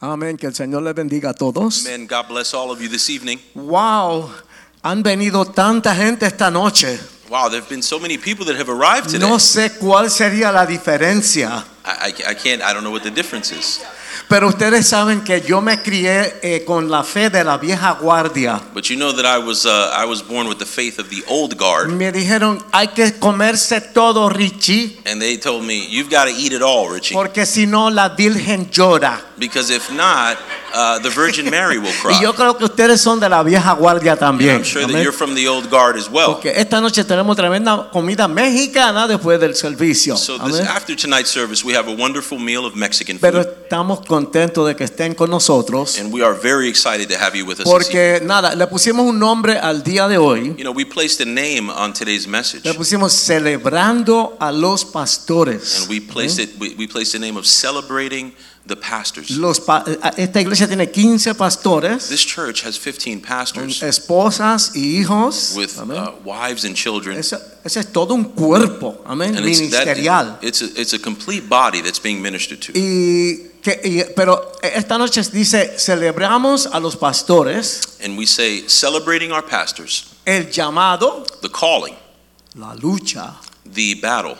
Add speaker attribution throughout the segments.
Speaker 1: Amén, que el Señor les bendiga a todos.
Speaker 2: Amen. God bless all of you this evening.
Speaker 1: Wow, han venido tanta gente esta noche.
Speaker 2: Wow, there have been so many people that have arrived today.
Speaker 1: No sé cuál sería la diferencia,
Speaker 2: I, I, I can't, I don't know what the difference is.
Speaker 1: pero ustedes saben que yo me crié eh, con la fe de la vieja guardia.
Speaker 2: But you know that I was, uh, I was born with the faith of the old guard.
Speaker 1: Me dijeron, hay que comerse todo, Richie,
Speaker 2: And they told me, you've got to eat it all, Richie.
Speaker 1: porque si no la Virgen llora.
Speaker 2: Because if not, uh, the Virgin Mary will cry.
Speaker 1: Y yo creo que ustedes son de la vieja guardia
Speaker 2: And
Speaker 1: también.
Speaker 2: I'm sure that
Speaker 1: Amén.
Speaker 2: you're from the old guard as well.
Speaker 1: Porque esta noche tenemos tremenda comida mexicana después del servicio.
Speaker 2: So this,
Speaker 1: Amén.
Speaker 2: after tonight's service, we have a wonderful meal of Mexican
Speaker 1: Pero
Speaker 2: food.
Speaker 1: estamos contentos de que estén con nosotros.
Speaker 2: And we are very excited to have you with us this evening.
Speaker 1: Porque nada, le pusimos un nombre al día de hoy.
Speaker 2: You know, we placed a name on today's message.
Speaker 1: Le pusimos celebrando a los pastores.
Speaker 2: And we placed
Speaker 1: Mm-hmm.
Speaker 2: it, we, we placed the name of celebrating the pastors.
Speaker 1: Los pa- esta iglesia tiene 15 pastores,
Speaker 2: This church has 15 pastors
Speaker 1: esposas y hijos.
Speaker 2: with
Speaker 1: Amén.
Speaker 2: uh, wives and children.
Speaker 1: Eso, eso es todo un cuerpo, amén,
Speaker 2: And it's, that-
Speaker 1: ministerial.
Speaker 2: it's, a, it's a complete body that's being ministered to.
Speaker 1: Y que, y- pero esta noche dice celebramos a los pastores
Speaker 2: And we say, celebrating our pastors,
Speaker 1: el llamado,
Speaker 2: the calling,
Speaker 1: la lucha
Speaker 2: the battle,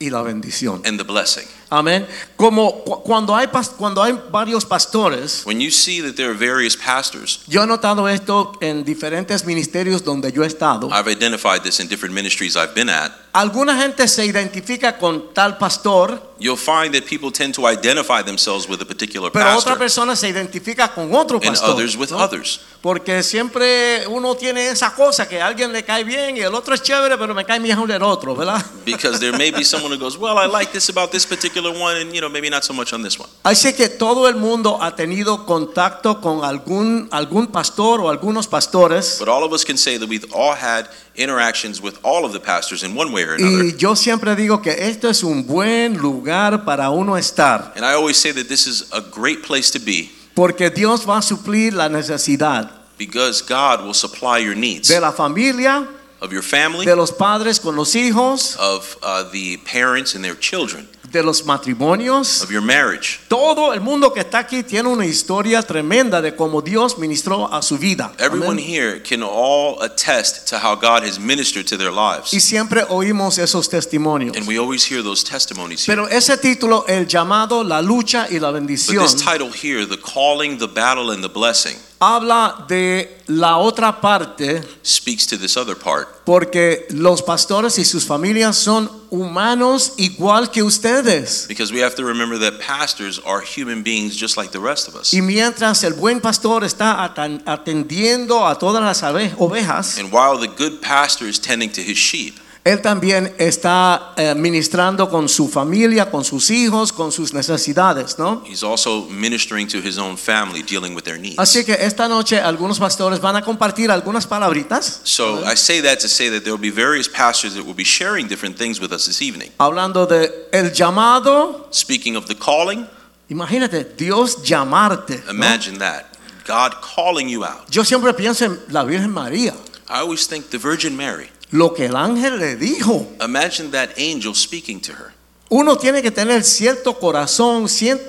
Speaker 1: y la bendición.
Speaker 2: and the blessing.
Speaker 1: Amén. Como cu- cuando hay pas- cuando hay varios pastores
Speaker 2: When you see that there are various pastors,
Speaker 1: Yo he notado esto en diferentes ministerios donde yo he estado.
Speaker 2: I've identified this in different ministries I've been at.
Speaker 1: Alguna gente se identifica con tal pastor,
Speaker 2: You'll find that people tend to identify themselves with a particular
Speaker 1: pero otra
Speaker 2: pastor
Speaker 1: persona se identifica con otro
Speaker 2: and
Speaker 1: pastor.
Speaker 2: others with
Speaker 1: ¿no?
Speaker 2: others.
Speaker 1: Porque siempre uno tiene esa cosa que a alguien le cae bien y el otro es chévere, pero me cae mejor el otro, ¿verdad?
Speaker 2: Because there may be someone who goes, well, I like this about this particular one, and you know, maybe not so much on this one.
Speaker 1: Así que todo el mundo ha tenido contacto con algún algún pastor o algunos pastores.
Speaker 2: But all of us can say that we've all had interactions with all of the pastors in one way or another.
Speaker 1: Y yo siempre digo que esto es un buen lugar para uno estar,
Speaker 2: And I always say that this is a great place to be
Speaker 1: porque Dios va a suplir la necesidad.
Speaker 2: because God will supply your needs
Speaker 1: de la familia,
Speaker 2: of your family,
Speaker 1: de los padres con los hijos,
Speaker 2: of uh, the parents and their children,
Speaker 1: de los matrimonios.
Speaker 2: of your marriage.
Speaker 1: Todo el mundo que está aquí tiene una historia tremenda de cómo Dios ministró a su vida.
Speaker 2: Everyone
Speaker 1: Amén.
Speaker 2: here can all attest to how God has ministered to their
Speaker 1: Y
Speaker 2: lives.
Speaker 1: siempre oímos esos testimonios.
Speaker 2: And we always hear those testimonies here.
Speaker 1: Pero ese título, el llamado, la lucha y la
Speaker 2: But
Speaker 1: bendición,
Speaker 2: this title here, The Calling, the Battle, and the Blessing,
Speaker 1: habla de la otra parte,
Speaker 2: speaks to this other part.
Speaker 1: porque los pastores y sus familias son humanos igual que ustedes.
Speaker 2: Because we have to remember that pastors are human beings just like the rest of us.
Speaker 1: Y mientras el buen pastor está atan- atendiendo a todas las ave- ovejas,
Speaker 2: And while the good pastor is tending to his sheep,
Speaker 1: Él también está eh, ministrando con su familia, con sus hijos, con sus necesidades, ¿no?
Speaker 2: he's also ministering to his own family, dealing with their needs.
Speaker 1: Así que esta noche algunos pastores van a compartir algunas palabritas
Speaker 2: So I say that to say that there will be various pastors that will be sharing different things with us this evening.
Speaker 1: hablando de el llamado.
Speaker 2: Speaking of the calling,
Speaker 1: Imagínate, Dios llamarte. ¿no?
Speaker 2: imagine that. God calling you out.
Speaker 1: Yo siempre pienso en la Virgen María,
Speaker 2: I always think the Virgin Mary.
Speaker 1: lo que el ángel le dijo.
Speaker 2: Imagine that angel speaking to her.
Speaker 1: Uno tiene que tener cierto corazón, cien-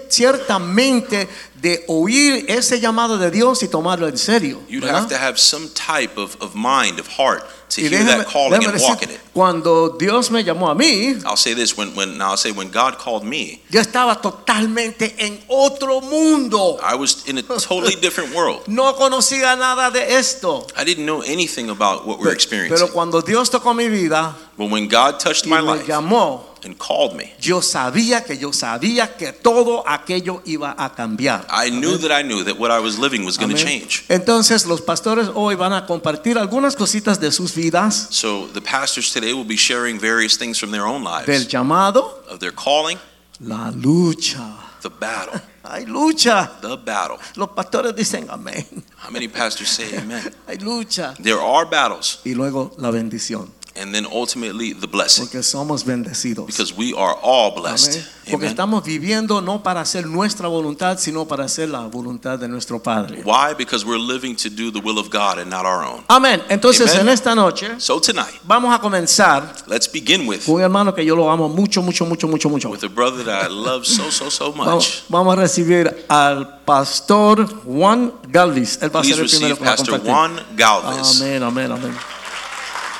Speaker 1: ciertamente de oír ese llamado de Dios y tomarlo en serio.
Speaker 2: You'd
Speaker 1: ¿verdad?
Speaker 2: have to have some type of, of mind, of heart to
Speaker 1: Y
Speaker 2: hear
Speaker 1: déjame-
Speaker 2: that calling
Speaker 1: déjame
Speaker 2: and
Speaker 1: decir,
Speaker 2: walk in it.
Speaker 1: Cuando Dios me llamó a mí,
Speaker 2: I'll say this when, when now I'll say when God called me,
Speaker 1: yo estaba totalmente en otro mundo.
Speaker 2: I was in a totally different world.
Speaker 1: No conocía nada de esto.
Speaker 2: I didn't know anything about what we're experiencing.
Speaker 1: Pero cuando Dios tocó mi vida
Speaker 2: But when God touched
Speaker 1: y
Speaker 2: my
Speaker 1: me
Speaker 2: life
Speaker 1: llamó,
Speaker 2: and called me,
Speaker 1: yo sabía que yo sabía que todo aquello iba a cambiar.
Speaker 2: I knew that I knew that what I was living was going to
Speaker 1: Amén.
Speaker 2: change.
Speaker 1: Entonces los pastores hoy van a compartir algunas cositas de sus vidas,
Speaker 2: So the pastors today will be sharing various things from their own lives
Speaker 1: del llamado,
Speaker 2: of their calling,
Speaker 1: la lucha,
Speaker 2: the battle,
Speaker 1: Hay lucha.
Speaker 2: the battle.
Speaker 1: Los pastores dicen amén.
Speaker 2: How many pastors say amen?
Speaker 1: Hay lucha.
Speaker 2: There are battles,
Speaker 1: Y luego la bendición.
Speaker 2: and then ultimately the blessing,
Speaker 1: Porque somos bendecidos.
Speaker 2: because we are all blessed.
Speaker 1: Amén. Porque
Speaker 2: Amen.
Speaker 1: estamos viviendo no para hacer nuestra voluntad, sino para hacer la voluntad de nuestro Padre.
Speaker 2: Why? Because we're living to do the will of God and not our own.
Speaker 1: Amén. Entonces
Speaker 2: Amen.
Speaker 1: en esta noche
Speaker 2: So tonight,
Speaker 1: vamos a comenzar
Speaker 2: let's begin with
Speaker 1: con un hermano que yo lo amo mucho, mucho, mucho, mucho, mucho.
Speaker 2: with a brother that I love so so so
Speaker 1: Vamos,
Speaker 2: much.
Speaker 1: vamos a recibir al pastor Juan Galvis. Él va a
Speaker 2: Please
Speaker 1: ser el primero
Speaker 2: receive
Speaker 1: que va a
Speaker 2: Pastor
Speaker 1: compartir.
Speaker 2: Juan Galvez.
Speaker 1: Amén, amén, amén. Pues,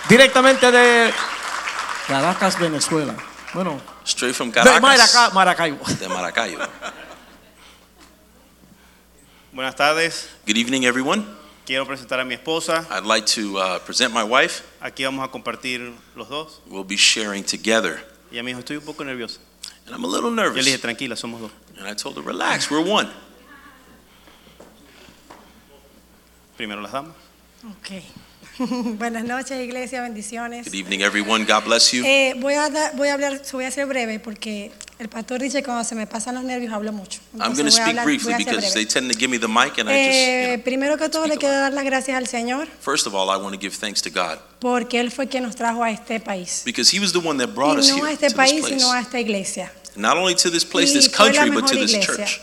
Speaker 1: Directamente de Caracas, Venezuela. Bueno,
Speaker 2: Straight from
Speaker 1: de Maraca-
Speaker 2: Caracas,
Speaker 1: Maracaibo.
Speaker 2: de Maracaibo.
Speaker 3: Buenas tardes,
Speaker 2: Good evening, everyone.
Speaker 3: quiero presentar a mi esposa.
Speaker 2: I'd like to uh, present my wife.
Speaker 3: Aquí vamos a compartir los dos.
Speaker 2: We'll be sharing together.
Speaker 3: Ella me dijo, estoy un poco nerviosa.
Speaker 2: And I'm a
Speaker 3: Yo
Speaker 2: little
Speaker 3: le dije,
Speaker 2: nervous.
Speaker 3: tranquila, somos dos.
Speaker 2: And I told her, relax, we're one.
Speaker 3: Primero las damas.
Speaker 4: Ok. Buenas noches, iglesia, bendiciones.
Speaker 2: Good evening, everyone. God bless you.
Speaker 4: Eh, voy, a dar- voy a hablar, voy a ser breve porque el pastor dice que cuando se me pasan los nervios hablo mucho.
Speaker 2: I'm
Speaker 4: Entonces, voy
Speaker 2: going to
Speaker 4: a
Speaker 2: speak
Speaker 4: hablar- voy
Speaker 2: briefly
Speaker 4: a ser
Speaker 2: because they
Speaker 4: breve.
Speaker 2: tend to give me the mic and I just.
Speaker 4: Eh,
Speaker 2: You know.
Speaker 4: primero que todo le
Speaker 2: speak a
Speaker 4: quiero
Speaker 2: lot.
Speaker 4: dar las gracias al Señor
Speaker 2: First of all, I want to give thanks to God
Speaker 4: porque Él fue quien nos trajo a este país.
Speaker 2: because He was the one that
Speaker 4: Y
Speaker 2: brought us
Speaker 4: no
Speaker 2: here
Speaker 4: a
Speaker 2: to
Speaker 4: este
Speaker 2: this
Speaker 4: país,
Speaker 2: place.
Speaker 4: sino a esta iglesia.
Speaker 2: Not only to this place,
Speaker 4: Y
Speaker 2: this
Speaker 4: fue la
Speaker 2: country, but
Speaker 4: mejor
Speaker 2: to this
Speaker 4: iglesia.
Speaker 2: church.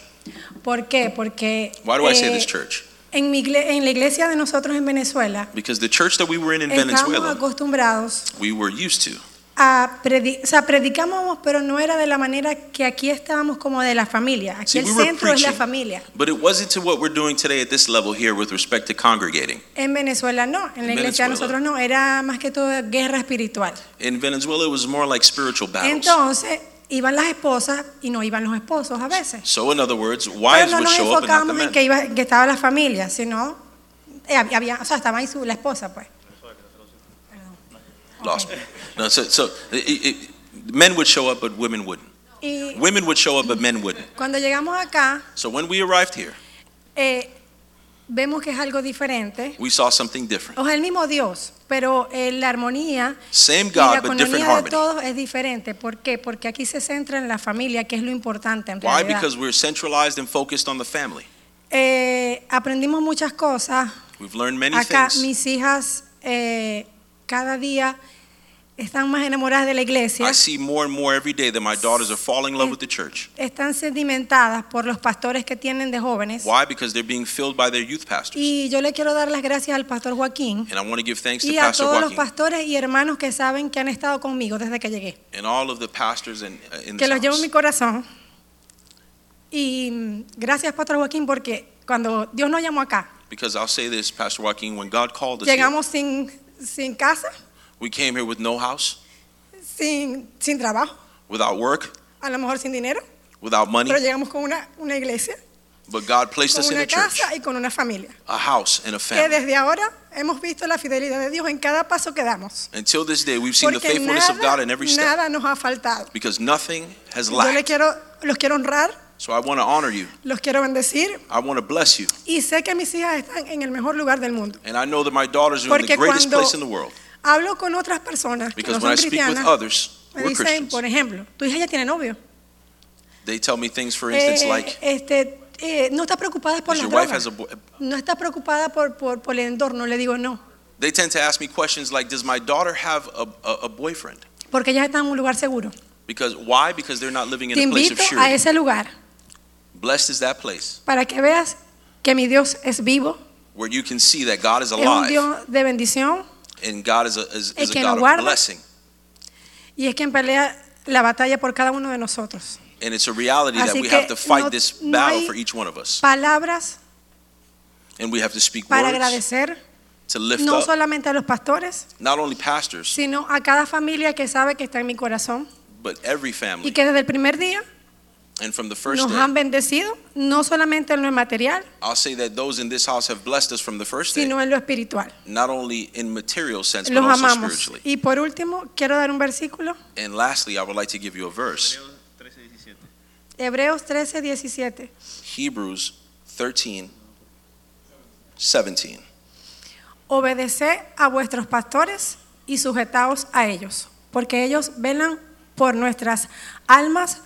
Speaker 4: ¿Por qué? Porque
Speaker 2: Why do I say
Speaker 4: eh,
Speaker 2: this church?
Speaker 4: En, mi igle- en la iglesia de nosotros en Venezuela,
Speaker 2: Because the church that we were in in
Speaker 4: estamos
Speaker 2: Venezuela,
Speaker 4: acostumbrados
Speaker 2: we were used to.
Speaker 4: a predi- o sea, predicábamos, pero no era de la manera que aquí estábamos como de la familia. Aquí
Speaker 2: See,
Speaker 4: el
Speaker 2: we were
Speaker 4: centro es la
Speaker 2: preaching.
Speaker 4: familia.
Speaker 2: But it wasn't to what we're doing today at this level here with respect to congregating.
Speaker 4: En Venezuela no, en la
Speaker 2: En
Speaker 4: iglesia
Speaker 2: Venezuela.
Speaker 4: de
Speaker 2: Ah,
Speaker 4: nosotros no, era más que todo guerra espiritual.
Speaker 2: In Venezuela, it was more like spiritual battles.
Speaker 4: Entonces, iban las esposas y no iban los esposos a veces.
Speaker 2: So, in other words,
Speaker 4: Pero
Speaker 2: wives
Speaker 4: no
Speaker 2: would
Speaker 4: nos
Speaker 2: show up and not the
Speaker 4: enfocábamos en
Speaker 2: men.
Speaker 4: que, iba, que estaba la familia, sino, eh, había- había- o sea, estaba ahí su, la esposa, pues.
Speaker 2: Lost me. No, so, so it, it, men would show up, but women wouldn't.
Speaker 4: Y
Speaker 2: Women would show up, but men wouldn't.
Speaker 4: cuando llegamos acá,
Speaker 2: So when we arrived here,
Speaker 4: eh, vemos que es algo diferente.
Speaker 2: we saw something different.
Speaker 4: O sea, el mismo Dios, pero eh, la armonía
Speaker 2: Same
Speaker 4: Y la
Speaker 2: God, but different
Speaker 4: economía de
Speaker 2: harmony.
Speaker 4: todos es diferente. ¿Por qué? Porque aquí se centra en la familia, que es lo importante en
Speaker 2: Why?
Speaker 4: realidad.
Speaker 2: Because we're centralized and focused on the family.
Speaker 4: Eh, aprendimos muchas cosas.
Speaker 2: We've learned many
Speaker 4: Acá
Speaker 2: things.
Speaker 4: mis hijas eh, cada día están más enamoradas de la iglesia.
Speaker 2: I see more and more every day that my daughters are falling in love with the church.
Speaker 4: Están sedimentadas por los pastores que tienen de jóvenes.
Speaker 2: Why? Because they're being filled by their youth pastors.
Speaker 4: Y yo le quiero dar las gracias al pastor Joaquín
Speaker 2: And I want to give thanks to
Speaker 4: y a
Speaker 2: Pastor
Speaker 4: todos los
Speaker 2: Joaquin
Speaker 4: pastores y hermanos que saben que han estado conmigo desde que llegué.
Speaker 2: and all of the pastors in, uh, in
Speaker 4: que
Speaker 2: this
Speaker 4: los llevo en
Speaker 2: house.
Speaker 4: mi corazón. Y mm, gracias, Pastor Joaquín, porque cuando Dios nos llamó acá,
Speaker 2: Because I'll say this, Pastor Joaquin, when God called us here,
Speaker 4: llegamos sin, sin casa,
Speaker 2: we came here with no house,
Speaker 4: sin, sin trabajo,
Speaker 2: without work,
Speaker 4: a lo mejor sin dinero,
Speaker 2: without money,
Speaker 4: pero llegamos con una, una iglesia,
Speaker 2: but God placed
Speaker 4: con
Speaker 2: us in a
Speaker 4: una
Speaker 2: church,
Speaker 4: casa y con una familia.
Speaker 2: a house and a
Speaker 4: Que
Speaker 2: family.
Speaker 4: desde ahora hemos visto la fidelidad de Dios en cada paso que damos.
Speaker 2: Until this day, we've seen the
Speaker 4: Porque
Speaker 2: faithfulness of God
Speaker 4: nada,
Speaker 2: in every step
Speaker 4: nada nos ha faltado.
Speaker 2: because nothing has
Speaker 4: Yo le
Speaker 2: lacked.
Speaker 4: quiero, los quiero honrar,
Speaker 2: So I want to honor you.
Speaker 4: los quiero bendecir
Speaker 2: I want to bless you.
Speaker 4: y sé que mis hijas están en el mejor lugar del mundo.
Speaker 2: And I know that my daughters are in the
Speaker 4: Porque
Speaker 2: greatest
Speaker 4: cuando
Speaker 2: place in the world
Speaker 4: hablo con otras personas que
Speaker 2: because
Speaker 4: no
Speaker 2: when
Speaker 4: son
Speaker 2: I speak with
Speaker 4: cristianas,
Speaker 2: others,
Speaker 4: me
Speaker 2: we're
Speaker 4: dicen,
Speaker 2: Christians.
Speaker 4: por ejemplo, tu hija ya tiene novio.
Speaker 2: They tell me things, for instance,
Speaker 4: Eh,
Speaker 2: like,
Speaker 4: este, eh, no está preocupada por
Speaker 2: "Does
Speaker 4: las
Speaker 2: your wife has
Speaker 4: drogas.
Speaker 2: a boy?"
Speaker 4: No está preocupada por, por, por el entorno. Le digo no,
Speaker 2: They tend to ask me questions like, "Does my daughter have a, a, a boyfriend?"
Speaker 4: porque ella está en un lugar seguro.
Speaker 2: Because why? Because they're not living in
Speaker 4: Te
Speaker 2: a place
Speaker 4: invito
Speaker 2: of
Speaker 4: a
Speaker 2: surety.
Speaker 4: ese lugar
Speaker 2: Blessed is that place
Speaker 4: para que veas que mi Dios es vivo,
Speaker 2: where you can see that God is
Speaker 4: es un
Speaker 2: alive
Speaker 4: Dios de bendición
Speaker 2: and God is a, is,
Speaker 4: El
Speaker 2: is a
Speaker 4: que
Speaker 2: God
Speaker 4: nos
Speaker 2: of
Speaker 4: guarda.
Speaker 2: blessing.
Speaker 4: y es quien pelea la batalla por cada uno de nosotros.
Speaker 2: And it's a reality that
Speaker 4: Así
Speaker 2: we
Speaker 4: que
Speaker 2: have to fight
Speaker 4: no-
Speaker 2: this
Speaker 4: no
Speaker 2: battle
Speaker 4: hay
Speaker 2: for each one of us.
Speaker 4: Palabras
Speaker 2: And we have to speak
Speaker 4: para
Speaker 2: words
Speaker 4: agradecer
Speaker 2: to lift
Speaker 4: no
Speaker 2: up
Speaker 4: solamente a los pastores,
Speaker 2: not only pastors,
Speaker 4: sino a cada familia que sabe que está en mi corazón
Speaker 2: but every
Speaker 4: y
Speaker 2: family.
Speaker 4: que desde el primer día
Speaker 2: And from the first
Speaker 4: nos
Speaker 2: day,
Speaker 4: han bendecido, no solamente en lo material,
Speaker 2: I'll say that those in this house have blessed us from the first day,
Speaker 4: sino en lo espiritual.
Speaker 2: not only in material sense, but
Speaker 4: Los
Speaker 2: also
Speaker 4: amamos.
Speaker 2: spiritually.
Speaker 4: Y por último, quiero dar un versículo,
Speaker 2: And lastly, I would like to give you a verse,
Speaker 3: Hebreos 13, 17.
Speaker 4: Hebreos 13, 17.
Speaker 2: Hebrews 13, 17.
Speaker 4: Obedeced a vuestros pastores y sujetaos a ellos, porque ellos velan por nuestras almas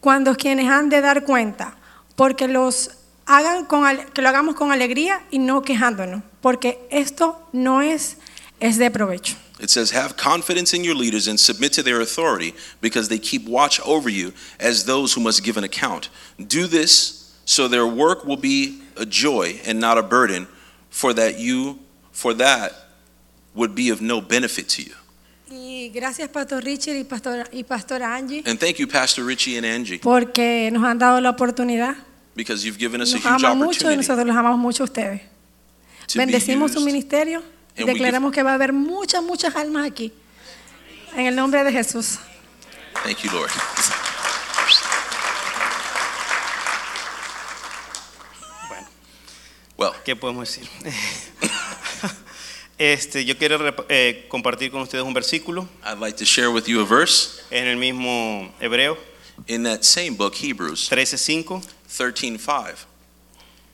Speaker 4: cuando quienes han de dar cuenta, porque los hagan con ale- que lo hagamos con alegría y no quejándonos, porque esto no es es de provecho.
Speaker 2: It says, Have confidence in your leaders and submit to their authority, because they keep watch over you as those who must give an account. Do this so their work will be a joy and not a burden, for that you for that would be of no benefit to you.
Speaker 4: Y gracias Pastor Richard y Pastor y Pastora Angie
Speaker 2: And thank you, Pastor Richie and Angie,
Speaker 4: porque nos han dado la oportunidad.
Speaker 2: because you've given us a
Speaker 4: Nos
Speaker 2: huge
Speaker 4: aman mucho y
Speaker 2: opportunity
Speaker 4: nosotros los amamos mucho a ustedes.
Speaker 2: to be
Speaker 4: Bendecimos su
Speaker 2: used.
Speaker 4: ministerio.
Speaker 2: we
Speaker 4: Declaramos que va a haber muchas, muchas almas aquí. En el nombre de Jesús.
Speaker 2: Thank you, Lord.
Speaker 3: Bueno.
Speaker 2: Well,
Speaker 3: ¿Qué podemos decir? este, yo quiero rep- eh, compartir con ustedes un versículo
Speaker 2: I'd like to share with you a verse
Speaker 3: en el mismo Hebreo
Speaker 2: in that same book, Hebrews
Speaker 3: 13:5.
Speaker 2: 13:5.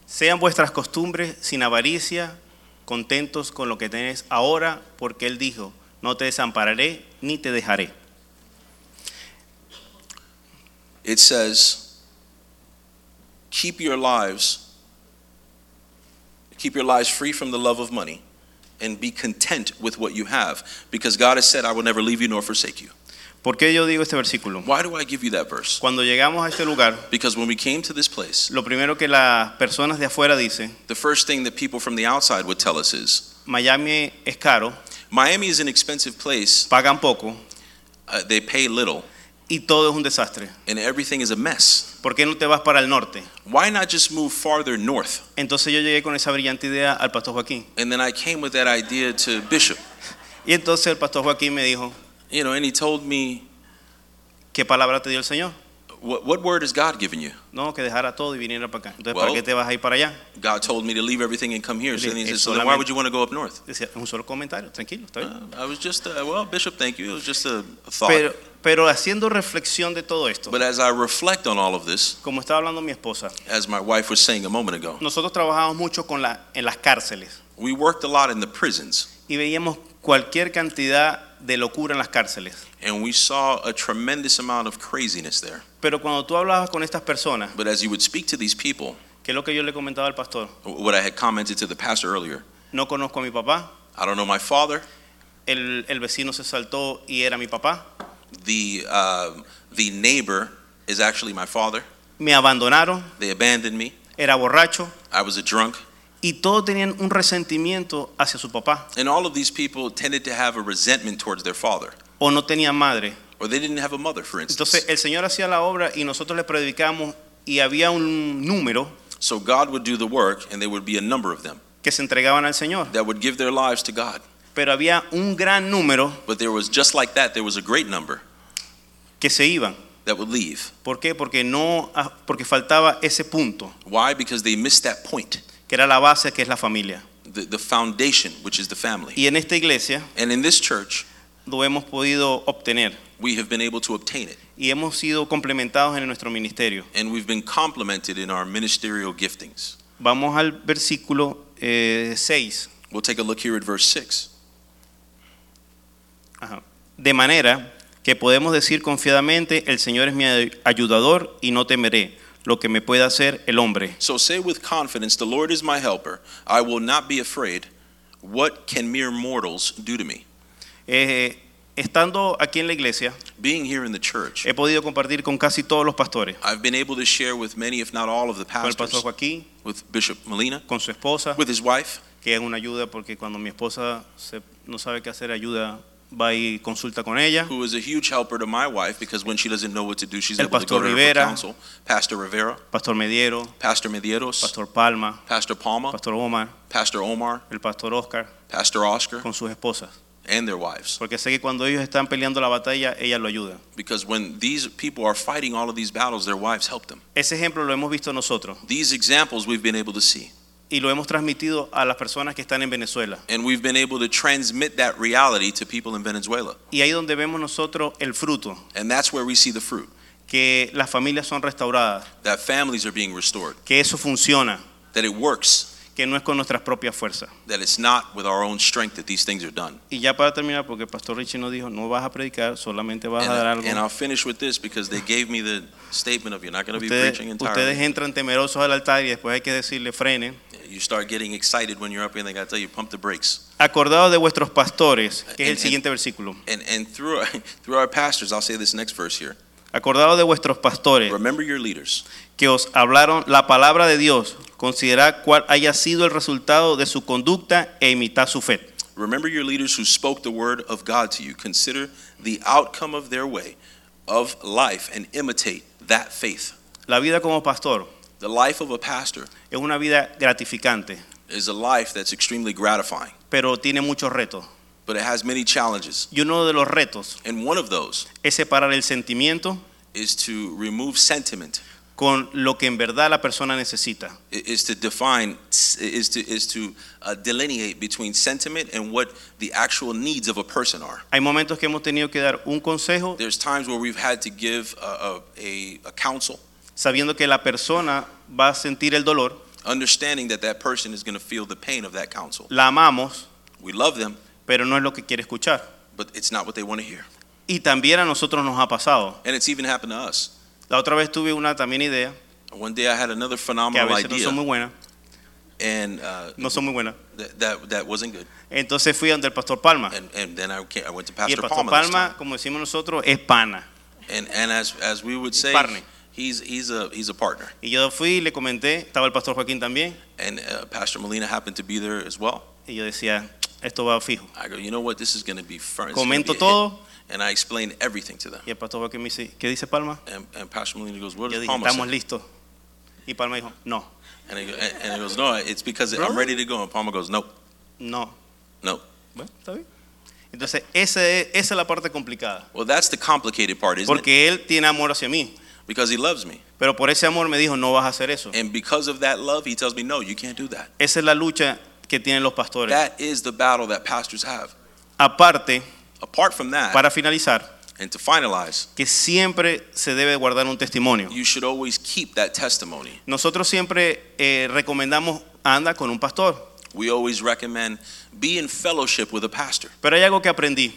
Speaker 3: Sean vuestras costumbres sin avaricia, contentos con lo que tenéis ahora, porque Él dijo, no te desampararé ni te dejaré.
Speaker 2: It says, "Keep your lives keep your lives free from the love of money and be content with what you have, because God has said, I will never leave you nor forsake you."
Speaker 3: ¿Por qué yo digo este versículo?
Speaker 2: Why do I give you that verse?
Speaker 3: Cuando llegamos a este lugar,
Speaker 2: Because when we came to this place,
Speaker 3: lo primero que las personas de afuera dicen,
Speaker 2: the first thing that people from the outside would tell us is,
Speaker 3: Miami es caro,
Speaker 2: "Miami is an expensive place.
Speaker 3: pagan poco
Speaker 2: Uh, they pay little,
Speaker 3: y todo es un desastre.
Speaker 2: and everything is a mess.
Speaker 3: ¿Por qué no te vas para el norte?
Speaker 2: Why not just move farther north?"
Speaker 3: Entonces yo llegué con esa brillante idea al pastor Joaquín.
Speaker 2: And then I came with that idea to Bishop,
Speaker 3: Y entonces el pastor Joaquín me dijo,
Speaker 2: you know, and he told me,
Speaker 3: ¿qué palabra te dio el Señor?
Speaker 2: "What, what word has God given you?"
Speaker 3: No, que dejara todo y viniera para acá. Entonces,
Speaker 2: Wow.
Speaker 3: ¿para qué te vas a ir para allá?
Speaker 2: God told me to leave everything and come here. So then he
Speaker 3: It's
Speaker 2: said, so then why
Speaker 3: solamente-
Speaker 2: would you want to go up north?
Speaker 3: Decía, es un solo comentario, tranquilo, está bien.
Speaker 2: Uh, I was just, uh, well, Bishop, thank you. It was just a thought.
Speaker 3: Pero, pero haciendo reflexión de todo esto,
Speaker 2: but as I reflect on all of this,
Speaker 3: como estaba hablando mi esposa,
Speaker 2: as my wife was saying a moment ago,
Speaker 3: nosotros trabajamos mucho con la, en las cárceles
Speaker 2: we worked a lot in the prisons
Speaker 3: y veíamos cualquier cantidad de locura en las cárceles.
Speaker 2: and we saw a tremendous amount of craziness there.
Speaker 3: Pero cuando tú hablabas con estas personas,
Speaker 2: But as you would speak to these people,
Speaker 3: que es lo que yo le comentaba al pastor,
Speaker 2: w- what I had commented to the pastor earlier,
Speaker 3: no conozco a mi papá,
Speaker 2: I don't know my father,
Speaker 3: el, el vecino se saltó y era mi papá,
Speaker 2: the, um the neighbor is actually my father.
Speaker 3: me abandonaron,
Speaker 2: They abandoned me.
Speaker 3: era borracho
Speaker 2: I was a drunk.
Speaker 3: y todos tenían un resentimiento hacia su papá
Speaker 2: And all of these people tended to have a resentment towards their father.
Speaker 3: o no tenían madre.
Speaker 2: Or they didn't have a mother, for instance.
Speaker 3: Entonces el Señor hacía la obra y nosotros le predicamos y había un número
Speaker 2: So God would do the work, and there would be a number of them
Speaker 3: que se entregaban al Señor,
Speaker 2: that would give their lives to God.
Speaker 3: pero había un gran número
Speaker 2: But there was just like that, there was a great number
Speaker 3: que se iban.
Speaker 2: that would leave.
Speaker 3: ¿Por qué? Porque no ah, porque faltaba ese punto,
Speaker 2: Why? Because they missed that point,
Speaker 3: que era la base que es la familia.
Speaker 2: the, the foundation, which is the family.
Speaker 3: Y en esta iglesia
Speaker 2: And in this church,
Speaker 3: lo hemos podido obtener
Speaker 2: we have been able to obtain it,
Speaker 3: y hemos sido complementados en nuestro ministerio.
Speaker 2: and we've been complemented in our ministerial giftings.
Speaker 3: Vamos al versículo eh, 6.
Speaker 2: We'll take a look here at verse 6.
Speaker 3: De manera que podemos decir confiadamente, el Señor es mi ay- ayudador y no temeré lo que me pueda hacer el hombre.
Speaker 2: So say with confidence, The Lord is my helper. I will not be afraid. What can mere mortals do to me?
Speaker 3: Eh, estando aquí en la iglesia,
Speaker 2: Being here in the church,
Speaker 3: he podido compartir con casi todos los pastores,
Speaker 2: I've been able to share with many, if not all, of the
Speaker 3: con el pastor
Speaker 2: pastors,
Speaker 3: Joaquín,
Speaker 2: with Bishop Molina,
Speaker 3: con su esposa,
Speaker 2: with his wife,
Speaker 3: que es una ayuda porque cuando mi esposa se- no sabe qué hacer, ayuda, va y consulta con ella,
Speaker 2: who is a huge helper to my wife because when she doesn't know what to do, she's
Speaker 3: El
Speaker 2: able to go
Speaker 3: Pastor
Speaker 2: to her for
Speaker 3: Rivera.
Speaker 2: counsel. Pastor Rivera,
Speaker 3: pastor Mediero,
Speaker 2: Pastor Medeiros,
Speaker 3: pastor
Speaker 2: Pastor,
Speaker 3: Palma,
Speaker 2: Palma,
Speaker 3: pastor Omar,
Speaker 2: Pastor Omar,
Speaker 3: el pastor Oscar,
Speaker 2: Pastor Oscar,
Speaker 3: con sus esposas,
Speaker 2: and their wives.
Speaker 3: porque sé que cuando ellos están peleando la batalla, ella lo ayuda.
Speaker 2: Because when these people are fighting all of these battles, their wives help them.
Speaker 3: Ese ejemplo lo hemos visto nosotros
Speaker 2: These examples we've been able to see.
Speaker 3: y lo hemos transmitido a las personas que están en Venezuela.
Speaker 2: And we've been able to transmit that reality to people in Venezuela.
Speaker 3: Y ahí donde vemos nosotros el fruto,
Speaker 2: And that's where we see the fruit
Speaker 3: que las familias son restauradas,
Speaker 2: that families are being restored,
Speaker 3: que eso funciona,
Speaker 2: that it works,
Speaker 3: que no es con nuestras propias fuerzas.
Speaker 2: that it's not with our own strength that these things are done.
Speaker 3: Y ya para terminar, porque el pastor Richie nos dijo, no vas a predicar, solamente vas
Speaker 2: And,
Speaker 3: a dar
Speaker 2: I,
Speaker 3: algo.
Speaker 2: and I'll finish with this because they gave me the statement of you're not going to be
Speaker 3: Ustedes,
Speaker 2: preaching
Speaker 3: ustedes
Speaker 2: entirely.
Speaker 3: entran temerosos al altar y después hay que decirle, frenen.
Speaker 2: You start getting excited when you're up here, and they got to tell you pump the brakes.
Speaker 3: Acordado de vuestros pastores, que es
Speaker 2: En- en-
Speaker 3: el siguiente versículo.
Speaker 2: And and through our, through our pastors, I'll say this next verse here.
Speaker 3: Acordado de vuestros pastores,
Speaker 2: Remember your leaders.
Speaker 3: que os hablaron la palabra de Dios, considerad cuál haya sido el resultado de su conducta e imitad su fe.
Speaker 2: Remember your leaders who spoke the word of God to you. Consider the outcome of their way of life and imitate that faith.
Speaker 3: La vida como pastor
Speaker 2: The life of a pastor
Speaker 3: es una vida gratificante,
Speaker 2: is a life that's extremely gratifying,
Speaker 3: pero tiene muchos retos.
Speaker 2: but it has many challenges.
Speaker 3: Y uno de los retos
Speaker 2: And one of those
Speaker 3: es separar el sentimiento
Speaker 2: is to remove sentiment
Speaker 3: con lo que en verdad la persona necesita.
Speaker 2: i- is to define is to is to uh, delineate between sentiment and what the actual needs of a person are.
Speaker 3: Hay momentos que hemos tenido que dar un consejo
Speaker 2: There's times where we've had to give a, a, a, a counsel,
Speaker 3: sabiendo que la persona va a sentir el dolor,
Speaker 2: understanding that that person is going to feel the pain of that counsel.
Speaker 3: la amamos,
Speaker 2: We love them,
Speaker 3: pero no es lo que quiere escuchar.
Speaker 2: but it's not what they want to hear.
Speaker 3: Y también a nosotros nos ha pasado.
Speaker 2: And it's even happened to us.
Speaker 3: La otra vez tuve una también idea,
Speaker 2: One day I had another
Speaker 3: que a
Speaker 2: phenomenal
Speaker 3: veces no son muy buenas,
Speaker 2: idea, and uh,
Speaker 3: no son muy buenas.
Speaker 2: that, that that wasn't good.
Speaker 3: Entonces fui donde el pastor Palma.
Speaker 2: And and then I came, I went to
Speaker 3: Y el
Speaker 2: Pastor
Speaker 3: pastor
Speaker 2: Palmer. this
Speaker 3: Palma,
Speaker 2: time.
Speaker 3: como decimos nosotros, es pana.
Speaker 2: And and as as we would say,
Speaker 3: Partner.
Speaker 2: he's he's a he's a partner.
Speaker 3: Y yo fui y le comenté, estaba el pastor Joaquín también,
Speaker 2: And uh, Pastor Molina happened to be there as well.
Speaker 3: y yo decía, esto va fijo.
Speaker 2: I go, you know what? This is going to be fun. It's gonna
Speaker 3: Comento
Speaker 2: be a
Speaker 3: todo,
Speaker 2: hit." And I explained everything to them.
Speaker 3: y el pastor Joaquín me dice, ¿qué dice Palma?
Speaker 2: And, and Pastor Molina goes, what
Speaker 3: Yo
Speaker 2: does
Speaker 3: dije,
Speaker 2: Palma
Speaker 3: estamos
Speaker 2: say?
Speaker 3: listos. Y Palma dijo, no,
Speaker 2: And he, go- and, and he goes, no, it's because I'm ready to go. And Palma goes, nope.
Speaker 3: no.
Speaker 2: No.
Speaker 3: Bueno, está bien. Entonces, ese es- esa es la parte complicada.
Speaker 2: Well, that's the complicated part, isn't it?
Speaker 3: Porque él tiene amor hacia mí.
Speaker 2: Because he loves me.
Speaker 3: Pero por ese amor me dijo, no vas a hacer eso.
Speaker 2: And because of that love, he tells me, no, you can't do that.
Speaker 3: Esa es la lucha que tienen los pastores.
Speaker 2: That is the battle that pastors have.
Speaker 3: Aparte,
Speaker 2: Apart from that,
Speaker 3: para finalizar,
Speaker 2: and to finalize,
Speaker 3: que siempre se debe guardar un testimonio.
Speaker 2: you should always keep that testimony.
Speaker 3: Nosotros siempre eh, recomendamos anda con un pastor.
Speaker 2: We always recommend be in fellowship with a pastor.
Speaker 3: Pero hay algo que aprendí,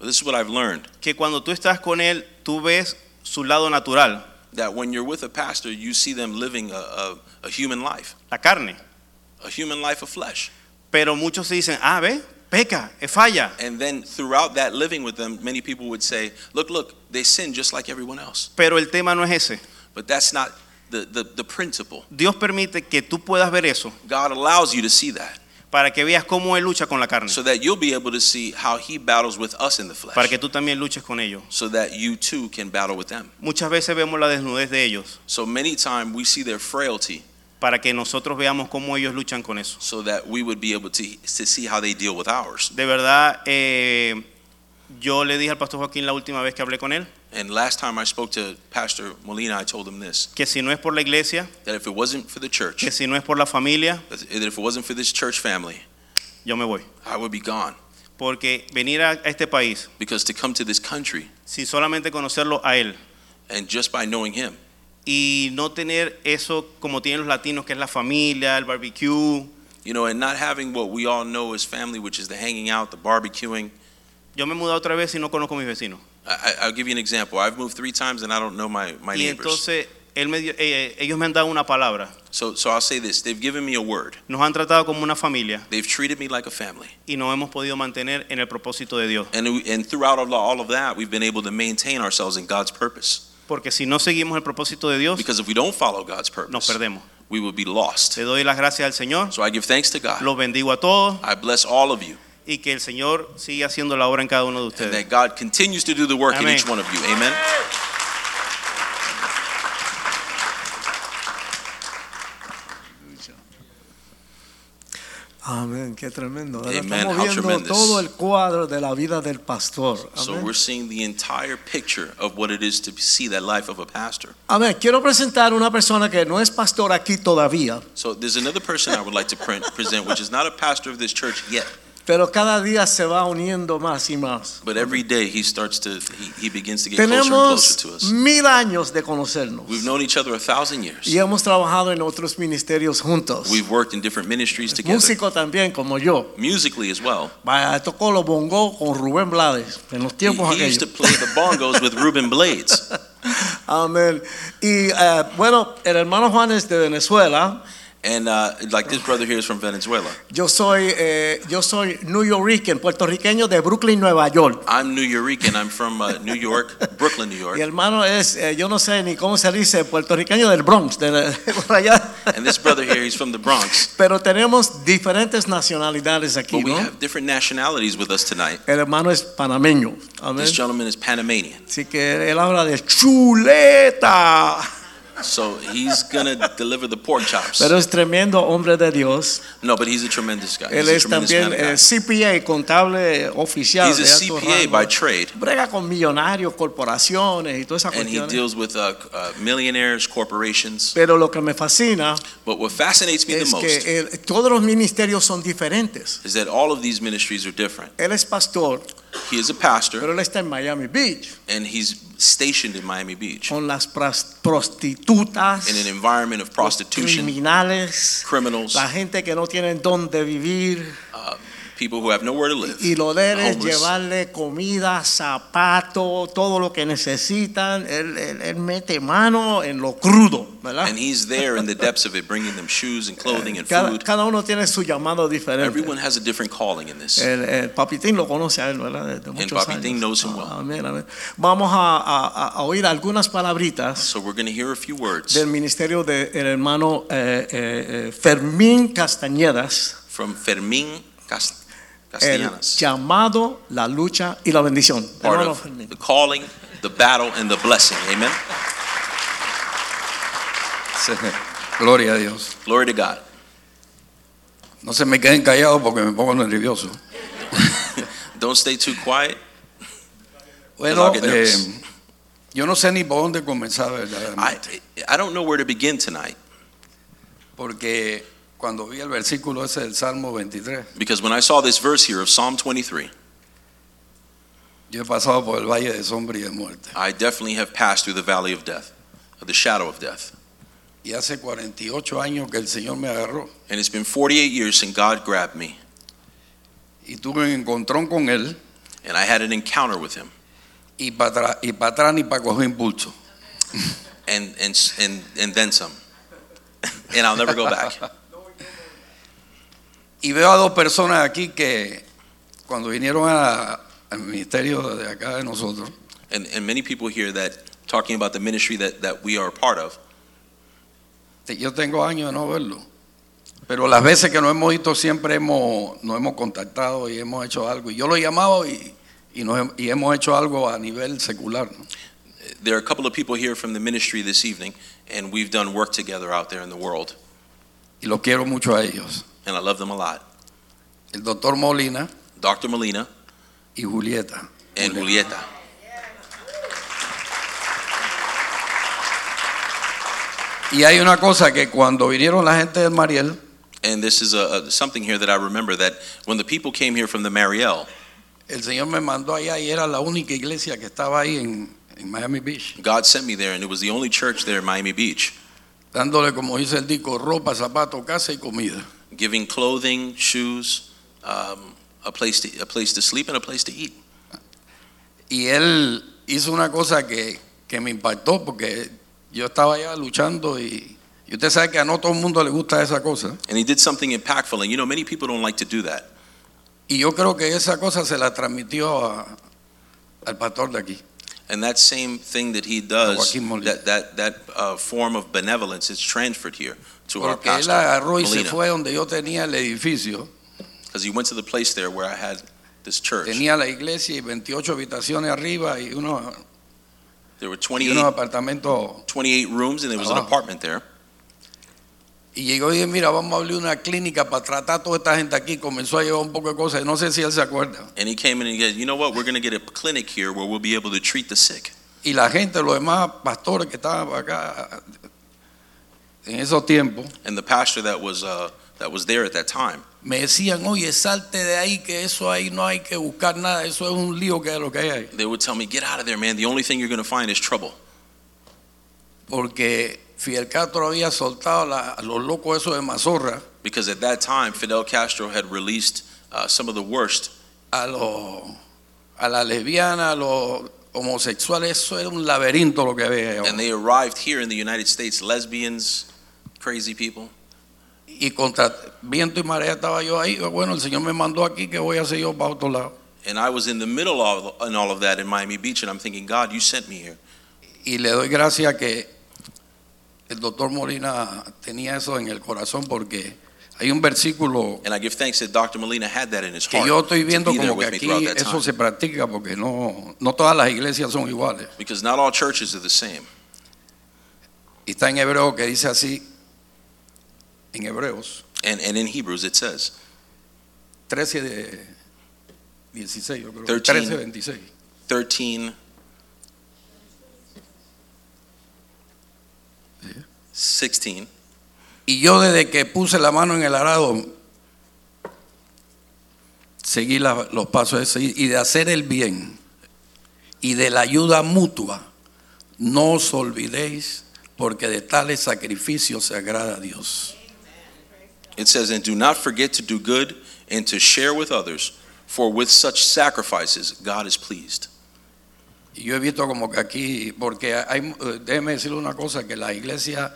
Speaker 2: This is what I've learned.
Speaker 3: que cuando tú estás con él, tú ves su lado natural,
Speaker 2: that when you're with a pastor, you see them living a, a, a human life,
Speaker 3: la carne.
Speaker 2: a human life of flesh.
Speaker 3: Pero muchos se dicen, ah, ve, peca, es falla.
Speaker 2: And then throughout that living with them, many people would say, look, look, they sin just like everyone else.
Speaker 3: Pero el tema no es ese.
Speaker 2: But that's not the, the, the principle.
Speaker 3: Dios permite que tú puedas ver eso
Speaker 2: God allows you to see that
Speaker 3: para que veas cómo él lucha con la carne,
Speaker 2: so that you'll be able to see how he battles with us in the
Speaker 3: Mm. para
Speaker 2: flesh
Speaker 3: que tú también luches con ellos.
Speaker 2: so that you too can battle with them.
Speaker 3: Muchas veces vemos la desnudez de ellos
Speaker 2: So many times we see their frailty
Speaker 3: para que nosotros veamos cómo ellos luchan con eso.
Speaker 2: so that we would be able to, to see how they deal with ours.
Speaker 3: De verdad, eh, yo le dije al pastor Joaquín la última vez que hablé con él,
Speaker 2: And last time I spoke to Pastor Molina, I told him this
Speaker 3: que si no es por la iglesia,
Speaker 2: that if it wasn't for the church,
Speaker 3: que si no es por la familia,
Speaker 2: That if it wasn't for this church family,
Speaker 3: yo me voy.
Speaker 2: I would be gone.
Speaker 3: Porque venir a a este país
Speaker 2: Because to come to this country
Speaker 3: sin solamente conocerlo a él
Speaker 2: and just by knowing him
Speaker 3: y no tener eso como tienen los latinos, que es la familia, el barbecue,
Speaker 2: you know, and not having what we all know as family, which is the hanging out, the barbecuing.
Speaker 3: yo me mudé otra vez y no conozco a mis vecinos.
Speaker 2: I, I- I'll give you an example. I've moved three times and I don't know my, my
Speaker 3: Y
Speaker 2: neighbors.
Speaker 3: entonces él me dio- eh, ellos me han dado una palabra,
Speaker 2: So, so I'll say this they've given me a word,
Speaker 3: nos han tratado como una familia
Speaker 2: they've treated me like a family.
Speaker 3: y nos hemos podido mantener en el propósito de Dios.
Speaker 2: And, we- and throughout all, all of that, we've been able to maintain ourselves in God's purpose.
Speaker 3: Porque si no seguimos el propósito de Dios,
Speaker 2: Because if we don't follow God's
Speaker 3: nos
Speaker 2: purpose,
Speaker 3: perdemos.
Speaker 2: we will be lost.
Speaker 3: Le doy las gracias al Señor,
Speaker 2: So I give thanks to God.
Speaker 3: los bendigo a todos
Speaker 2: I bless all of you.
Speaker 3: y que el Señor siga haciendo la obra en cada uno de
Speaker 2: and
Speaker 3: ustedes.
Speaker 2: that God continues to do the work in
Speaker 3: Amén.
Speaker 2: each one of you. Amen.
Speaker 1: Amén, qué tremendo. ¿verdad?
Speaker 2: Amen,
Speaker 1: Estamos
Speaker 2: how
Speaker 1: viendo
Speaker 2: tremendous.
Speaker 1: todo el cuadro de la vida del pastor.
Speaker 2: So
Speaker 1: Amén.
Speaker 2: we're seeing the entire picture of what it is to see that life of a pastor.
Speaker 1: Amén. Quiero presentar una persona que no es pastor aquí todavía,
Speaker 2: So there's another person I would like to print, present, which is not a pastor of this church yet,
Speaker 1: Pero cada día se va uniendo más y más.
Speaker 2: But every day he starts to, he, he begins to get closer and closer to
Speaker 1: Tenemos
Speaker 2: us.
Speaker 1: mil años de conocernos
Speaker 2: We've known each other a thousand years.
Speaker 1: y hemos trabajado en otros ministerios juntos.
Speaker 2: We've worked in different ministries together,
Speaker 1: Músico también como yo.
Speaker 2: musically as well.
Speaker 1: Vaya, Tocó los bongos con Rubén Blades en los
Speaker 2: He,
Speaker 1: tiempos
Speaker 2: he used to
Speaker 1: aquellos.
Speaker 2: play the bongos with Ruben Blades.
Speaker 1: Amén. Y eh, bueno, el hermano Juan es de Venezuela.
Speaker 2: And uh, like this brother here is from Venezuela.
Speaker 1: Yo soy, eh, yo soy New Yorker, puertorriqueño de Brooklyn, Nueva York.
Speaker 2: I'm New Yorican. I'm from uh, New York, Brooklyn, New
Speaker 1: Y
Speaker 2: York.
Speaker 1: hermano es, eh, yo no sé ni cómo se dice, puertorriqueño del Bronx, de, la- por allá.
Speaker 2: And this brother here, he's from the Bronx.
Speaker 1: Pero tenemos diferentes nacionalidades aquí,
Speaker 2: But we
Speaker 1: ¿no?
Speaker 2: have different nationalities with us tonight.
Speaker 1: El hermano es panameño. Amén.
Speaker 2: This gentleman is Panamanian.
Speaker 1: Así que él habla de chuleta.
Speaker 2: So he's going to deliver the pork chops.
Speaker 1: Pero es tremendo hombre de Dios.
Speaker 2: No, but he's a tremendous guy.
Speaker 1: Él
Speaker 2: He's a
Speaker 1: es
Speaker 2: tremendous man
Speaker 1: también
Speaker 2: of God.
Speaker 1: eh, CPA, contable oficial.
Speaker 2: He's a
Speaker 1: de alto
Speaker 2: CPA
Speaker 1: rango.
Speaker 2: by trade.
Speaker 1: Brega con millonarios, corporaciones y todas esas
Speaker 2: And he
Speaker 1: cuestiones.
Speaker 2: deals with uh, uh, millionaires, corporations.
Speaker 1: Pero lo que me fascina
Speaker 2: But what fascinates me the
Speaker 1: es
Speaker 2: most
Speaker 1: que el- todos los ministerios son diferentes.
Speaker 2: is that all of these ministries are different.
Speaker 1: Él es pastor,
Speaker 2: He is a pastor,
Speaker 1: pero él está en Miami Beach
Speaker 2: and he's stationed in Miami Beach
Speaker 1: con las pras- prostitutas,
Speaker 2: in an environment of prostitution,
Speaker 1: criminales,
Speaker 2: criminals,
Speaker 1: la gente que no tienen dónde vivir.
Speaker 2: uh, people who have nowhere to live.
Speaker 1: Y lo de él es
Speaker 2: homeless.
Speaker 1: llevarle comida, zapato, todo lo que necesitan. Él, él- él mete mano en lo crudo, ¿verdad? Eh,
Speaker 2: And he's there in the depths of it, bringing them shoes and clothing and
Speaker 1: Cada,
Speaker 2: food.
Speaker 1: cada uno tiene su llamado diferente.
Speaker 2: Everyone has a different calling in this.
Speaker 1: El, el Papitín lo conoce a él, ¿verdad? Desde muchos
Speaker 2: Papitín
Speaker 1: años.
Speaker 2: knows him well.
Speaker 1: Amén, amén. Vamos a, a- a oír algunas palabritas
Speaker 2: So we're going to hear a few words
Speaker 1: del ministerio del hermano eh, eh, eh, Fermín Castañedas,
Speaker 2: from Fermín Cas-
Speaker 1: el
Speaker 2: Castellanos.
Speaker 1: llamado, la lucha y la bendición.
Speaker 2: part
Speaker 1: Hermano
Speaker 2: of
Speaker 1: Fermín.
Speaker 2: the calling, the battle, and the blessing. Amen.
Speaker 5: Sí. Gloria a Dios.
Speaker 2: Glory to God.
Speaker 5: No se me queden callados porque me pongo nervioso.
Speaker 2: Don't stay too quiet.
Speaker 5: Bueno,
Speaker 2: Porque no-
Speaker 5: eh, yo no sé ni por dónde comenzar, verdaderamente,
Speaker 2: I, I don't know where to begin tonight
Speaker 5: porque cuando vi el versículo ese del Salmo 23,
Speaker 2: because when I saw this verse here of Psalm 23,
Speaker 5: yo he pasado por el valle de sombra y de muerte.
Speaker 2: I definitely have passed through the valley of death, of the shadow of death.
Speaker 5: Y hace 48 años que el Señor me agarró
Speaker 2: And it's been 48 years since God grabbed me,
Speaker 5: y tuve un encontrón con Él
Speaker 2: and I had an encounter with Him.
Speaker 5: y para atrás ni para coger impulso.
Speaker 2: and and and and then some. and I'll never go back.
Speaker 5: Y veo a dos personas aquí que cuando vinieron a- al ministerio de acá de nosotros,
Speaker 2: And and many people here that talking about the ministry that that we are a part of.
Speaker 5: Te- Yo tengo años de no verlo. Pero las veces que nos hemos visto siempre hemos, nos hemos contactado y hemos hecho algo. Y yo lo he llamado y, y, nos hem- y hemos hecho algo a nivel secular. ¿no?
Speaker 2: There are a couple of people here from the ministry this evening, and we've done work together out there in the world,
Speaker 5: Y los quiero mucho a ellos.
Speaker 2: and I love them a lot.
Speaker 5: El doctor Molina
Speaker 2: Dr. Molina
Speaker 5: y Julieta.
Speaker 2: and Julieta.
Speaker 5: Y hay una cosa que cuando vinieron la gente del Mariel,
Speaker 2: And this is a, a something here that I remember that when the people came here from the Mariel,
Speaker 5: el Señor me mandó allá y era la única iglesia que estaba ahí en, en Miami Beach,
Speaker 2: God sent me there, and it was the only church there in Miami Beach,
Speaker 5: dándole, como dice el disco, ropa, zapatos, casa y comida.
Speaker 2: giving clothing, shoes, um, a place to a place to sleep, and a place to eat.
Speaker 5: Y él hizo una cosa que, que me impactó porque yo estaba allá luchando y, y usted sabe que a no todo el mundo le gusta esa cosa.
Speaker 2: And he did something impactful. And you know, many people don't like to do that.
Speaker 5: Y yo creo que esa cosa se la transmitió a- al pastor de aquí.
Speaker 2: And that same thing that he does,
Speaker 5: Joaquin Molina.
Speaker 2: that, that, that uh, form of benevolence is transferred here to our
Speaker 5: Porque él
Speaker 2: pastor,
Speaker 5: agarró y se
Speaker 2: Molina.
Speaker 5: fue donde yo tenía el edificio.
Speaker 2: Because he went to the place there where I had this church.
Speaker 5: Tenía la iglesia y 28 habitaciones arriba y unos,
Speaker 2: There were
Speaker 5: y
Speaker 2: 28,
Speaker 5: unos apartamentos.
Speaker 2: 28 rooms, and there was an
Speaker 5: Abajo.
Speaker 2: apartment there.
Speaker 5: Y llegó y dije, mira, vamos a abrir una clínica para tratar a toda esta gente aquí. Comenzó a llevar un poco de cosas. y No sé si él se acuerda.
Speaker 2: And he came in and he said, You know what? We're going to get a clinic here where we'll be able to treat the sick.
Speaker 5: Y la gente, los demás pastores que estaban acá, en esos tiempos,
Speaker 2: And the pastor that was, uh, that was there at that time,
Speaker 5: me decían, oye, salte de ahí, que eso ahí no hay que buscar nada, eso es un lío que es lo que hay ahí.
Speaker 2: they would tell me, Get out of there, man. The only thing you're going to find is trouble.
Speaker 5: Porque Fidel Castro había soltado la- a los locos esos de mazorra,
Speaker 2: Because at that time, Fidel Castro had released uh, some of the worst
Speaker 5: a los a las lesbianas, a los homosexuales, eso era un laberinto lo que había ahí abajo.
Speaker 2: And they arrived here in the United States, lesbians, crazy people.
Speaker 5: Y contra viento y marea estaba yo ahí, bueno, el Señor me mandó aquí, que voy a hacer yo para otro lado?
Speaker 2: And I was in the middle of in all of that in Miami Beach, and I'm thinking, God, you sent me here.
Speaker 5: Y le doy gracias que el doctor Molina tenía eso en el corazón porque hay un versículo
Speaker 2: And I give thanks that Dr. Molina had that in his
Speaker 5: que
Speaker 2: heart.
Speaker 5: yo estoy
Speaker 2: to be
Speaker 5: viendo
Speaker 2: there
Speaker 5: como que
Speaker 2: with me throughout
Speaker 5: aquí
Speaker 2: that
Speaker 5: eso
Speaker 2: time.
Speaker 5: se practica porque no, no todas las iglesias son iguales.
Speaker 2: Because not all churches are the same.
Speaker 5: Y está en hebreo que dice así, en hebreos
Speaker 2: And, and in Hebrews, it says,
Speaker 5: 13 de 16, yo creo,
Speaker 2: 13.
Speaker 5: 13, 26.
Speaker 2: 13. Sixteen.
Speaker 5: Y yo desde que puse la mano en el arado, seguí la- los pasos de seguir, y de hacer el bien y de la ayuda mutua, no os olvidéis, porque de tales sacrificios se agrada a Dios.
Speaker 2: It says, And do not forget to do good and to share with others, for with such sacrifices God is pleased.
Speaker 5: Y yo he visto como que aquí, porque hay, eh, déjeme decirle una cosa, que la iglesia,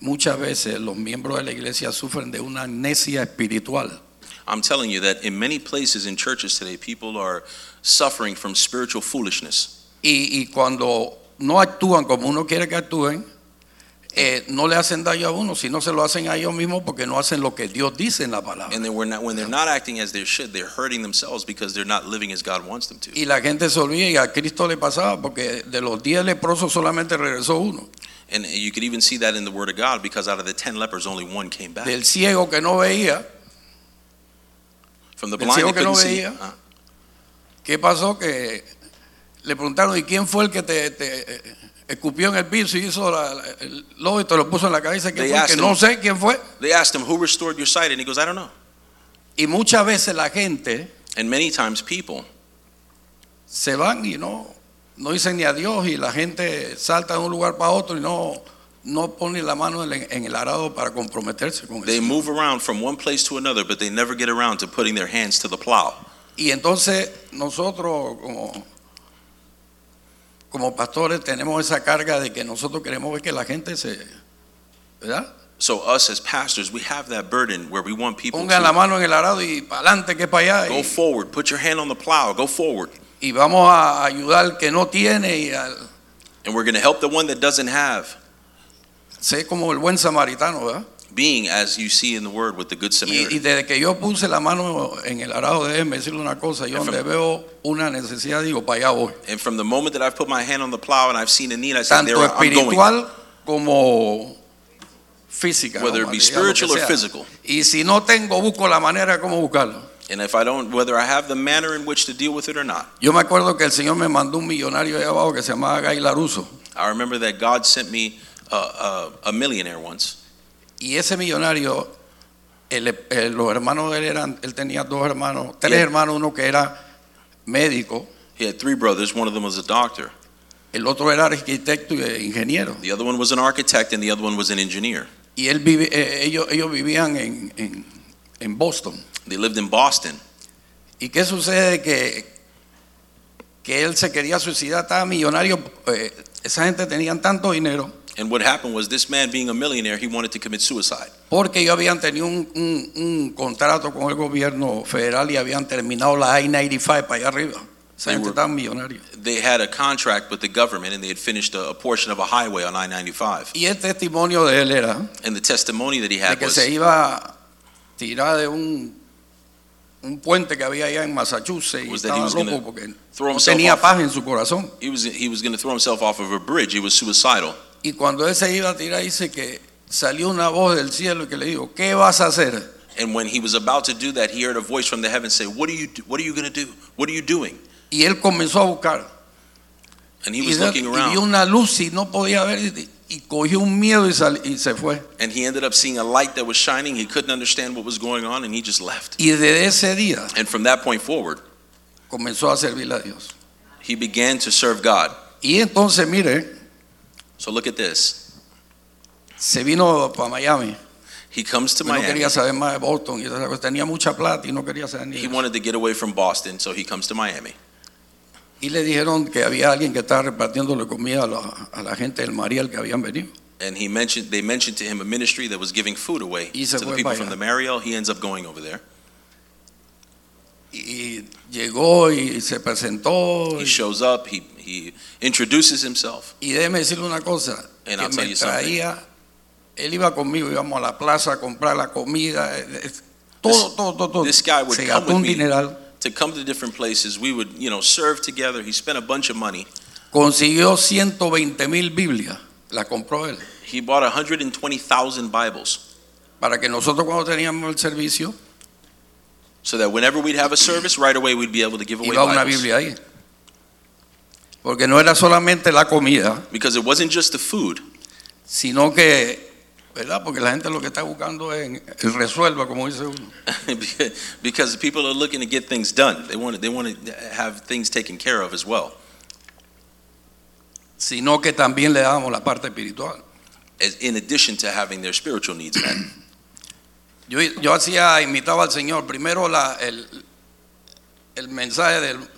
Speaker 5: muchas veces los miembros de la iglesia sufren de una amnesia espiritual.
Speaker 2: I'm telling you that in many places in churches today, people are suffering from spiritual foolishness.
Speaker 5: Y, y cuando no actúan como uno quiere que actúen, eh, no le hacen daño a uno, sino se lo hacen a ellos mismos porque no hacen lo que Dios dice en la palabra.
Speaker 2: And then we're not, when they're not acting as they should, they're hurting themselves because they're not living as God wants them to.
Speaker 5: Y la gente se olvida y a Cristo le pasaba porque de los 10 leprosos solamente regresó uno.
Speaker 2: And you could even see that in the Word of God because out of the ten lepers, only one came back.
Speaker 5: Del ciego que no veía,
Speaker 2: From the
Speaker 5: del
Speaker 2: blind,
Speaker 5: ciego
Speaker 2: they
Speaker 5: que no
Speaker 2: couldn't see.
Speaker 5: veía.
Speaker 2: Uh,
Speaker 5: ¿qué pasó? Que le preguntaron, ¿y quién fue el que te, te, eh, escupió en el piso y hizo la- la- el lodo y te lo puso en la cabeza? ¿Quién
Speaker 2: They
Speaker 5: fue? Que
Speaker 2: asked
Speaker 5: no
Speaker 2: him.
Speaker 5: sé quién fue.
Speaker 2: They asked him, Who restored your sight? And he goes, I don't know.
Speaker 5: Y muchas veces la gente
Speaker 2: And many times people,
Speaker 5: se van y no, no dicen ni adiós y la gente salta de un lugar para otro y no, no pone la mano en, en el arado para comprometerse con
Speaker 2: they
Speaker 5: eso.
Speaker 2: move around from one place to another, but they never get around to putting their hands to the plow.
Speaker 5: Y entonces nosotros como, como pastores tenemos esa carga de que nosotros queremos ver que la gente se... ¿Verdad?
Speaker 2: So, us as pastors, we have that burden where we want people
Speaker 5: Pongan la
Speaker 2: to
Speaker 5: mano en el arado y para adelante que para allá
Speaker 2: go
Speaker 5: y,
Speaker 2: forward, put your hand on the plow, go forward.
Speaker 5: y vamos a ayudar al que no tiene y al,
Speaker 2: And we're going to help the one that doesn't have,
Speaker 5: sé como el buen samaritano, ¿verdad?
Speaker 2: being as you see in the word with the Good
Speaker 5: Y, y
Speaker 2: Samaritan.
Speaker 5: desde que yo puse la mano en el arado, déjeme decirle una cosa, yo donde veo una necesidad digo, para allá voy.
Speaker 2: And from the moment that I've put my hand on the plow and I've seen a need, I said, There
Speaker 5: Tanto
Speaker 2: I'm going.
Speaker 5: espiritual como física.
Speaker 2: Whether it be
Speaker 5: como material, lo que
Speaker 2: spiritual or
Speaker 5: sea.
Speaker 2: physical.
Speaker 5: Y si no tengo, busco la manera como buscarlo.
Speaker 2: And if I don't, whether I have the manner in which to deal with it or not.
Speaker 5: Yo me acuerdo que el Señor me mandó un millonario allá abajo que se llamaba Guy Laruso.
Speaker 2: I remember that God sent me uh, uh, a millionaire once,
Speaker 5: Y ese millonario, el- el- los hermanos de él eran, él tenía dos hermanos, tres
Speaker 2: Yeah.
Speaker 5: hermanos, uno que era médico,
Speaker 2: he had three brothers. One of them was a doctor,
Speaker 5: el otro era arquitecto e ingeniero.
Speaker 2: the other one was an architect, and the other one was an engineer.
Speaker 5: Y él vive, eh, ellos, ellos vivían en, en- en Boston.
Speaker 2: They lived in Boston.
Speaker 5: ¿Y qué sucede? Que, que él se quería suicidar, estaba millonario. eh, esa gente tenían tanto dinero
Speaker 2: And what happened was this man, being a millionaire, he wanted to commit suicide
Speaker 5: porque ellos habían tenido un, un- un contrato con el gobierno federal y habían terminado la I-95 para allá arriba. Esa
Speaker 2: They
Speaker 5: gente
Speaker 2: were-
Speaker 5: estaba millonaria.
Speaker 2: they had a contract with the government and they had finished a, a portion of a highway on I 95.
Speaker 5: Y el testimonio de él era
Speaker 2: And the testimony that he
Speaker 5: de
Speaker 2: had
Speaker 5: que
Speaker 2: was
Speaker 5: se iba a tirar de un, un puente que había allá en Massachusetts y
Speaker 2: Was that he
Speaker 5: estaba
Speaker 2: was
Speaker 5: loco
Speaker 2: gonna
Speaker 5: porque no
Speaker 2: throw himself
Speaker 5: tenía
Speaker 2: off.
Speaker 5: paz en su corazón.
Speaker 2: He was, he was going to throw himself off of a bridge. He was suicidal.
Speaker 5: Y cuando él se iba a tirar, dice que salió una voz del cielo que le dijo, ¿qué vas a hacer?
Speaker 2: And when he was about to do that, he heard a voice from the heavens say, "What are you? do- What are you going to do? What are you doing?"
Speaker 5: Y él comenzó a buscar.
Speaker 2: And he
Speaker 5: Y,
Speaker 2: was
Speaker 5: da-
Speaker 2: looking
Speaker 5: y vio
Speaker 2: around,
Speaker 5: una luz y no podía ver. Y, y cogió un miedo y, sal- y se fue.
Speaker 6: And he ended up seeing a light that was shining. He couldn't understand what was going on and he just left.
Speaker 5: Y desde ese día
Speaker 6: And from that point forward,
Speaker 5: comenzó a servir a Dios.
Speaker 6: he began to serve God.
Speaker 5: Y entonces, mire,
Speaker 6: So look at this.
Speaker 5: se vino para Miami.
Speaker 6: He comes to
Speaker 5: Yo no
Speaker 6: Miami.
Speaker 5: quería saber más de Boston. Y esas cosas. Tenía mucha plata y no quería saber ni
Speaker 6: He
Speaker 5: de eso.
Speaker 6: wanted to get away from Boston, so he comes to Miami.
Speaker 5: Y le dijeron que había alguien que estaba repartiéndole comida a la, a la gente del Mariel que habían venido.
Speaker 6: And he mentioned they mentioned to him a ministry that was giving food away
Speaker 5: Y
Speaker 6: to
Speaker 5: se
Speaker 6: the
Speaker 5: fue
Speaker 6: people
Speaker 5: para
Speaker 6: from the
Speaker 5: allá.
Speaker 6: Mariel. He ends up going over there.
Speaker 5: Y llegó y se presentó.
Speaker 6: He
Speaker 5: Y,
Speaker 6: shows up. He he introduces himself.
Speaker 5: y déjeme decirle una cosa.
Speaker 6: And
Speaker 5: que
Speaker 6: I'll tell
Speaker 5: me
Speaker 6: you something.
Speaker 5: traía, él iba conmigo, íbamos a la plaza a comprar la comida. eh, eh, Todo,
Speaker 6: This-
Speaker 5: todo, todo, todo.
Speaker 6: this guy would
Speaker 5: Se
Speaker 6: come
Speaker 5: gastó un
Speaker 6: with me.
Speaker 5: dineral.
Speaker 6: To come to different places, we would you know serve together. He spent a bunch of money.
Speaker 5: Consiguió 120 mil Biblias. La compró él.
Speaker 6: He bought 120,000 Bibles
Speaker 5: Para que nosotros cuando teníamos el servicio,
Speaker 6: so that whenever we'd have a service, right away we'd be able to give away
Speaker 5: iba una
Speaker 6: Bibles.
Speaker 5: Biblia ahí. Porque no era solamente la comida.
Speaker 6: Because it wasn't just the food.
Speaker 5: sino que, ¿verdad? Porque la gente lo que está buscando es el resuelva, como dice uno.
Speaker 6: because people are looking to get things done. They want to, they want to have things taken care of as well.
Speaker 5: Sino que también le damos la parte espiritual.
Speaker 6: as- in addition to having their spiritual needs met.
Speaker 5: Yo, yo hacía, imitaba al Señor, primero la, el, el mensaje del-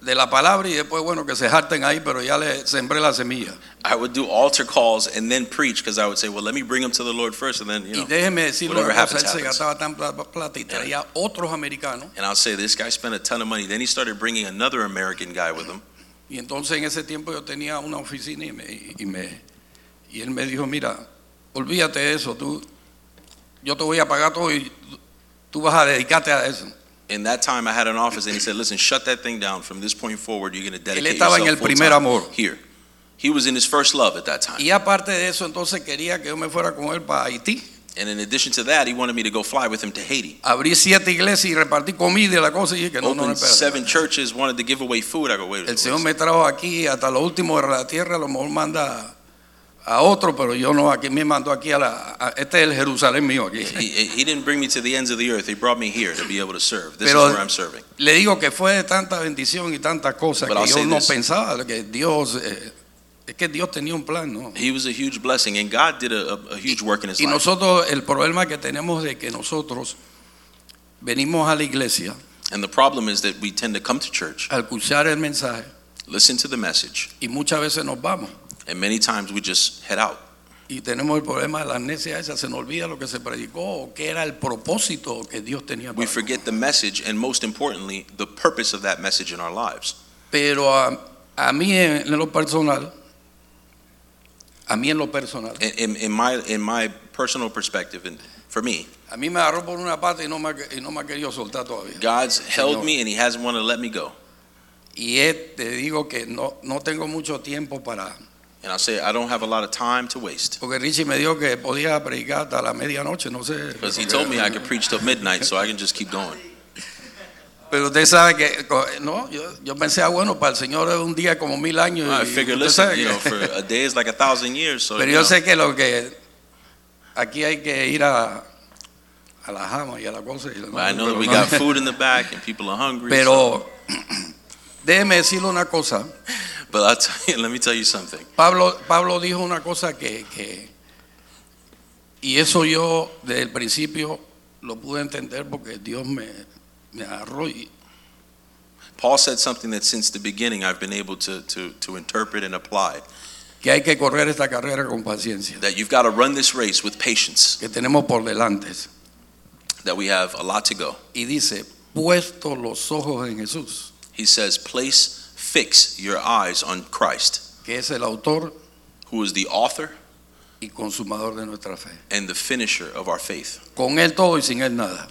Speaker 5: de la palabra y después, bueno, que se jarten ahí, pero ya le sembré la semilla.
Speaker 6: I would do altar calls and then preach because I would say, well, let me bring them to the Lord first, and then you
Speaker 5: Y
Speaker 6: know.
Speaker 5: déjeme decirle una
Speaker 6: whatever
Speaker 5: cosa,
Speaker 6: happens,
Speaker 5: él se
Speaker 6: happens.
Speaker 5: gastaba tan pla- plata y traía otros americanos.
Speaker 6: And I'll say this guy spent a ton of money. Then he started bringing another American guy with him,
Speaker 5: Y entonces en ese tiempo yo tenía una oficina y, me, y, me- y él me dijo, mira, olvídate de eso, tú, yo te voy a pagar todo y tú vas a dedicarte a eso.
Speaker 6: In that time, I had an office, and he said, listen, shut that thing down. From this point forward, you're going to dedicate
Speaker 5: estaba
Speaker 6: yourself
Speaker 5: en el
Speaker 6: full
Speaker 5: primer
Speaker 6: time
Speaker 5: amor.
Speaker 6: here. He was in his first love at that time,
Speaker 5: Y aparte de eso, entonces quería que yo me fuera con él para Haití,
Speaker 6: and in addition to that, he wanted me to go fly with him to Haiti.
Speaker 5: abrí siete iglesias y repartí comida y la cosa y dije que no, no, no,
Speaker 6: Opened seven
Speaker 5: espérate.
Speaker 6: churches, wanted to give away food. I go, wait,
Speaker 5: El
Speaker 6: wait,
Speaker 5: Señor
Speaker 6: wait.
Speaker 5: me trajo aquí hasta lo último de la tierra, a lo mejor manda a otro, pero yo no, aquí me mandó aquí a la, a- este es el Jerusalén mío aquí.
Speaker 6: He, he didn't bring me to the ends of the earth. He brought me here to be able to serve. This
Speaker 5: Pero-
Speaker 6: is where I'm serving.
Speaker 5: Le digo que fue de tanta bendición y tantas cosas
Speaker 6: But
Speaker 5: que
Speaker 6: I'll
Speaker 5: yo
Speaker 6: say
Speaker 5: no
Speaker 6: this.
Speaker 5: pensaba que Dios, eh, es que Dios tenía un plan, ¿no?
Speaker 6: He was a huge blessing, and God did a, a, a huge work in his
Speaker 5: Y
Speaker 6: life.
Speaker 5: nosotros, el problema que tenemos de que nosotros venimos a la iglesia
Speaker 6: and the problem is that we tend to come to church,
Speaker 5: a escuchar el mensaje
Speaker 6: listen to the message,
Speaker 5: y muchas veces nos vamos.
Speaker 6: and many times we just head out.
Speaker 5: Y tenemos el problema de la amnesia esa, se nos olvida lo que se predicó o qué era el propósito que Dios tenía para
Speaker 6: We
Speaker 5: nosotros.
Speaker 6: forget the message, and most importantly, the purpose of that message in our lives.
Speaker 5: Pero a, a mí en lo personal, a mí en lo personal,
Speaker 6: In, in, in my in my personal perspective, and for me,
Speaker 5: a mí me agarró por una pata y no me, ha- y no me ha querido soltar todavía.
Speaker 6: God's held
Speaker 5: Señor.
Speaker 6: me, and He hasn't wanted to let me go.
Speaker 5: Y es- te digo que no, no tengo mucho tiempo para...
Speaker 6: And I'll say I don't have a lot of time to waste
Speaker 5: Porque Richie me dijo que podía predicar hasta la medianoche, no sé.
Speaker 6: because Pues He told me I could preach till midnight, so I can just keep going.
Speaker 5: Pero usted sabe que... co- No, yo, yo pensé, ah, bueno, para el Señor es un día como mil años.
Speaker 6: I
Speaker 5: y
Speaker 6: figure,
Speaker 5: usted
Speaker 6: listen,
Speaker 5: sabe
Speaker 6: you
Speaker 5: que-
Speaker 6: know, for a day is like a thousand years. So
Speaker 5: Pero
Speaker 6: you
Speaker 5: yo
Speaker 6: know,
Speaker 5: sé que lo que... Aquí hay que ir a, a la jama y a la cosa. y la-
Speaker 6: I know that
Speaker 5: pero
Speaker 6: we
Speaker 5: no.
Speaker 6: got food in the back, and people are hungry. so-
Speaker 5: Pero déjeme decirle una cosa.
Speaker 6: But I'll tell you, let me tell you something.
Speaker 5: Pablo, Pablo dijo una cosa que, que- y eso yo desde el principio lo pude entender porque Dios me, me agarró y,
Speaker 6: Paul said something that since the beginning I've been able to, to, to interpret and apply
Speaker 5: que hay que correr esta carrera con paciencia
Speaker 6: that you've got to run this race with patience,
Speaker 5: que tenemos por delante.
Speaker 6: that we have a lot to go.
Speaker 5: Y dice, puesto los ojos en Jesús,
Speaker 6: He says, Place, fix your eyes on Christ,
Speaker 5: que es el autor
Speaker 6: who is the author
Speaker 5: y consumador de nuestra fe.
Speaker 6: and the finisher of our faith.
Speaker 5: Con él todo y sin él nada.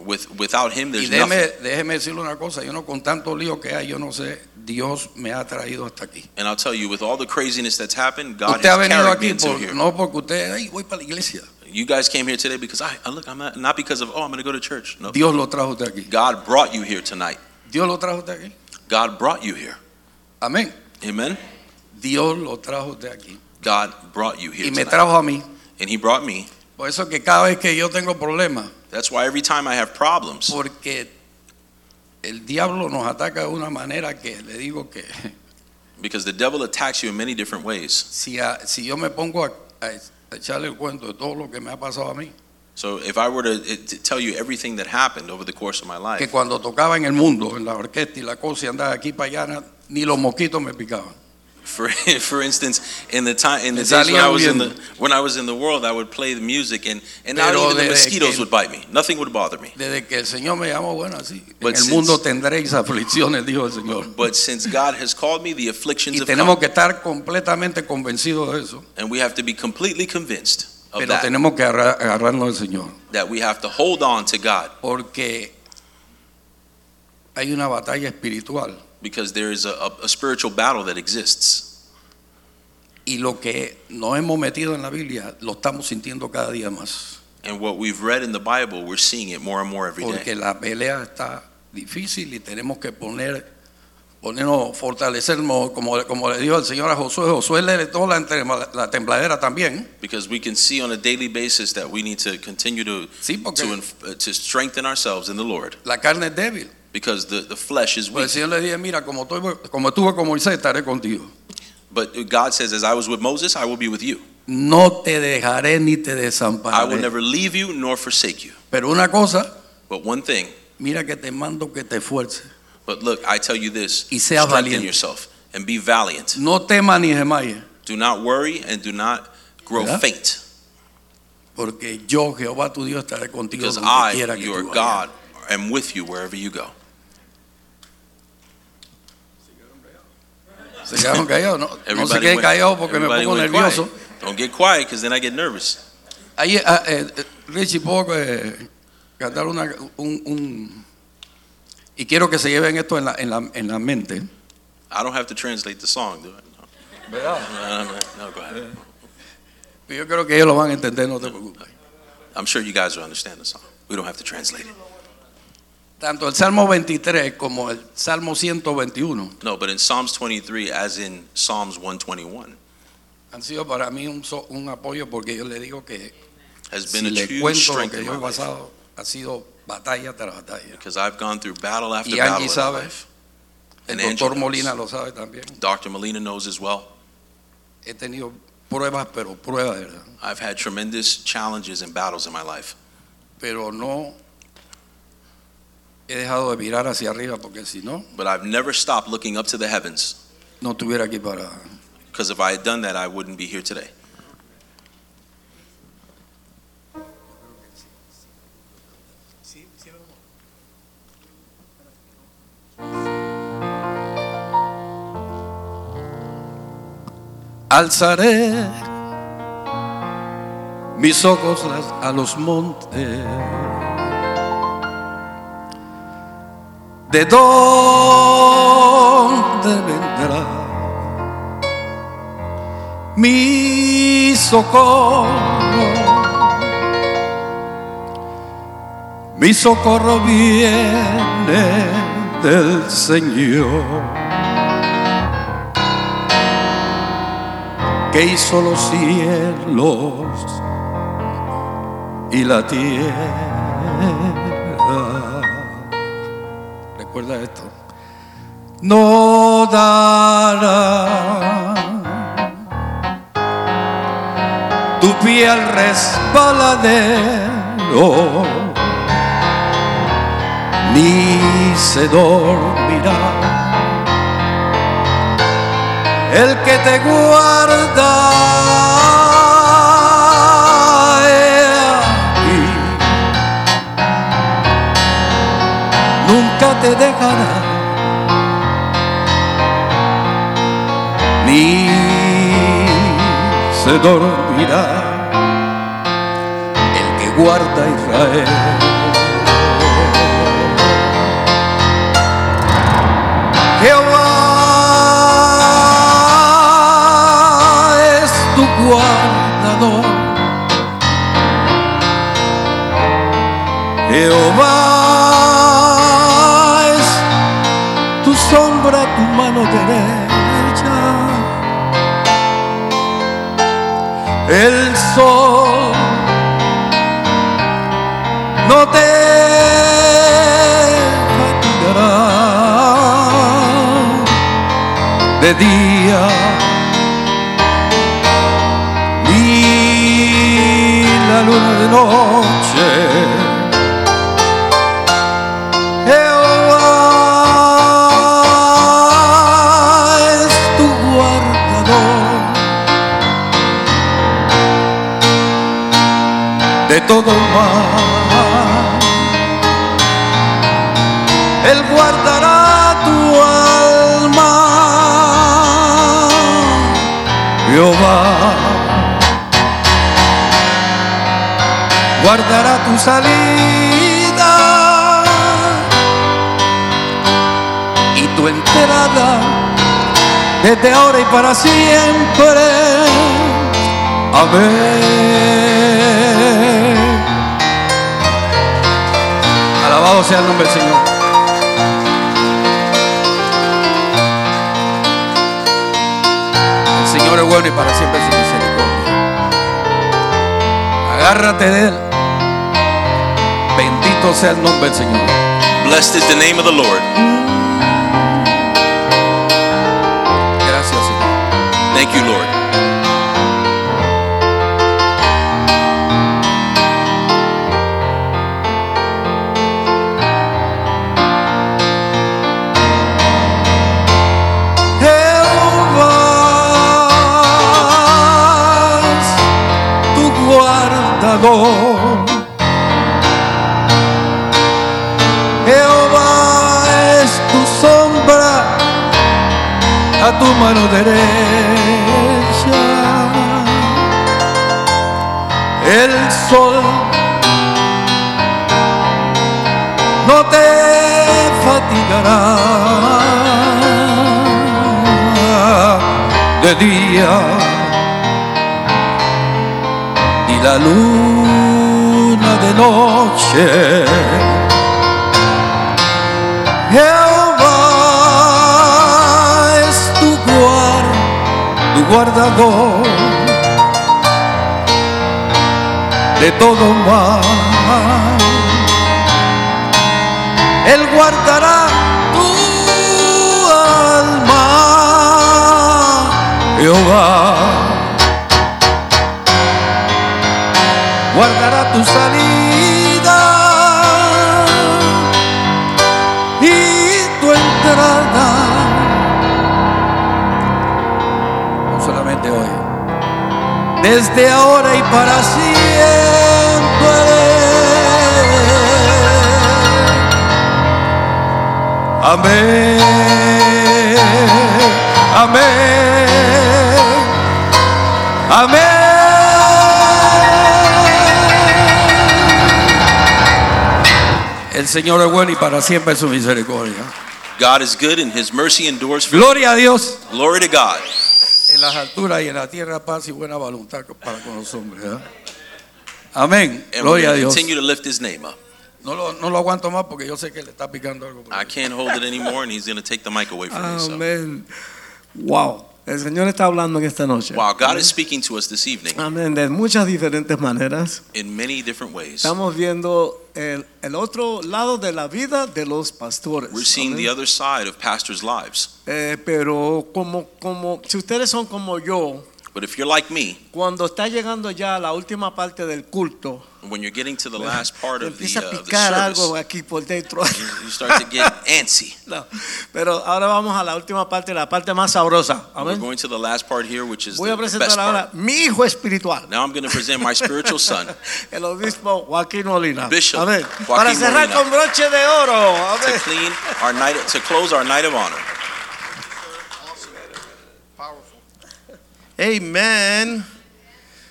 Speaker 6: With, without him,
Speaker 5: Y
Speaker 6: there's
Speaker 5: déjeme,
Speaker 6: nothing.
Speaker 5: déjeme decirle una cosa, yo no con tanto lío que hay, yo no sé, Dios me ha traído hasta aquí.
Speaker 6: And I'll tell you, with all the craziness that's happened, God
Speaker 5: usted ha
Speaker 6: has
Speaker 5: venido
Speaker 6: carried me
Speaker 5: aquí,
Speaker 6: until
Speaker 5: por-
Speaker 6: here.
Speaker 5: no porque usted, ay, voy para la iglesia.
Speaker 6: You guys came here today because I, I look, I'm not, not because of, oh, I'm going to go to church. No.
Speaker 5: Dios lo trajo usted aquí.
Speaker 6: God brought you here tonight.
Speaker 5: Dios lo trajo usted aquí.
Speaker 6: God brought you here.
Speaker 5: Amén.
Speaker 6: Amen.
Speaker 5: Dios lo trajo usted aquí.
Speaker 6: God brought you here
Speaker 7: y me
Speaker 6: tonight.
Speaker 7: trajo a mí.
Speaker 6: and He brought me.
Speaker 7: Por eso que cada vez que yo tengo problemas,
Speaker 6: That's why every time I have problems,
Speaker 7: porque el diablo nos ataca de una manera que le digo que
Speaker 6: because the devil attacks you in many different ways.
Speaker 7: si, a- si yo me pongo a, a echarle el cuento de todo lo que me ha pasado a mí,
Speaker 6: So if I were to, eh, to tell you everything that happened over the course of my
Speaker 7: que
Speaker 6: life,
Speaker 7: cuando tocaba en el mundo, en la orquesta y la cosa y andaba aquí para allá, na- ni los mosquitos me picaban.
Speaker 6: for for instance, in the time in the
Speaker 7: Me
Speaker 6: days when
Speaker 7: salía
Speaker 6: I was in the
Speaker 7: huyendo.
Speaker 6: when I was in the world, I would play the music and and not
Speaker 7: Pero
Speaker 6: even the
Speaker 7: desde
Speaker 6: mosquitoes
Speaker 7: que-
Speaker 6: would bite me. Nothing would bother me.
Speaker 7: Desde que el Señor me llamó, bueno, así. En
Speaker 6: But
Speaker 7: el
Speaker 6: since-
Speaker 7: mundo tendréis aflicciones, dijo el Señor.
Speaker 6: But since God has called me, the afflictions
Speaker 7: Y
Speaker 6: have
Speaker 7: tenemos
Speaker 6: come,
Speaker 7: que estar completamente convencidos de eso,
Speaker 6: and we have to be completely convinced of
Speaker 7: pero
Speaker 6: that.
Speaker 7: tenemos que agarra- agarrarnos del Señor,
Speaker 6: That we have to hold on to God
Speaker 7: porque hay una batalla espiritual
Speaker 6: because there is a, a, a spiritual battle that exists,
Speaker 7: y lo que nos hemos metido en la Biblia lo estamos sintiendo cada día más,
Speaker 6: and what we've read in the Bible, we're seeing it more and more every day.
Speaker 7: porque la pelea está difícil y tenemos que poner ponernos fortalecernos como, como le dijo el Señor a Josué, Josué le toda la, entrema- la tembladera también,
Speaker 6: Because we can see on a daily basis that we need to continue to
Speaker 7: sí, porque
Speaker 6: to, inf- uh, to strengthen ourselves in the Lord,
Speaker 7: la carne es débil.
Speaker 6: because the, the flesh is
Speaker 7: Pues
Speaker 6: weak.
Speaker 7: el Señor le dije, mira, como, estoy- como estuve con Moisés, estaré contigo.
Speaker 6: But God says, "As I was with Moses, I will be with you.
Speaker 7: No te dejaré ni te
Speaker 6: I will
Speaker 7: desampararé.
Speaker 6: never leave you nor forsake you."
Speaker 7: Pero una cosa,
Speaker 6: But one thing,
Speaker 7: mira que te mando que te esfuerces.
Speaker 6: but look, I tell you this:
Speaker 7: Y seas
Speaker 6: strengthen
Speaker 7: valiente.
Speaker 6: yourself and be valiant.
Speaker 7: No temas ni gemayes,
Speaker 6: Do not worry and do not grow
Speaker 7: ¿Verdad?
Speaker 6: faint,
Speaker 7: porque yo, Jehová tu Dios, estaré contigo
Speaker 6: because
Speaker 7: donde
Speaker 6: I,
Speaker 7: quiera que
Speaker 6: your
Speaker 7: tú vayas.
Speaker 6: God, am with you wherever you go.
Speaker 7: Se quedaron callados, no, no se
Speaker 6: Everybody
Speaker 7: queden
Speaker 6: went-
Speaker 7: callados porque me
Speaker 6: everybody
Speaker 7: pongo
Speaker 6: went
Speaker 7: nervioso.
Speaker 6: quiet. Don't get quiet, because then I get nervous.
Speaker 7: Ahí, ah, eh, eh, Richie, puedo eh, cantar una, un, un- Y quiero que se lleven esto en la, en la, en la mente.
Speaker 6: I don't have to translate the song, do I? No. No, no, no, go ahead.
Speaker 7: Yo creo que ellos lo van a entender, no te preocupes.
Speaker 6: I'm sure you guys will understand the song. We don't have to translate it.
Speaker 7: Tanto el Salmo 23 como el Salmo 121
Speaker 6: No, but in Psalms 23, as in Psalms 121,
Speaker 7: han sido para mí un, so- un apoyo porque yo le digo que
Speaker 6: has been
Speaker 7: si
Speaker 6: a
Speaker 7: le
Speaker 6: true
Speaker 7: cuento lo
Speaker 6: strength
Speaker 7: que
Speaker 6: in
Speaker 7: yo
Speaker 6: my
Speaker 7: he
Speaker 6: life.
Speaker 7: pasado ha sido batalla tras batalla.
Speaker 6: Because I've gone through battle after
Speaker 7: Y
Speaker 6: battle
Speaker 7: Angie
Speaker 6: in my
Speaker 7: sabe,
Speaker 6: life.
Speaker 7: el
Speaker 6: And
Speaker 7: doctor
Speaker 6: Angie
Speaker 7: Molina
Speaker 6: knows.
Speaker 7: lo sabe también.
Speaker 6: Dr. Molina knows as well.
Speaker 7: He tenido pruebas, pero pruebas, de ¿verdad?
Speaker 6: I've had tremendous challenges and battles in my life.
Speaker 7: Pero no he dejado de mirar hacia arriba porque si no,
Speaker 6: But I've never stopped looking up to the heavens.
Speaker 7: no estuviera aquí para...
Speaker 6: Because if I had done that, I wouldn't be here today.
Speaker 7: Alzaré mis ojos las- a los montes. ¿De dónde vendrá mi socorro? Mi socorro viene del Señor. que hizo los cielos y la tierra. Recuerda esto. No dará tu pie al resbaladero, ni se dormirá el que te guarda. Y nunca te dejará, ni se dormirá el que guarda a Israel. Jehová es tu guardador. Jehová es tu sombra, tu mano derecha. El sol no te fatigará de día ni la luna de noche. Jehová es tu guardador de todo mal. Él guardará tu alma, Jehová. Guardará tu salida y tu entrada desde ahora y para siempre. Amén.
Speaker 5: Alabado sea el nombre del Señor. El Señor es bueno y para siempre es su misericordia. Agárrate de Él. Bendito sea el nombre del Señor.
Speaker 2: Blessed is the name of the Lord.
Speaker 5: Gracias, Señor.
Speaker 2: Thank you, Lord.
Speaker 7: Jehová es tu guardador. Jehová es tu sombra a tu mano derecha. El sol no te fatigará de día y la luna de noche. Jehová es tu guar, tu guardador de todo mal. Él guardará tu alma, Jehová. guardará tu salida y tu entrada
Speaker 5: No solamente hoy.
Speaker 7: desde ahora y para siempre. Amén. Amén. Amén.
Speaker 5: El Señor es bueno y para siempre es su misericordia.
Speaker 2: God is good and his mercy endures for
Speaker 5: Gloria a Dios.
Speaker 2: glory to God.
Speaker 5: En las alturas y en la tierra paz y buena voluntad para con los hombres. ¿verdad? Amén.
Speaker 2: And we're
Speaker 5: Gloria a
Speaker 2: going to
Speaker 5: Dios.
Speaker 2: continue to lift his name up.
Speaker 5: No lo, no lo aguanto más porque yo sé que le está picando algo. por
Speaker 2: I
Speaker 5: ahí.
Speaker 2: can't hold it anymore, and he's going to take the mic away
Speaker 7: Oh,
Speaker 2: from me. So.
Speaker 1: Amén. Wow. El Señor está hablando en esta noche.
Speaker 2: Wow, God is speaking to us this evening
Speaker 1: Amén. De muchas diferentes maneras.
Speaker 2: in many different ways.
Speaker 1: Estamos viendo el, el otro lado de la vida de los pastores.
Speaker 2: We're seeing
Speaker 1: Amén.
Speaker 2: the other side of pastors' lives.
Speaker 1: Eh, pero como, como, si ustedes son como yo,
Speaker 2: But if you're like me,
Speaker 1: cuando está llegando ya a la última parte del culto,
Speaker 2: when you're getting to the last part of the,
Speaker 1: empieza a
Speaker 2: uh, of the
Speaker 1: picar algo
Speaker 2: service,
Speaker 1: aquí por dentro.
Speaker 2: you start to get antsy.
Speaker 1: No, Pero ahora vamos a la última parte, la parte más sabrosa.
Speaker 2: We're
Speaker 1: Amén.
Speaker 2: going to the last part here, which is
Speaker 1: Voy
Speaker 2: the,
Speaker 1: a
Speaker 2: the
Speaker 1: presentar
Speaker 2: best
Speaker 1: ahora
Speaker 2: part.
Speaker 1: mi hijo espiritual.
Speaker 2: Now I'm going to present my spiritual son,
Speaker 1: El obispo Joaquín Molina.
Speaker 2: Bishop
Speaker 1: Amén.
Speaker 2: Joaquín
Speaker 1: Para cerrar
Speaker 2: Molina.
Speaker 1: con broche de oro.
Speaker 2: to
Speaker 1: Amén.
Speaker 2: clean our night, to close our night of honor.
Speaker 8: Amén.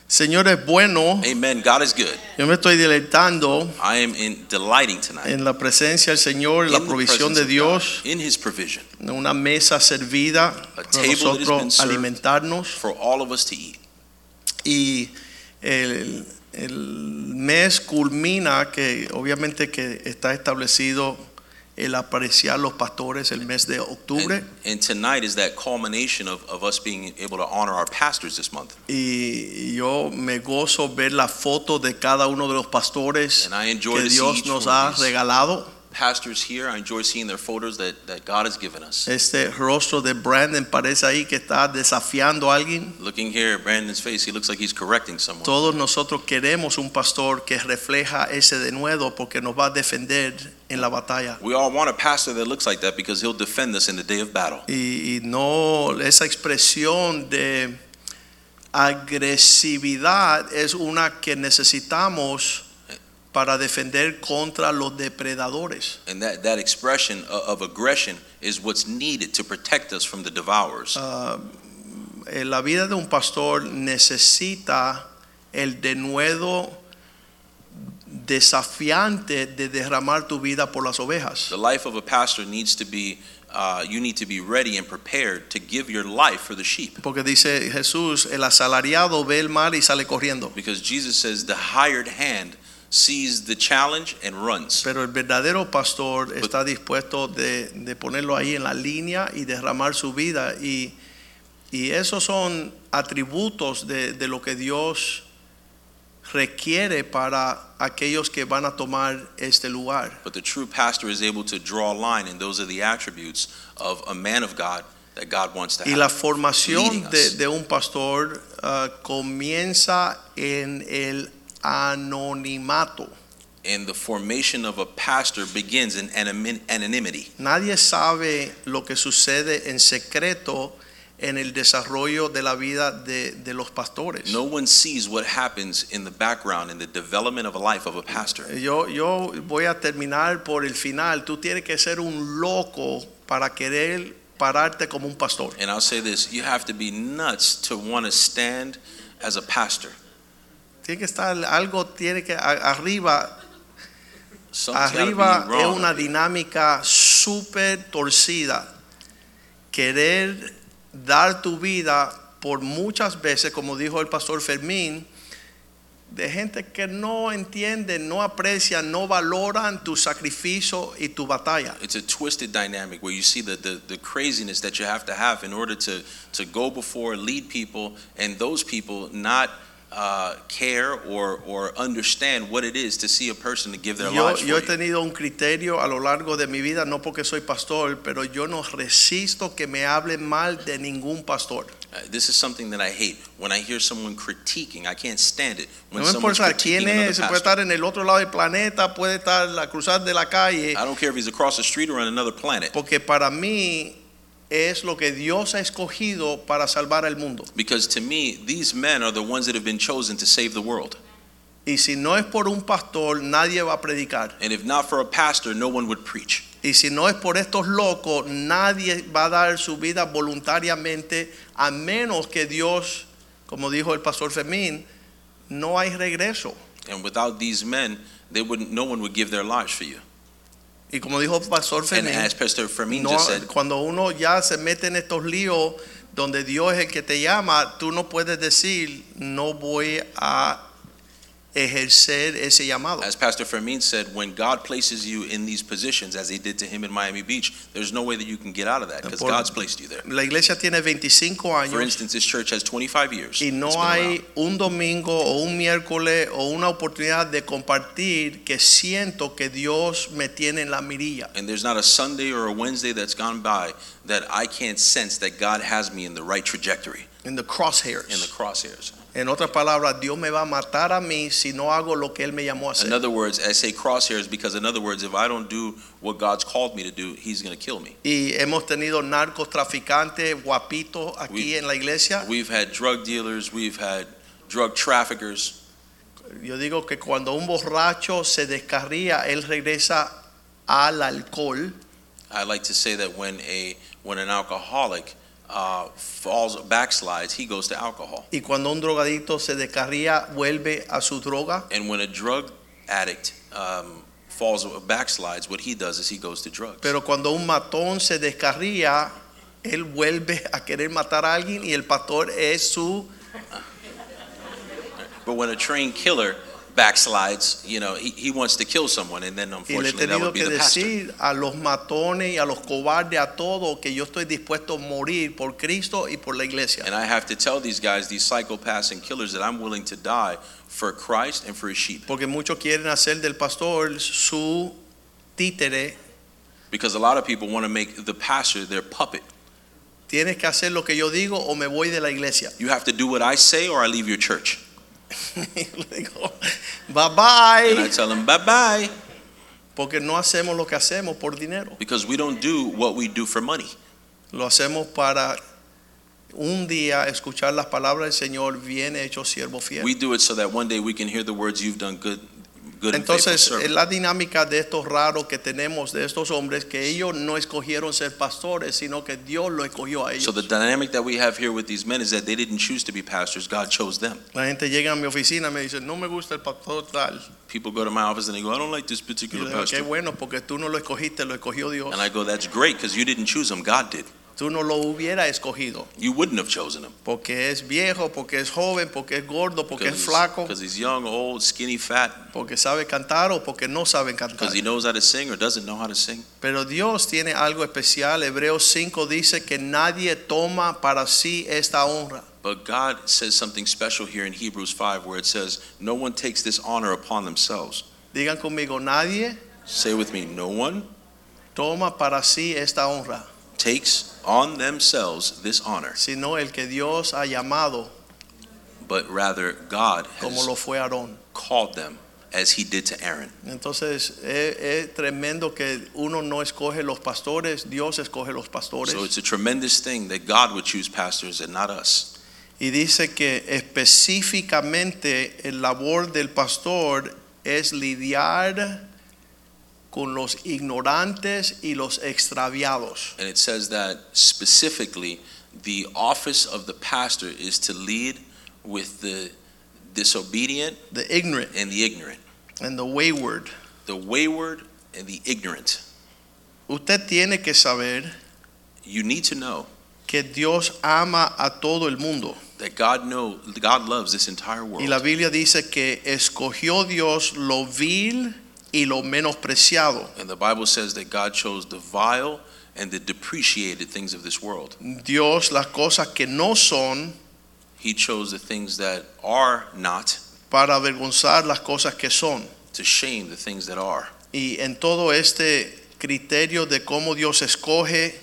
Speaker 8: Señor es bueno.
Speaker 2: Amen. God is good.
Speaker 8: Yo me estoy deleitando
Speaker 2: I am in delighting tonight.
Speaker 8: en la presencia del Señor,
Speaker 2: in
Speaker 8: la
Speaker 2: the
Speaker 8: provisión
Speaker 2: presence
Speaker 8: de
Speaker 2: of
Speaker 8: Dios,
Speaker 2: God, in His provision
Speaker 8: una mesa servida para
Speaker 2: table that has been
Speaker 8: nosotros
Speaker 2: served.
Speaker 8: alimentarnos.
Speaker 2: for all of us to eat.
Speaker 8: Y el, el mes culmina, que obviamente que está establecido el apreciar los pastores el mes de octubre.
Speaker 2: And, and tonight is that culmination of, of us being able to honor our pastors this month.
Speaker 8: Y yo me gozo ver las fotos de cada uno de los pastores
Speaker 2: And I enjoy
Speaker 8: que
Speaker 2: to see
Speaker 8: Dios
Speaker 2: each
Speaker 8: nos
Speaker 2: one of
Speaker 8: ha
Speaker 2: these.
Speaker 8: regalado.
Speaker 2: Pastors here, I enjoy seeing their photos that, that God has given us.
Speaker 8: Este rostro de Brandon parece ahí que está desafiando a alguien.
Speaker 2: Looking here at Brandon's face, he looks like he's correcting someone.
Speaker 8: Todos nosotros queremos un pastor que refleja ese denuedo porque nos va a defender en la batalla.
Speaker 2: We all want a pastor that looks like that because he'll defend us in the day of battle.
Speaker 8: Y, y no esa expresión de agresividad es una que necesitamos para defender contra los depredadores.
Speaker 2: And that, that expression o- of aggression is what's needed to protect us from the devourers.
Speaker 8: Ah, eh, la vida de un pastor necesita el denuedo desafiante de derramar tu vida por las ovejas.
Speaker 2: The life of a pastor needs to be, uh, you need to be ready and prepared to give your life for the sheep.
Speaker 8: Porque dice Jesús, el asalariado ve el mal y sale corriendo,
Speaker 2: Because Jesus says the hired hand sees the challenge and runs.
Speaker 8: pero el verdadero pastor está dispuesto de, de ponerlo ahí en la línea y derramar su vida. Y, y esos son atributos de, de lo que Dios requiere para aquellos que van a tomar este lugar.
Speaker 2: But the true pastor is able to draw a line, and those are the attributes of a man of God that God wants to
Speaker 8: Y la
Speaker 2: have.
Speaker 8: formación
Speaker 2: leading
Speaker 8: de,
Speaker 2: us.
Speaker 8: de un pastor ah, comienza en el anonimato.
Speaker 2: And the formation of a pastor begins in animi- anonymity.
Speaker 8: Nadie sabe lo que sucede en secreto en el desarrollo de la vida de, de los pastores.
Speaker 2: No one sees what happens in the background in the development of a life of a pastor.
Speaker 8: Yo, yo voy a terminar por el final. Tú tienes que ser un loco para querer pararte como un pastor.
Speaker 2: And I'll say this you have to be nuts to want to stand as a pastor.
Speaker 8: Tiene que estar algo, tiene que a- arriba
Speaker 2: Something's gotta be
Speaker 8: Arriba es
Speaker 2: wrong.
Speaker 8: una dinámica súper torcida. Querer dar tu vida por muchas veces, como dijo el pastor Fermín, de gente que no entiende, no aprecia, no valoran tu sacrificio y tu batalla.
Speaker 2: It's a twisted dynamic where you see the, the, the craziness that you have to have in order to, to go before, lead people, and those people not uh, care or, or understand what it is to see a person to give their
Speaker 8: Yo,
Speaker 2: lives for
Speaker 8: yo he
Speaker 2: you.
Speaker 8: tenido un criterio a lo largo de mi vida, no porque soy pastor, pero yo no resisto que me hablen mal de ningún pastor.
Speaker 2: Uh, This is something that I hate. When I hear someone critiquing, I can't stand it. When
Speaker 8: No me
Speaker 2: someone's
Speaker 8: importa
Speaker 2: critiquing
Speaker 8: quién
Speaker 2: another
Speaker 8: es, puede
Speaker 2: pastor.
Speaker 8: estar en el otro lado del planeta, puede estar la cruzar de la calle,
Speaker 2: I don't care if he's across the street or on another planet.
Speaker 8: porque para mí es lo que Dios ha escogido para salvar al mundo.
Speaker 2: Because to me, these men are the ones that have been chosen to save the world.
Speaker 8: Y si no es por un pastor, nadie va a predicar.
Speaker 2: And if not for a pastor, no one would preach.
Speaker 8: Y si no es por estos locos, nadie va a dar su vida voluntariamente, a menos que Dios, como dijo el pastor Fermín, no hay regreso.
Speaker 2: And without these men, they wouldn't. No one would give their lives for you.
Speaker 8: Y como dijo el pastor
Speaker 2: And
Speaker 8: Fermín,
Speaker 2: as Pastor Fermin
Speaker 8: No,
Speaker 2: just said,
Speaker 8: cuando uno ya se mete en estos líos donde Dios es el que te llama, tú no puedes decir no voy a ejercer ese llamado.
Speaker 2: as Pastor Fermin said, when God places you in these positions, as He did to him in Miami Beach, there's no way that you can get out of that because
Speaker 8: Por-
Speaker 2: God's placed you there.
Speaker 8: La iglesia tiene 25
Speaker 2: For
Speaker 8: años
Speaker 2: instance, this church has 25 years.
Speaker 8: y
Speaker 2: It's been
Speaker 8: no
Speaker 2: around.
Speaker 8: hay un domingo o un miércoles o una oportunidad de compartir que siento que Dios me tiene en la mirilla.
Speaker 2: and there's not a Sunday or a Wednesday that's gone by that I can't sense that God has me in the right trajectory,
Speaker 8: En the
Speaker 2: in the
Speaker 8: crosshairs.
Speaker 2: crosshairs.
Speaker 8: En otras palabras, Dios me va a matar a mí si no hago lo que él me llamó a
Speaker 2: In
Speaker 8: hacer.
Speaker 2: other words, I say crosshairs because, in other words, if I don't do what God's called me to do, He's going to kill me.
Speaker 8: Y hemos tenido narcotraficantes guapitos aquí
Speaker 2: We-
Speaker 8: en la iglesia.
Speaker 2: We've had drug dealers, we've had drug traffickers.
Speaker 8: Yo digo que cuando un borracho se descarría, él regresa al alcohol.
Speaker 2: I like to say that when a when an alcoholic uh, falls backslides, he goes to alcohol,
Speaker 8: Y cuando un drogadicto se descarría, vuelve a su droga.
Speaker 2: and when a drug addict um, falls backslides, what he does is he goes to drugs.
Speaker 8: Pero cuando un matón se descarría, él vuelve a querer matar a alguien y el pastor es su...
Speaker 2: but when a trained killer backslides, you know, he, he wants to kill someone, and then
Speaker 8: Y le he
Speaker 2: unfortunately that
Speaker 8: tenido
Speaker 2: would be
Speaker 8: que
Speaker 2: the pastor.
Speaker 8: decir a los matones y a los cobardes, a todos, que yo estoy dispuesto a morir por Cristo y por la iglesia.
Speaker 2: And I have to tell these guys, these psychopaths and killers, that I'm willing to die for Christ and for his sheep.
Speaker 8: Porque muchos quieren hacer del pastor su títere.
Speaker 2: Because a lot of people want to make the pastor their puppet.
Speaker 8: Tienes que hacer lo que yo digo o me voy de la iglesia.
Speaker 2: You have to do what I say or I leave your church.
Speaker 8: Y le digo, bye
Speaker 2: And I
Speaker 8: bye.
Speaker 2: tell them, bye bye,
Speaker 8: Porque no hacemos lo que hacemos por dinero.
Speaker 2: because we don't do what we do for money.
Speaker 8: Lo hacemos para un día escuchar las palabras del Señor, bien hecho, siervo fiel.
Speaker 2: We do it so that one day we can hear the words, you've done good, good and faithful
Speaker 8: Entonces, es
Speaker 2: servant.
Speaker 8: la dinámica de estos raros que tenemos, de estos hombres, que ellos no escogieron ser pastores, sino que Dios lo escogió a ellos.
Speaker 2: So the dynamic that we have here with these men is that they didn't choose to be pastors, God chose them.
Speaker 8: la gente llega a mi oficina y me dice, no me gusta el pastor tal.
Speaker 2: People go to my office and they go, I don't like this
Speaker 8: Y yo
Speaker 2: particular
Speaker 8: le digo, qué
Speaker 2: pastor.
Speaker 8: bueno, porque tú no lo escogiste, lo escogió Dios.
Speaker 2: And I go, that's great, because you didn't choose him, God did.
Speaker 8: Tú no lo hubieras escogido,
Speaker 2: You wouldn't have chosen him.
Speaker 8: porque es viejo, porque es joven, porque es gordo, porque es
Speaker 2: he's-
Speaker 8: flaco,
Speaker 2: 'cause he's young, old, skinny, fat,
Speaker 8: porque sabe cantar o porque no sabe cantar.
Speaker 2: because he knows how to sing or doesn't know how to sing.
Speaker 8: Pero Dios tiene algo especial. Hebreos 5 dice que nadie toma para sí esta honra.
Speaker 2: But God says something special here in Hebrews 5 where it says, No one takes this honor upon themselves.
Speaker 8: Digan conmigo, nadie
Speaker 2: Say with me, no one
Speaker 8: toma para sí esta honra,
Speaker 2: takes on themselves this honor,
Speaker 8: sino el que Dios ha llamado,
Speaker 2: but rather God
Speaker 8: como
Speaker 2: has
Speaker 8: lo fue Aarón.
Speaker 2: called them as he did to Aaron.
Speaker 8: Entonces es, es tremendo que uno no escoge los pastores, Dios escoge los pastores.
Speaker 2: So it's a tremendous thing that God would choose pastors and not us.
Speaker 8: y dice que específicamente el labor del pastor es lidiar con los ignorantes y los extraviados.
Speaker 2: And it says that specifically, the office of the pastor is to lead with the disobedient
Speaker 8: The ignorant
Speaker 2: and the ignorant,
Speaker 8: and the wayward.
Speaker 2: the wayward and the ignorant.
Speaker 8: Usted tiene que saber
Speaker 2: You need to know
Speaker 8: que Dios ama a todo el mundo.
Speaker 2: that God know God loves this entire world.
Speaker 8: Y la Biblia dice que escogió Dios lo vil y lo menospreciado.
Speaker 2: And the Bible says that God chose the vile and the depreciated things of this world.
Speaker 8: Dios las cosas que no son
Speaker 2: He chose the things that are not
Speaker 8: para avergonzar las cosas que son.
Speaker 2: to shame the things that are.
Speaker 8: Y en todo este criterio de cómo Dios escoge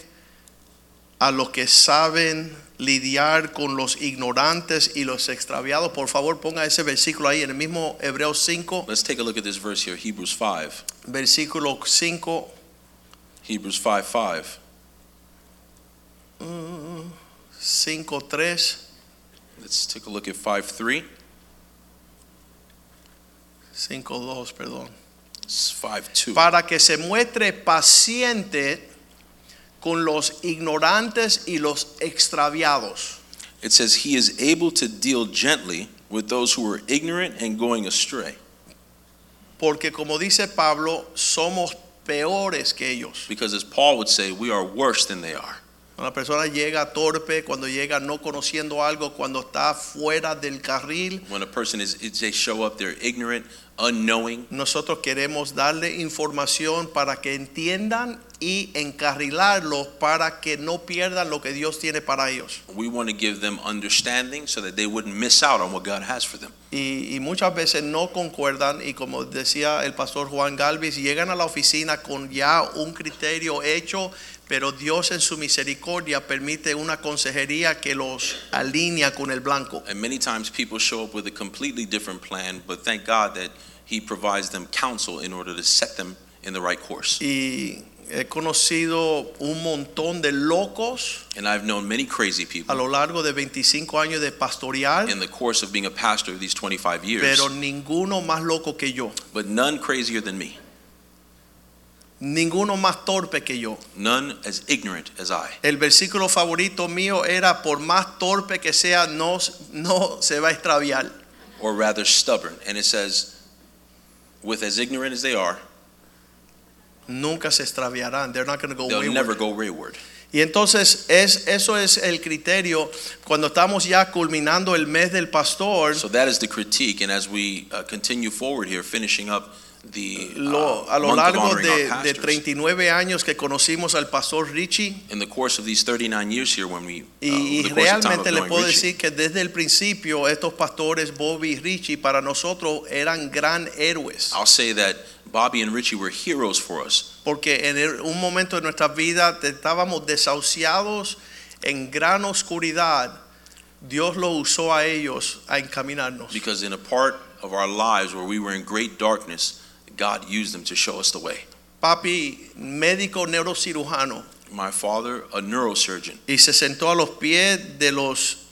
Speaker 8: a los que saben lidiar con los ignorantes y los extraviados, por favor ponga ese versículo ahí en el mismo Hebreos 5,
Speaker 2: Let's take a look at this verse here, Hebrews 5.
Speaker 8: versículo 5.
Speaker 2: Hebrews 5 5.
Speaker 8: mm, 5.3,
Speaker 2: Let's take a look at 5 3.
Speaker 8: 5.2, perdón.
Speaker 2: It's 5 2.
Speaker 8: Para que se muestre paciente con los ignorantes y los extraviados.
Speaker 2: It says, He is able to deal gently with those who are ignorant and going astray.
Speaker 8: Porque como dice Pablo, somos peores que ellos.
Speaker 2: Because as Paul would say, we are worse than they are.
Speaker 8: Cuando la persona llega torpe, cuando llega no conociendo algo, cuando está fuera del carril,
Speaker 2: When a person is, is- they show up, they're ignorant, unknowing.
Speaker 8: nosotros queremos darle información para que entiendan y encarrilarlos para que no pierdan lo que Dios tiene para ellos.
Speaker 2: We want to give them understanding so that they wouldn't miss out on what God has for them.
Speaker 8: Y, y muchas veces no concuerdan y como decía el pastor Juan Galvis, llegan a la oficina con ya un criterio hecho, pero Dios en su misericordia permite una consejería que los alinea con el blanco.
Speaker 2: And many times people show up with a completely different plan, but thank God that He provides them counsel in order to set them in the right course.
Speaker 8: Y he conocido un montón de locos
Speaker 2: And I've known many crazy
Speaker 8: a
Speaker 2: people
Speaker 8: lo largo de 25 años de pastorear,
Speaker 2: in the course of being a pastor these 25 years,
Speaker 8: pero ninguno más loco que yo,
Speaker 2: but none crazier than me,
Speaker 8: ninguno más torpe que yo.
Speaker 2: none as ignorant as I.
Speaker 8: El versículo favorito mío era, por más torpe que sea, no, no se va a extraviar.
Speaker 2: or rather stubborn. And it says, with as ignorant as they are,
Speaker 8: Nunca se extraviarán. They're not going to go
Speaker 2: they'll
Speaker 8: wayward.
Speaker 2: never go wayward.
Speaker 8: Y entonces es, eso es el criterio cuando estamos ya culminando el mes del pastor.
Speaker 2: So that is the critique, and as we uh, continue forward here, finishing up the uh,
Speaker 8: lo- a lo
Speaker 2: month of
Speaker 8: largo
Speaker 2: honoring our
Speaker 8: de, de
Speaker 2: pastors,
Speaker 8: 39 años que conocimos al pastor Richie,
Speaker 2: in the course of these 39 years here, when we uh,
Speaker 8: y,
Speaker 2: over
Speaker 8: y
Speaker 2: the course of time of
Speaker 8: realmente le
Speaker 2: knowing
Speaker 8: puedo
Speaker 2: Richie,
Speaker 8: decir que desde el principio estos pastores Bobby y Richie para nosotros eran gran héroes,
Speaker 2: I'll say that Bobby and Richie were heroes for us
Speaker 8: porque en el- un momento de nuestra vida estábamos desahuciados en gran oscuridad. Dios lo usó a ellos a encaminarnos.
Speaker 2: because in a part of our lives where we were in great darkness, God used them to show us the way.
Speaker 8: Papi, médico neurocirujano,
Speaker 2: My father, a neurosurgeon,
Speaker 8: y se sentó a los pies de los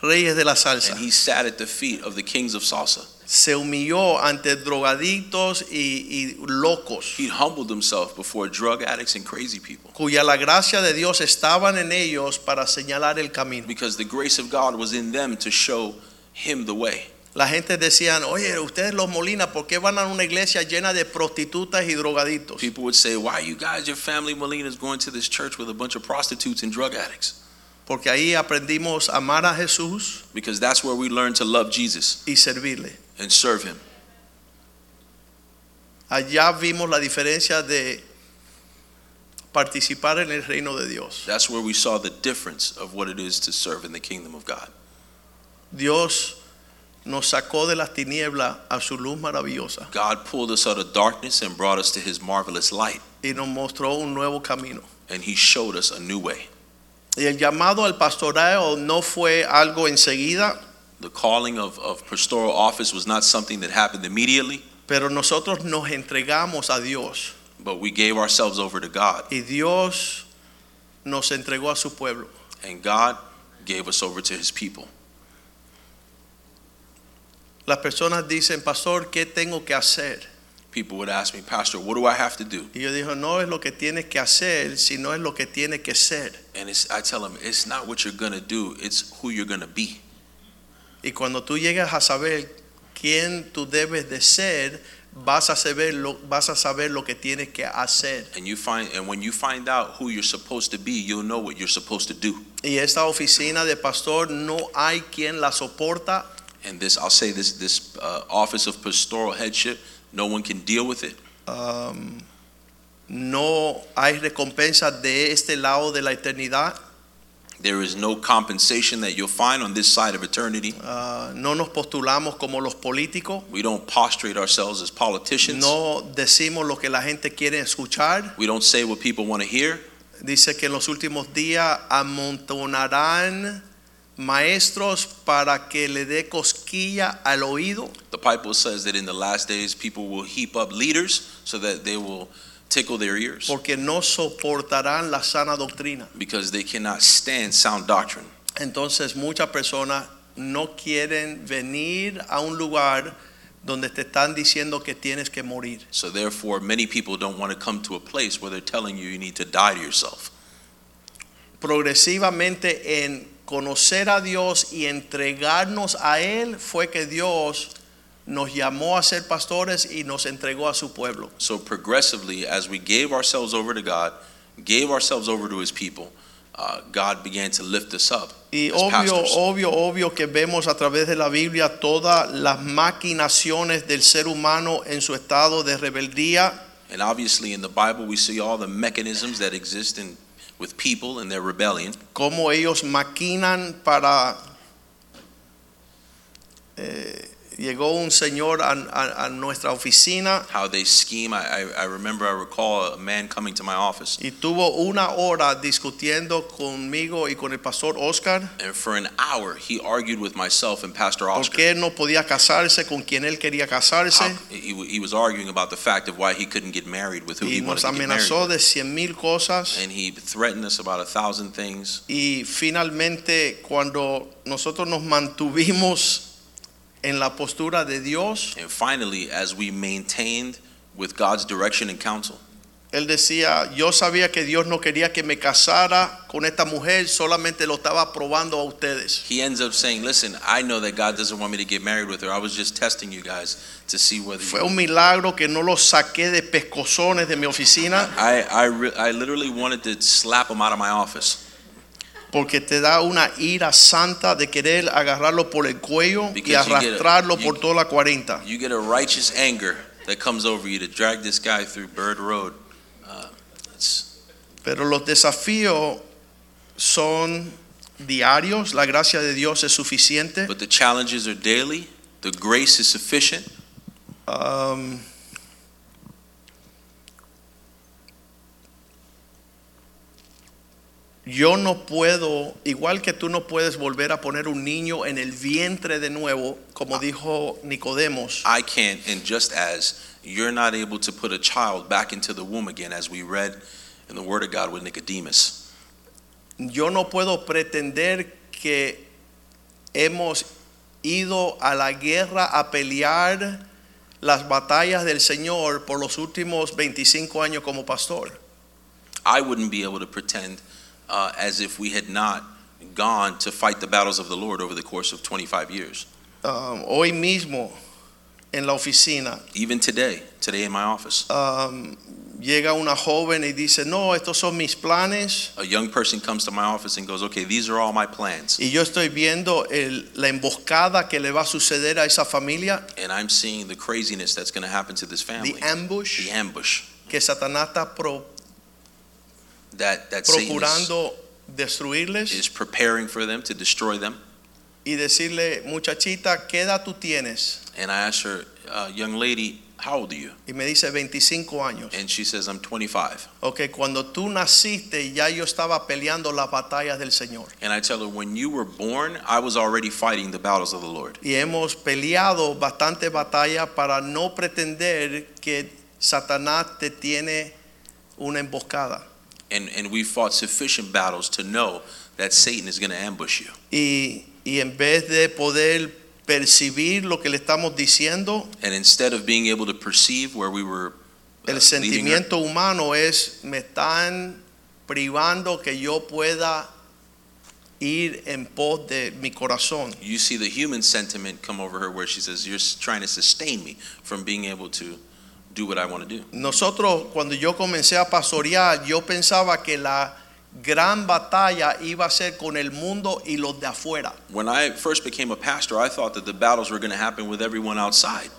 Speaker 8: reyes de la salsa.
Speaker 2: and he sat at the feet of the kings of salsa.
Speaker 8: se humilló ante drogadictos y, y locos,
Speaker 2: He humbled himself before drug addicts and crazy people
Speaker 8: cuya la gracia de Dios estaban en ellos para señalar el camino.
Speaker 2: because the grace of God was in them to show him the way.
Speaker 8: La gente decían, oye, ustedes los Molina, ¿por qué van a una iglesia llena de prostitutas y drogadictos?
Speaker 2: People would say, Why you guys, your family, Molina, is going to this church with a bunch of prostitutes and drug addicts?
Speaker 8: Porque ahí aprendimos a amar a Jesús
Speaker 2: Because that's where we learn to love Jesus
Speaker 8: y servirle.
Speaker 2: and serve him.
Speaker 8: Allá vimos la diferencia de participar en el reino de Dios.
Speaker 2: That's where we saw the difference of what it is to serve in the kingdom of God.
Speaker 8: Dios nos sacó de las tinieblas a su luz maravillosa
Speaker 2: God pulled us out of darkness and brought us to his marvelous light,
Speaker 8: y nos mostró un nuevo camino.
Speaker 2: and he showed us a new way.
Speaker 8: Y el llamado al pastoreo no fue algo enseguida,
Speaker 2: The calling of, of pastoral office was not something that happened immediately,
Speaker 8: pero nosotros nos entregamos a Dios
Speaker 2: but we gave ourselves over to God,
Speaker 8: y Dios nos entregó a su pueblo.
Speaker 2: and God gave us over to his people.
Speaker 8: Las personas dicen, pastor, ¿qué tengo que hacer?
Speaker 2: People would ask me, Pastor, what do I have to do?
Speaker 8: Y yo digo, no es lo que tienes que hacer, sino es lo que tiene que ser.
Speaker 2: And it's, I tell them, it's not what you're going to do, it's who you're going to be.
Speaker 8: Y cuando tú llegas a saber quién tú debes de ser, vas a saber lo, vas a saber lo que tienes que hacer.
Speaker 2: And you find and when you find out who you're supposed to be, you'll know what you're supposed to do.
Speaker 8: Y esta oficina de pastor no hay quien la soporta
Speaker 2: And this, I'll say this, this uh, office of pastoral headship, no one can deal with it.
Speaker 8: Um, no hay recompensa de este lado de la eternidad.
Speaker 2: There is no compensation that you'll find on this side of eternity.
Speaker 8: Ah, no nos postulamos como los políticos.
Speaker 2: We don't prostrate ourselves as politicians.
Speaker 8: No decimos lo que la gente quiere escuchar.
Speaker 2: We don't say what people want to hear.
Speaker 8: Dice que en los últimos días amontonarán maestros para que le dé cosquilla al oído.
Speaker 2: The Bible says that in the last days, people will heap up leaders so that they will tickle their ears
Speaker 8: Porque no soportarán la sana doctrina.
Speaker 2: because they cannot stand sound doctrine.
Speaker 8: Entonces muchas personas no quieren venir a un lugar donde te están diciendo que tienes que morir.
Speaker 2: So therefore, many people don't want to come to a place where they're telling you you need to die to yourself.
Speaker 8: progresivamente en conocer a Dios y entregarnos a Él fue que Dios nos llamó a ser pastores y nos entregó a su pueblo.
Speaker 2: So progressively, as we gave ourselves over to God, gave ourselves over to His people, uh, God began to lift us up.
Speaker 8: Y
Speaker 2: as
Speaker 8: obvio,
Speaker 2: pastors.
Speaker 8: obvio, obvio que vemos a través de la Biblia todas las maquinaciones del ser humano en su estado de rebeldía,
Speaker 2: And obviously, in the Bible, we see all the mechanisms that exist in with people and their rebellion,
Speaker 8: cómo ellos maquinan para... eh, llegó un señor a- a- a nuestra oficina
Speaker 2: how they scheme. I, I, I remember, I recall a man coming to my office,
Speaker 8: Y tuvo una hora discutiendo conmigo y con el pastor Oscar
Speaker 2: and for an hour, he argued with myself and Pastor
Speaker 8: por
Speaker 2: Oscar.
Speaker 8: qué no podía casarse con quien él quería
Speaker 2: How-
Speaker 8: casarse.
Speaker 2: he, he was arguing about the fact of why he couldn't get married with who
Speaker 8: Y
Speaker 2: he
Speaker 8: nos
Speaker 2: wanted to get married.
Speaker 8: amenazó de cien mil cosas.
Speaker 2: and he threatened us about a thousand things.
Speaker 8: Y finalmente cuando nosotros nos mantuvimos en la postura de Dios,
Speaker 2: And finally, as we maintained with God's direction and counsel,
Speaker 8: Él decía, yo sabía que Dios no quería que me casara con esta mujer, solamente lo estaba probando a ustedes.
Speaker 2: He ends up saying, Listen, I know that God doesn't want me to get married with her. I was just testing you guys to see whether
Speaker 8: Fue
Speaker 2: you.
Speaker 8: un milagro que no lo saqué de pescozones de mi oficina,
Speaker 2: I, I, re- I literally wanted to slap him out of my office
Speaker 8: porque te da una ira santa de querer agarrarlo por el cuello y
Speaker 2: Because you get it.
Speaker 8: arrastrarlo
Speaker 2: You-
Speaker 8: por toda la 40.
Speaker 2: you get a righteous anger that comes over you to drag this guy through Bird Road. Uh, it's,
Speaker 8: Pero los desafíos son diarios, la gracia de Dios es suficiente.
Speaker 2: but the challenges are daily. The grace is sufficient.
Speaker 8: Um, yo no puedo, igual que tú no puedes volver a poner un niño en el vientre de nuevo,
Speaker 2: Ah.
Speaker 8: como dijo Nicodemos,
Speaker 2: I can't, and just as you're not able to put a child back into the womb again, as we read in the Word of God with Nicodemus.
Speaker 8: yo no puedo pretender que hemos ido a la guerra a pelear las batallas del Señor por los últimos 25 años como pastor.
Speaker 2: I wouldn't be able to pretend uh, as if we had not gone to fight the battles of the Lord over the course of 25 years.
Speaker 8: Um, hoy mismo en la oficina
Speaker 2: Even today, today in my office,
Speaker 8: um, llega una joven y dice, no, estos son mis planes.
Speaker 2: a young person comes to my office and goes, Okay, these are all my plans.
Speaker 8: Y yo estoy viendo el- la emboscada que le va a suceder a esa familia,
Speaker 2: And I'm seeing the craziness that's going to happen to this family.
Speaker 8: the ambush
Speaker 2: Ah, The ambush
Speaker 8: que Satanás está pro-
Speaker 2: that, that Satan is,
Speaker 8: procurando destruirles
Speaker 2: is preparing for them to destroy them.
Speaker 8: y decirle, muchachita, ¿qué edad tú tienes?
Speaker 2: And I asked her, uh, Young lady, how old are you?
Speaker 8: Y me dice 25 años.
Speaker 2: And she says, I'm 25.
Speaker 8: Ok, cuando tú naciste ya yo estaba peleando las batallas del Señor.
Speaker 2: And I tell her, When you were born, I was already fighting the battles of the Lord.
Speaker 8: Y hemos peleado bastante batalla para no pretender que Satanás te tiene una emboscada.
Speaker 2: And, and we fought sufficient battles to know that Satan is going to ambush you.
Speaker 8: Y, y en vez de poder percibir lo que le estamos diciendo,
Speaker 2: And instead of being able to perceive where we were, uh,
Speaker 8: el
Speaker 2: leading her,
Speaker 8: sentimiento humano es, me están privando que yo pueda ir en pos de mi corazón.
Speaker 2: you see the human sentiment come over her where she says, You're s- trying to sustain me from being able to do what I want to do.
Speaker 8: Nosotros, cuando yo comencé a pastorear, yo pensaba que la gran batalla iba a ser con el mundo y los de afuera.
Speaker 2: When I first became a pastor, I thought that the battles were going to happen with everyone outside.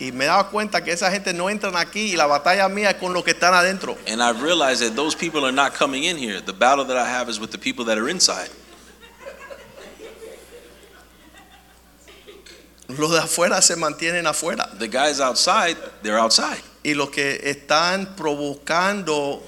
Speaker 8: Y me daba cuenta que esa gente no entran aquí y la batalla mía es con los que están adentro.
Speaker 2: And I've realized that those people are not coming in here. The battle that I have is with the people that are inside.
Speaker 8: Los de afuera se mantienen afuera.
Speaker 2: The guys outside, they're outside.
Speaker 8: Y los que están provocando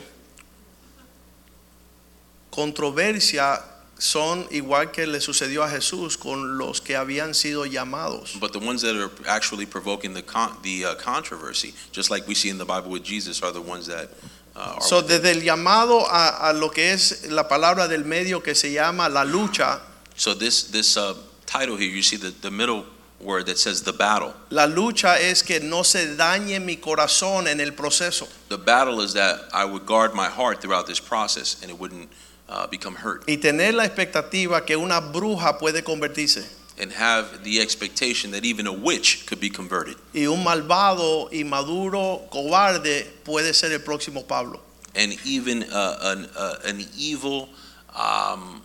Speaker 8: controversia son igual que le sucedió a Jesús con los que habían sido llamados.
Speaker 2: But the ones that are actually provoking the con- the uh, controversy, just like we see in the Bible with Jesus, are the ones that uh, are.
Speaker 8: So, desde el llamado a, a lo que es la palabra del medio que se llama la lucha,
Speaker 2: so this this uh, title here, you see the, the middle word that says the battle.
Speaker 8: la lucha es que no se dañe mi corazón en el proceso.
Speaker 2: The battle is that I would guard my heart throughout this process, and it wouldn't uh, become hurt,
Speaker 8: Y tener la expectativa que una bruja puede convertirse
Speaker 2: and have the expectation that even a witch could be converted,
Speaker 8: y un malvado, inmaduro, cobarde puede ser el próximo Pablo.
Speaker 2: and even uh, an uh, an evil. Um,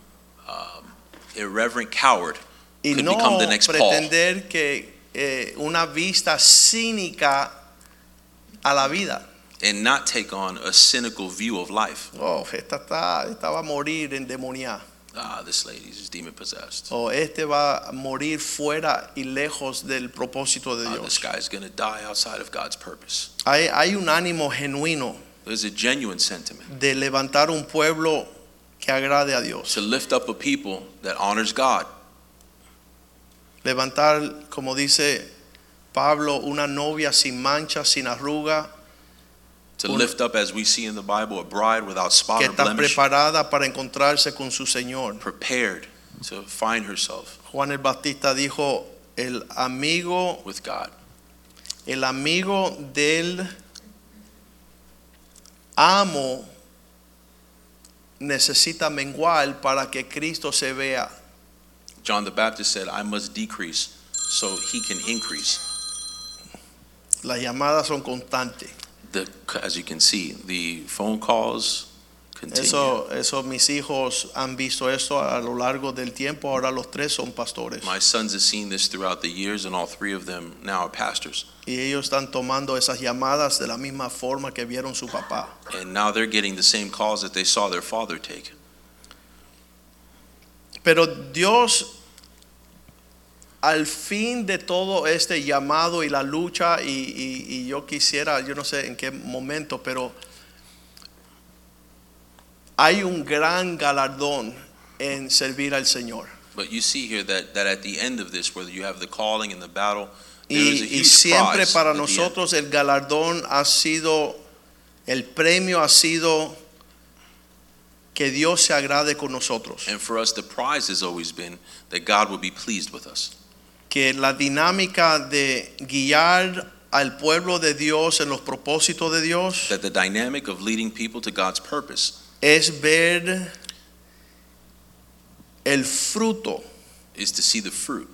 Speaker 2: um, irreverent coward
Speaker 8: Y
Speaker 2: Could
Speaker 8: no
Speaker 2: become the next Paul.
Speaker 8: pretender que eh, una vista cínica a la vida.
Speaker 2: and not take on a cynical view of life.
Speaker 8: Oh, esta, está, esta va a morir endemoniada.
Speaker 2: Ah, this lady's demon possessed.
Speaker 8: O este va a morir fuera y lejos del propósito de
Speaker 2: Uh, this
Speaker 8: Dios.
Speaker 2: guy's going to die outside of God's purpose.
Speaker 8: Hay, hay un ánimo genuino
Speaker 2: There's a genuine sentiment
Speaker 8: de levantar un pueblo que agrade a Dios.
Speaker 2: to lift up a people that honors God,
Speaker 8: Levantar, como dice Pablo, una novia sin mancha, sin arruga,
Speaker 2: to
Speaker 8: Un-
Speaker 2: lift up, as we see in the Bible, a bride without spot
Speaker 8: que
Speaker 2: or
Speaker 8: está
Speaker 2: blemish,
Speaker 8: preparada para encontrarse con su Señor.
Speaker 2: prepared to find herself
Speaker 8: Juan el Bautista dijo, el amigo
Speaker 2: with God.
Speaker 8: el amigo del amo necesita menguar para que Cristo se vea.
Speaker 2: John the Baptist said, I must decrease so he can increase.
Speaker 8: Las llamadas son constantes.
Speaker 2: The, as you can see, the phone calls continue.
Speaker 8: Eso, eso mis hijos han visto eso a lo largo del tiempo. Ahora los tres son pastores
Speaker 2: My sons have seen this throughout the years, and all three of them now are pastors.
Speaker 8: y ellos están tomando esas llamadas de la misma forma que vieron su papá.
Speaker 2: And now they're getting the same calls that they saw their father take.
Speaker 8: Pero Dios al fin de todo este llamado y la lucha y, y- y yo quisiera, yo no sé en qué momento, pero hay un gran galardón en servir al Señor.
Speaker 2: But you see here that, that at the end of this, whether you have the calling and the battle, there is a
Speaker 8: Y, y
Speaker 2: huge
Speaker 8: siempre
Speaker 2: prize
Speaker 8: para
Speaker 2: at the end.
Speaker 8: nosotros el galardón ha sido, el premio ha sido que Dios se agrade con nosotros.
Speaker 2: And for us, the prize has always been that God would be pleased with us.
Speaker 8: Que la dinámica de guiar al pueblo de Dios en los propósitos de Dios
Speaker 2: That the dynamic of leading people to God's purpose
Speaker 8: es ver el fruto.
Speaker 2: is to see the fruit.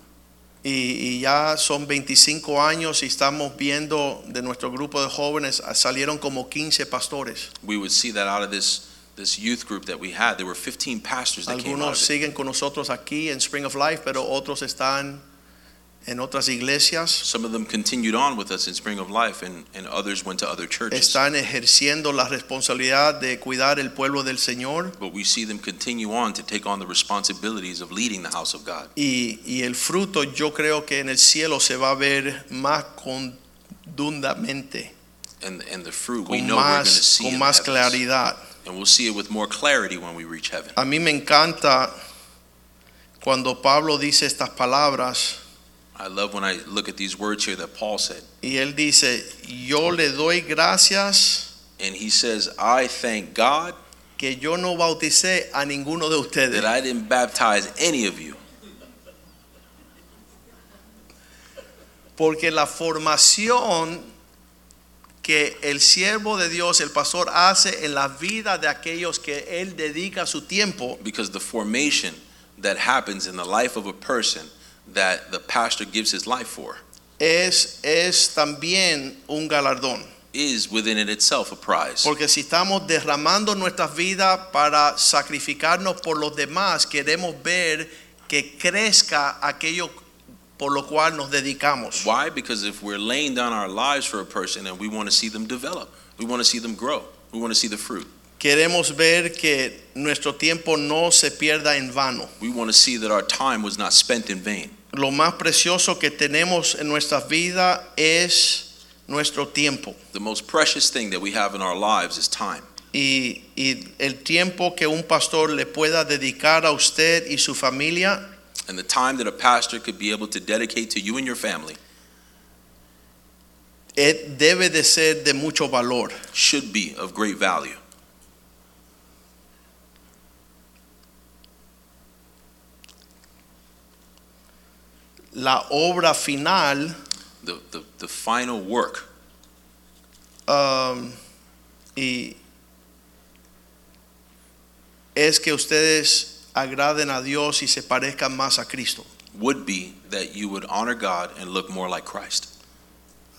Speaker 8: Y, y ya son 25 años y estamos viendo de nuestro grupo de jóvenes, ah, salieron como 15 pastores.
Speaker 2: We would see that out of this, this youth group that we had. There were 15 pastors that came out
Speaker 8: Algunos
Speaker 2: of it.
Speaker 8: siguen con nosotros aquí en Spring of Life, pero otros están en otras iglesias,
Speaker 2: Some of them continued on with us in Spring of Life, and, and others went to other churches.
Speaker 8: están ejerciendo la responsabilidad de cuidar el pueblo del Señor
Speaker 2: But we see them continue on to take on the responsibilities of leading the house of God.
Speaker 8: y, y el fruto yo creo que en el cielo se va a ver más contundamente,
Speaker 2: And, and the fruit we
Speaker 8: con
Speaker 2: know we're going
Speaker 8: más,
Speaker 2: to see.
Speaker 8: con
Speaker 2: in
Speaker 8: más
Speaker 2: heavens.
Speaker 8: claridad.
Speaker 2: And we'll see it with more clarity when we reach heaven.
Speaker 8: A mí me encanta cuando Pablo dice estas palabras
Speaker 2: I love when I look at these words here that Paul said.
Speaker 8: y él dice, yo le doy gracias
Speaker 2: And he says, I thank God
Speaker 8: que yo no bauticé a ninguno de ustedes.
Speaker 2: that I didn't baptize any of you.
Speaker 8: Porque la formación que el siervo de Dios, el pastor, hace en la vida de aquellos que él dedica su tiempo,
Speaker 2: Because the formation that happens in the life of a person that the pastor gives his life for
Speaker 8: es, es también un galardón.
Speaker 2: is within it itself a prize.
Speaker 8: Porque si estamos derramando nuestras vidas para sacrificarnos por los demás, queremos ver que crezca aquello por lo cual nos dedicamos.
Speaker 2: Why? Because if we're laying down our lives for a person and we want to see them develop, we want to see them grow, we want to see the fruit,
Speaker 8: Queremos ver que nuestro tiempo no se pierda en vano.
Speaker 2: we want to see that our time was not spent in vain.
Speaker 8: lo más precioso que tenemos en nuestras vidas es nuestro tiempo.
Speaker 2: The most precious thing that we have in our lives is time.
Speaker 8: Y, y el tiempo que un pastor le pueda dedicar a usted y su familia
Speaker 2: And the time that a pastor could be able to dedicate to you and your family
Speaker 8: eh, debe de ser de mucho valor.
Speaker 2: should be of great value.
Speaker 8: La obra final
Speaker 2: The, the, the final work
Speaker 8: um, y es que ustedes agraden a Dios y se parezcan más a Cristo.
Speaker 2: would be that you would honor God and look more like Christ.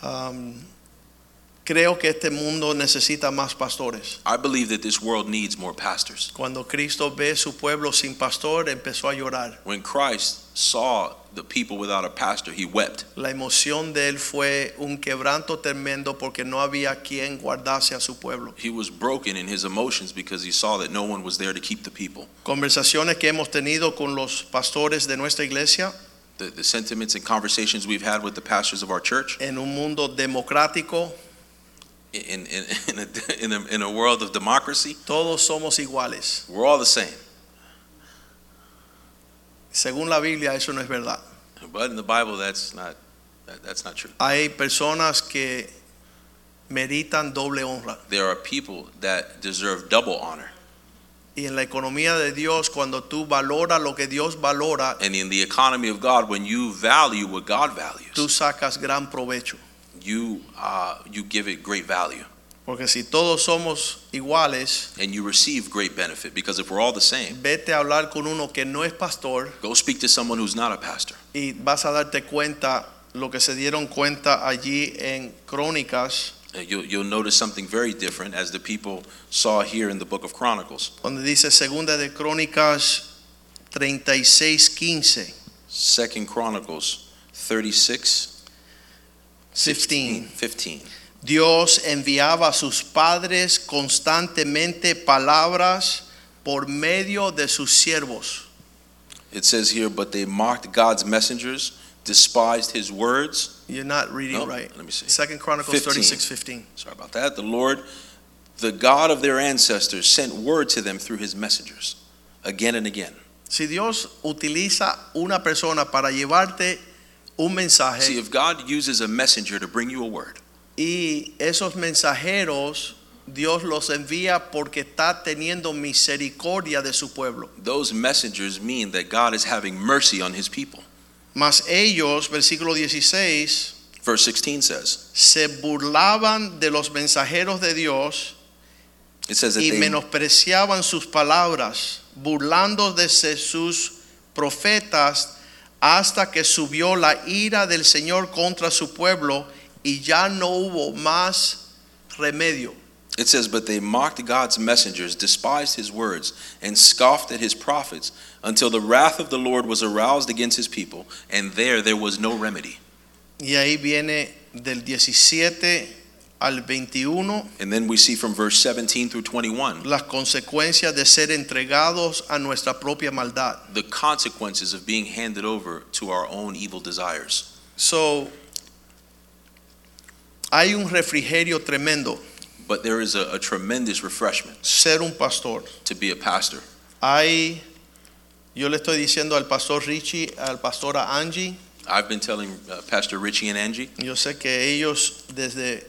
Speaker 8: Um, creo que este mundo necesita más pastores.
Speaker 2: I believe that this world needs more pastors.
Speaker 8: Cuando Cristo ve su pueblo sin pastor, empezó a llorar.
Speaker 2: When Christ saw the people without a pastor, he wept.
Speaker 8: La emoción de él fue un quebranto tremendo porque no había quien guardase a su pueblo.
Speaker 2: He was broken in his emotions because he saw that no one was there to keep the people.
Speaker 8: Conversaciones que hemos tenido con los pastores de nuestra iglesia
Speaker 2: The, the sentiments and conversations we've had with the pastors of our church
Speaker 8: en un mundo democrático,
Speaker 2: in, in, in, a, in, a, in a world of democracy,
Speaker 8: todos somos iguales.
Speaker 2: we're all the same.
Speaker 8: Según la Biblia eso no es verdad.
Speaker 2: But in the Bible, that's not, that, that's not true.
Speaker 8: Hay personas que meritan doble honra.
Speaker 2: There are people that deserve double honor.
Speaker 8: Y en la economía de Dios, cuando tú valoras lo que Dios valora,
Speaker 2: And in the economy of God, when you value what God
Speaker 8: tú
Speaker 2: values,
Speaker 8: sacas gran provecho.
Speaker 2: you uh, you give it great value
Speaker 8: Porque si todos somos iguales,
Speaker 2: and you receive great benefit because if we're all the same,
Speaker 8: vete a hablar con uno que no es pastor
Speaker 2: go speak to someone who's not a pastor.
Speaker 8: y vas a darte cuenta lo que se dieron cuenta allí en Crónicas,
Speaker 2: And you'll, you'll notice something very different as the people saw here in the book of Chronicles.
Speaker 8: donde dice segunda de Crónicas 36, 15.
Speaker 2: Second Chronicles 36,
Speaker 8: 15.
Speaker 2: 15.
Speaker 8: Dios enviaba a sus padres constantemente palabras por medio de sus siervos.
Speaker 2: It says here, but they mocked God's messengers, despised his words.
Speaker 8: You're not reading
Speaker 2: Nope,
Speaker 8: right.
Speaker 2: Let me see.
Speaker 8: Second Chronicles
Speaker 2: 15.
Speaker 8: 36, 15.
Speaker 2: Sorry about that. The Lord, the God of their ancestors, sent word to them through his messengers again and again.
Speaker 8: Si Dios utiliza una persona para llevarte un
Speaker 2: See,
Speaker 8: mensaje
Speaker 2: if God uses a messenger to bring you a word,
Speaker 8: y esos mensajeros Dios los envía porque está teniendo misericordia de su pueblo.
Speaker 2: those messengers mean that God is having mercy on his people.
Speaker 8: Mas ellos, versículo 16,
Speaker 2: Verse 16 says,
Speaker 8: se burlaban de los mensajeros de Dios
Speaker 2: it says that
Speaker 8: y
Speaker 2: they
Speaker 8: menospreciaban sus palabras, burlándose sus profetas, hasta que subió la ira del Señor contra su pueblo y ya no hubo más remedio.
Speaker 2: It says, But they mocked God's messengers, despised his words, and scoffed at his prophets, until the wrath of the Lord was aroused against his people, and there there was no remedy.
Speaker 8: Y ahí viene del 17 al 21
Speaker 2: And then we see from verse 17 through 21
Speaker 8: las consecuencias de ser entregados a nuestra propia maldad.
Speaker 2: the consequences of being handed over to our own evil desires.
Speaker 8: So hay un refrigerio tremendo
Speaker 2: But there is a, a tremendous refreshment
Speaker 8: ser un pastor.
Speaker 2: to be a pastor.
Speaker 8: Hay, yo le estoy diciendo al pastor Richie, al pastora Angie,
Speaker 2: I've been telling uh, Pastor Richie and Angie,
Speaker 8: yo sé que ellos desde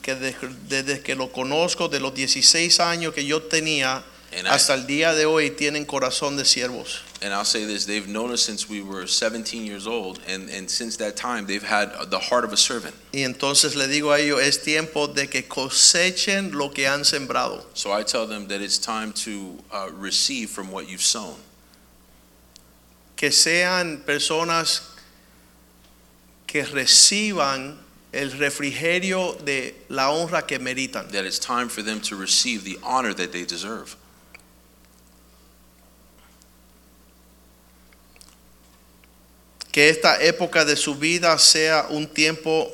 Speaker 8: que, de- desde que lo conozco, de los 16 años que yo tenía
Speaker 2: and, I,
Speaker 8: hasta el día de hoy, tienen corazón de siervos.
Speaker 2: and I'll say this they've known us since we were 17 years old, and, and since that time, they've had the heart of a servant.
Speaker 8: Y entonces le digo a ellos, es tiempo de que cosechen lo que han sembrado.
Speaker 2: So I tell them that it's time to uh, receive from what you've sown,
Speaker 8: Que sean personas que reciban el refrigerio de la honra que meritan.
Speaker 2: that it's time for them to receive the honor that they deserve.
Speaker 8: que esta época de su vida sea un tiempo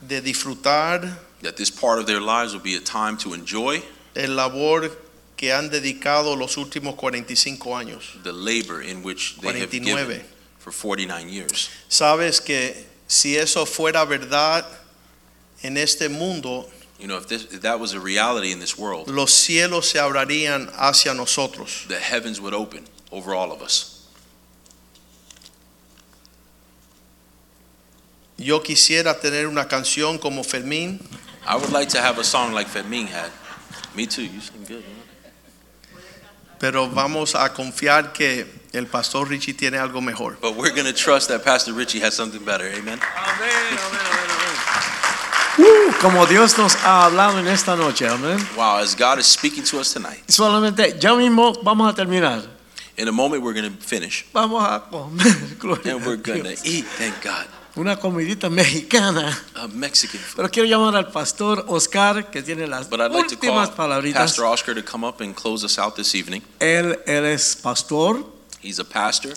Speaker 8: de disfrutar
Speaker 2: That this part of their lives will be a time to enjoy
Speaker 8: el labor que han dedicado los últimos 45 años.
Speaker 2: the labor in which they have
Speaker 8: 49.
Speaker 2: given for 49 years.
Speaker 8: Sabes que si eso fuera verdad en este mundo,
Speaker 2: You know, if, this, if that was a reality in this world,
Speaker 8: los cielos se abrirían hacia nosotros.
Speaker 2: the heavens would open over all of us.
Speaker 8: Yo quisiera tener una canción como Fermín,
Speaker 2: I would like to have a song like Feming had. Me too. You sing good. Man.
Speaker 8: pero vamos a confiar que el pastor Richie tiene algo mejor.
Speaker 2: But we're going to trust that Pastor Richie has something better. Amen.
Speaker 1: Uh, como Dios nos ha hablado en esta noche, amén.
Speaker 2: Wow, as God is speaking to us tonight,
Speaker 1: Solamente ya mismo vamos a terminar.
Speaker 2: in a moment we're going to finish.
Speaker 1: Vamos a comer, gloria
Speaker 2: And we're
Speaker 1: a Dios.
Speaker 2: gonna eat, thank God,
Speaker 1: una comidita mexicana.
Speaker 2: a Mexican food.
Speaker 1: Pero quiero llamar al pastor Oscar que tiene las
Speaker 2: But I'd like to call
Speaker 1: últimas palabritas.
Speaker 2: Pastor Oscar to come up and close us out this evening.
Speaker 1: Él, él es pastor.
Speaker 2: He's a pastor.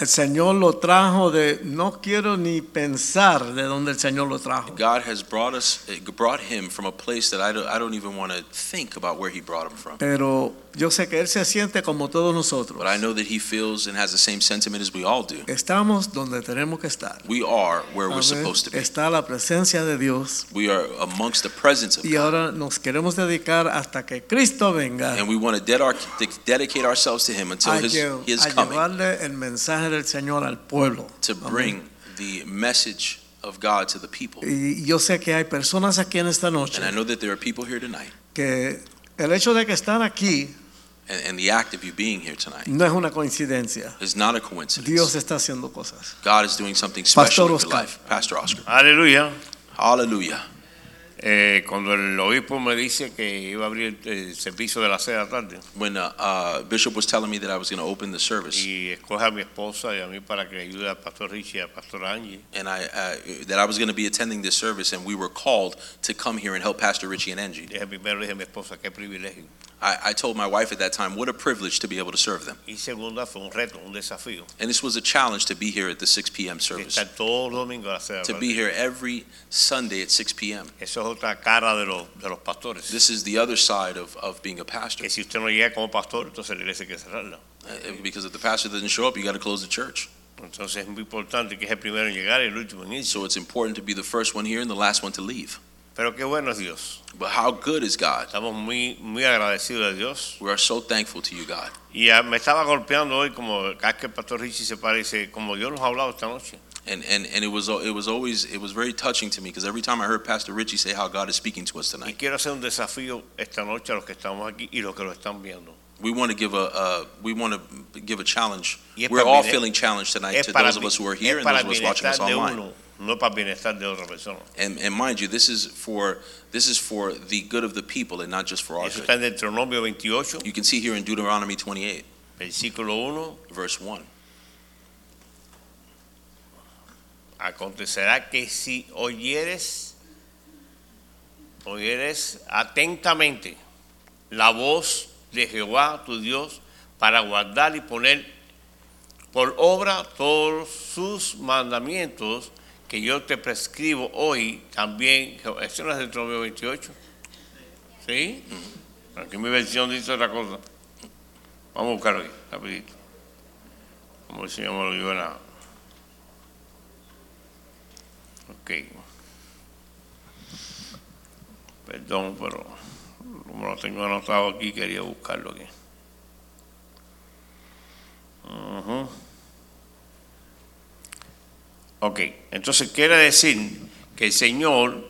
Speaker 1: El Señor lo trajo de no quiero ni pensar de dónde el Señor lo trajo.
Speaker 2: God has brought us, brought him from a place that I don't, I don't even want to think about where he brought him from.
Speaker 1: Pero yo sé que él se siente como todos nosotros.
Speaker 2: But I know that he feels and has the same sentiment as we all do.
Speaker 1: Estamos donde tenemos que estar.
Speaker 2: We are where we're
Speaker 1: Amén.
Speaker 2: supposed to be.
Speaker 1: Está la presencia de Dios
Speaker 2: We are amongst the presence of
Speaker 1: y
Speaker 2: God.
Speaker 1: ahora nos queremos dedicar hasta que Cristo venga
Speaker 2: And we want to ded- our, dedicate ourselves to him until
Speaker 1: a,
Speaker 2: his,
Speaker 1: lle-
Speaker 2: his
Speaker 1: a
Speaker 2: coming
Speaker 1: llevarle el mensaje del Señor al pueblo.
Speaker 2: to
Speaker 1: Amén.
Speaker 2: bring the message of God to the people.
Speaker 1: Y yo sé que hay personas aquí en esta noche
Speaker 2: And I know that there are people here tonight.
Speaker 1: que el hecho de que están aquí
Speaker 2: And, and the act of you being here tonight
Speaker 1: no es una coincidencia.
Speaker 2: is not a coincidence.
Speaker 1: Dios está haciendo cosas.
Speaker 2: God is doing something special
Speaker 1: Pastor
Speaker 2: in your
Speaker 1: Oscar.
Speaker 2: life. Pastor Oscar.
Speaker 3: Aleluya.
Speaker 2: Hallelujah.
Speaker 9: Eh, cuando el obispo me dice que iba a abrir el servicio de las 6 de la tarde
Speaker 2: When uh, uh, Bishop was telling me that I was going to open the service
Speaker 9: y escoge a mi esposa y a mí para que ayude al pastor Richie y al pastor Angie,
Speaker 2: and I, uh, that I was going to be attending this service, and we were called to come here and help Pastor Richie and Angie,
Speaker 9: dije primero dije a mi esposa qué privilegio
Speaker 2: I, I told my wife at that time, what a privilege to be able to serve them.
Speaker 9: y segunda fue un reto, un desafío,
Speaker 2: And this was a challenge to be here at the 6 p.m.
Speaker 9: de
Speaker 2: service,
Speaker 9: estar todo el domingo a las 6 de
Speaker 2: to
Speaker 9: la
Speaker 2: be
Speaker 9: tarde.
Speaker 2: here every Sunday at 6 p.m.
Speaker 9: Eso es otra cara de los, de los pastores.
Speaker 2: This is the other side of, of being a pastor.
Speaker 9: que si usted no llega como pastor, entonces la iglesia hay que cerrarla.
Speaker 2: Uh, Because if the pastor doesn't show up, you got to close the church.
Speaker 9: Entonces es muy importante que es el primero en llegar y el último en irse.
Speaker 2: So it's important to be the first one here and the last one to leave.
Speaker 9: Pero qué bueno es Dios.
Speaker 2: But how good is God?
Speaker 9: Estamos muy, muy agradecidos a Dios.
Speaker 2: We are so thankful to you, God.
Speaker 9: Y ah, me estaba golpeando hoy como cada vez que el pastor Richie se para y dice, como yo los he hablado esta noche.
Speaker 2: And and and it was al- it was always it was very touching to me because every time I heard Pastor Richie say how God is speaking to us
Speaker 9: Y
Speaker 2: tonight,
Speaker 9: quiero hacer un desafío esta noche a los que estamos aquí y los que lo están viendo.
Speaker 2: we want to give a uh, we want to give a challenge.
Speaker 9: Y es
Speaker 2: We're
Speaker 9: para
Speaker 2: all
Speaker 9: bene-
Speaker 2: feeling challenged tonight
Speaker 9: Es
Speaker 2: to
Speaker 9: para,
Speaker 2: those of
Speaker 9: bi-
Speaker 2: us who are
Speaker 9: es
Speaker 2: here and
Speaker 9: para
Speaker 2: those
Speaker 9: el
Speaker 2: of us watching
Speaker 9: bienestar
Speaker 2: us
Speaker 9: de
Speaker 2: online.
Speaker 9: uno, no para el bienestar de otra persona.
Speaker 2: And and mind you, this is for this is for the good of the people and not just for our
Speaker 9: Eso está
Speaker 2: good.
Speaker 9: en Deuteronomio 28,
Speaker 2: You can see here in Deuteronomy 28,
Speaker 9: versículo 1.
Speaker 2: verse one.
Speaker 9: Acontecerá que si oyeres, oyeres atentamente la voz de Jehová tu Dios para guardar y poner por obra todos sus mandamientos que yo te prescribo hoy también. Esto no es Deuteronomio 28. ¿Sí? Aquí mi versión dice otra cosa. Vamos a buscarlo aquí, rapidito. Como el Señor me lo dio en la- Ok. Perdón, pero como lo tengo anotado aquí, quería buscarlo aquí. Ujú. Ok, entonces quiere decir que el Señor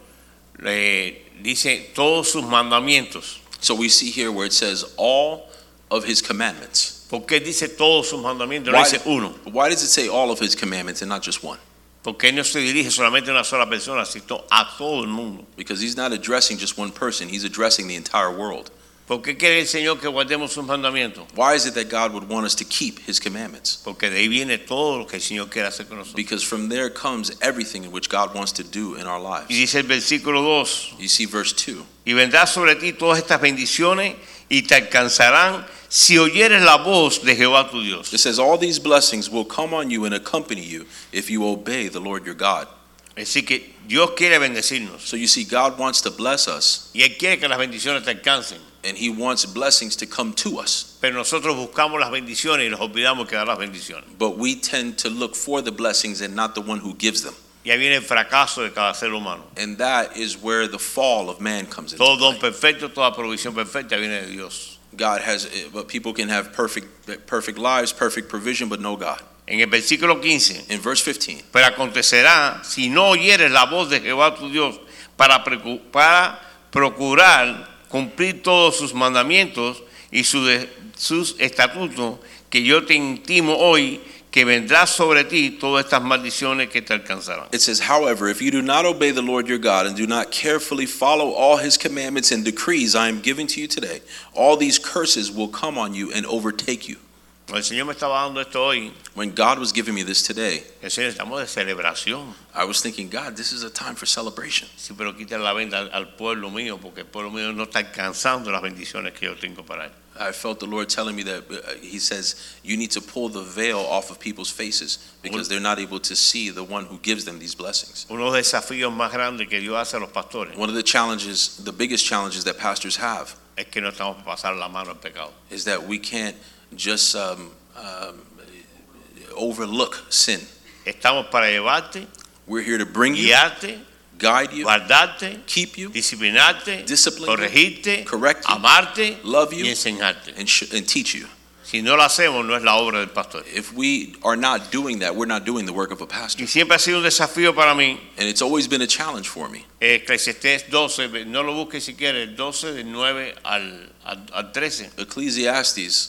Speaker 9: le dice todos sus mandamientos.
Speaker 2: So we see here where it says all of his commandments.
Speaker 9: ¿Por qué dice todos sus mandamientos? No dice uno.
Speaker 2: why does it say all of his commandments and not just one?
Speaker 9: Porque Él no se dirige solamente a una sola persona, sino a todo el mundo.
Speaker 2: Because he's not addressing just one person, he's addressing the entire world.
Speaker 9: ¿Por qué quiere el Señor que guardemos sus mandamientos?
Speaker 2: Why is it that God would want us to keep his commandments?
Speaker 9: Porque de ahí viene todo lo que el Señor quiere hacer con nosotros.
Speaker 2: Because from there comes everything in which God wants to do in our
Speaker 9: Y
Speaker 2: lives.
Speaker 9: dice el versículo 2,
Speaker 2: You see verse 2.
Speaker 9: y vendrá sobre ti todas estas bendiciones y te alcanzarán si oyeres la voz de Jehová tu
Speaker 2: It
Speaker 9: Dios.
Speaker 2: says, All these blessings will come on you and accompany you if you obey the Lord your God.
Speaker 9: Así que Dios quiere bendecirnos
Speaker 2: So you see, God wants to bless us,
Speaker 9: y Él quiere que las bendiciones te alcancen.
Speaker 2: and he wants blessings to come to us.
Speaker 9: Pero nosotros buscamos las bendiciones y nos olvidamos que da las bendiciones.
Speaker 2: But we tend to look for the blessings and not the one who gives them.
Speaker 9: Y ahí viene el fracaso de cada ser humano.
Speaker 2: And that is where the fall of man comes in.
Speaker 9: Todo don perfecto, toda provisión perfecta viene de Dios.
Speaker 2: God has, eh, but people can have perfect, perfect lives, perfect provision, but no God.
Speaker 9: En el versículo 15.
Speaker 2: In verse 15,
Speaker 9: Pero acontecerá si no oyeres la voz de Jehová tu Dios para, precu- para procurar cumplir todos sus mandamientos y su de- sus estatutos que yo te intimo hoy que vendrá sobre ti todas estas maldiciones que te alcanzarán.
Speaker 2: it says, However, if you do not obey the Lord your God and do not carefully follow all his commandments and decrees I am giving to you today, all these curses will come on you and overtake you.
Speaker 9: El Señor me estaba dando esto hoy.
Speaker 2: When God was giving me this today,
Speaker 9: El Señor, estamos de celebración.
Speaker 2: I was thinking, God, this is a time for celebration.
Speaker 9: Sí, pero quita la venda al, al pueblo mío porque el pueblo mío no está alcanzando las bendiciones que yo tengo para él.
Speaker 2: I felt the Lord telling me that uh, He says, You need to pull the veil off of people's faces because they're not able to see the one who gives them these blessings.
Speaker 9: Uno de los desafíos más grandes que Dios hace a los pastores
Speaker 2: One of the challenges, the biggest challenges that pastors have,
Speaker 9: es que no estamos para pasar la mano al pecado.
Speaker 2: is that we can't just um, um, overlook sin.
Speaker 9: Estamos para llevarte,
Speaker 2: We're here to bring you,
Speaker 9: guiarte,
Speaker 2: guide you,
Speaker 9: guardarte,
Speaker 2: keep you,
Speaker 9: disciplinarte,
Speaker 2: Discipline you,
Speaker 9: corregirte,
Speaker 2: correct you,
Speaker 9: amarte
Speaker 2: love
Speaker 9: y
Speaker 2: you,
Speaker 9: enseñarte.
Speaker 2: and, sh- and teach you.
Speaker 9: Si no lo hacemos, no es la obra del pastor.
Speaker 2: If we are not doing that, we're not doing the work of a pastor.
Speaker 9: Y siempre ha sido un desafío para mí.
Speaker 2: And it's always been a challenge for me.
Speaker 9: Eclesiastés 12, ve- no lo busques si quieres, 12 del 9 al, al, al 13.
Speaker 2: Ecclesiastes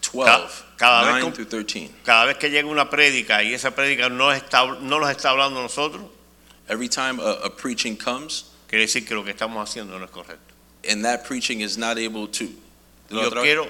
Speaker 2: 12,
Speaker 9: Cada- cada vez
Speaker 2: 9
Speaker 9: con-
Speaker 2: through 13.
Speaker 9: Cada vez que llega una prédica y esa prédica no, está, no nos está hablando a nosotros,
Speaker 2: Every time a, a preaching comes
Speaker 9: quiere decir que lo que estamos haciendo no es correcto.
Speaker 2: and that preaching is not able to.
Speaker 9: Yo quiero-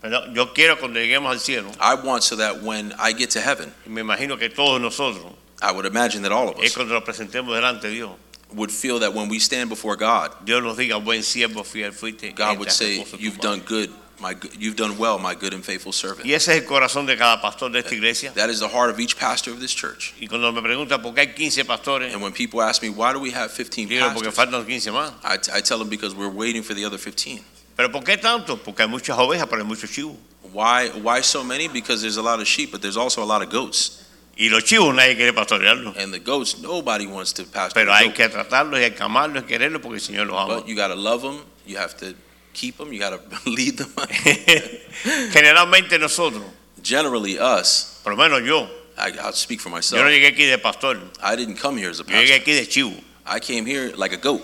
Speaker 9: ¿Verdad? Yo quiero cuando lleguemos al cielo,
Speaker 2: I want so that when I get to heaven,
Speaker 9: y me imagino que todos nosotros,
Speaker 2: I would imagine that all of
Speaker 9: es
Speaker 2: us
Speaker 9: cuando nos presentemos delante de Dios,
Speaker 2: would feel that when we stand before God,
Speaker 9: Dios nos diga, buen siervo fiel fuiste.
Speaker 2: God
Speaker 9: en
Speaker 2: would
Speaker 9: estas
Speaker 2: say,
Speaker 9: cosas
Speaker 2: "You've
Speaker 9: tu
Speaker 2: done
Speaker 9: mano".
Speaker 2: good, my good, you've done well, my good and faithful servant."
Speaker 9: Y ese es el corazón de cada pastor de esta iglesia.
Speaker 2: That is the heart of each pastor of this church.
Speaker 9: Y cuando me preguntan por qué hay 15 pastores,
Speaker 2: And when people ask me why do we have 15
Speaker 9: digo, porque
Speaker 2: pastors,
Speaker 9: faltan 15 más.
Speaker 2: I, I tell them because we're waiting for the other 15.
Speaker 9: ¿Pero por qué tanto? Porque hay muchas ovejas, pero hay muchos chivos.
Speaker 2: Why? Why so many? Because there's a lot of sheep, but there's also a lot of goats.
Speaker 9: Y los chivos nadie quiere pastorearlos.
Speaker 2: And the goats, nobody wants to pastor.
Speaker 9: Pero
Speaker 2: a
Speaker 9: hay
Speaker 2: goat.
Speaker 9: que tratarlos y hay que amarlos y quererlos porque el Señor los ama.
Speaker 2: But you gotta love them. You have to keep them. You gotta lead them.
Speaker 9: Generalmente nosotros,
Speaker 2: Generally, us.
Speaker 9: por lo menos yo,
Speaker 2: I, I'll speak for
Speaker 9: yo no
Speaker 2: myself.
Speaker 9: llegué aquí de pastor,
Speaker 2: I didn't come here as a
Speaker 9: yo llegué
Speaker 2: pastor.
Speaker 9: aquí de chivo
Speaker 2: I came here like a goat,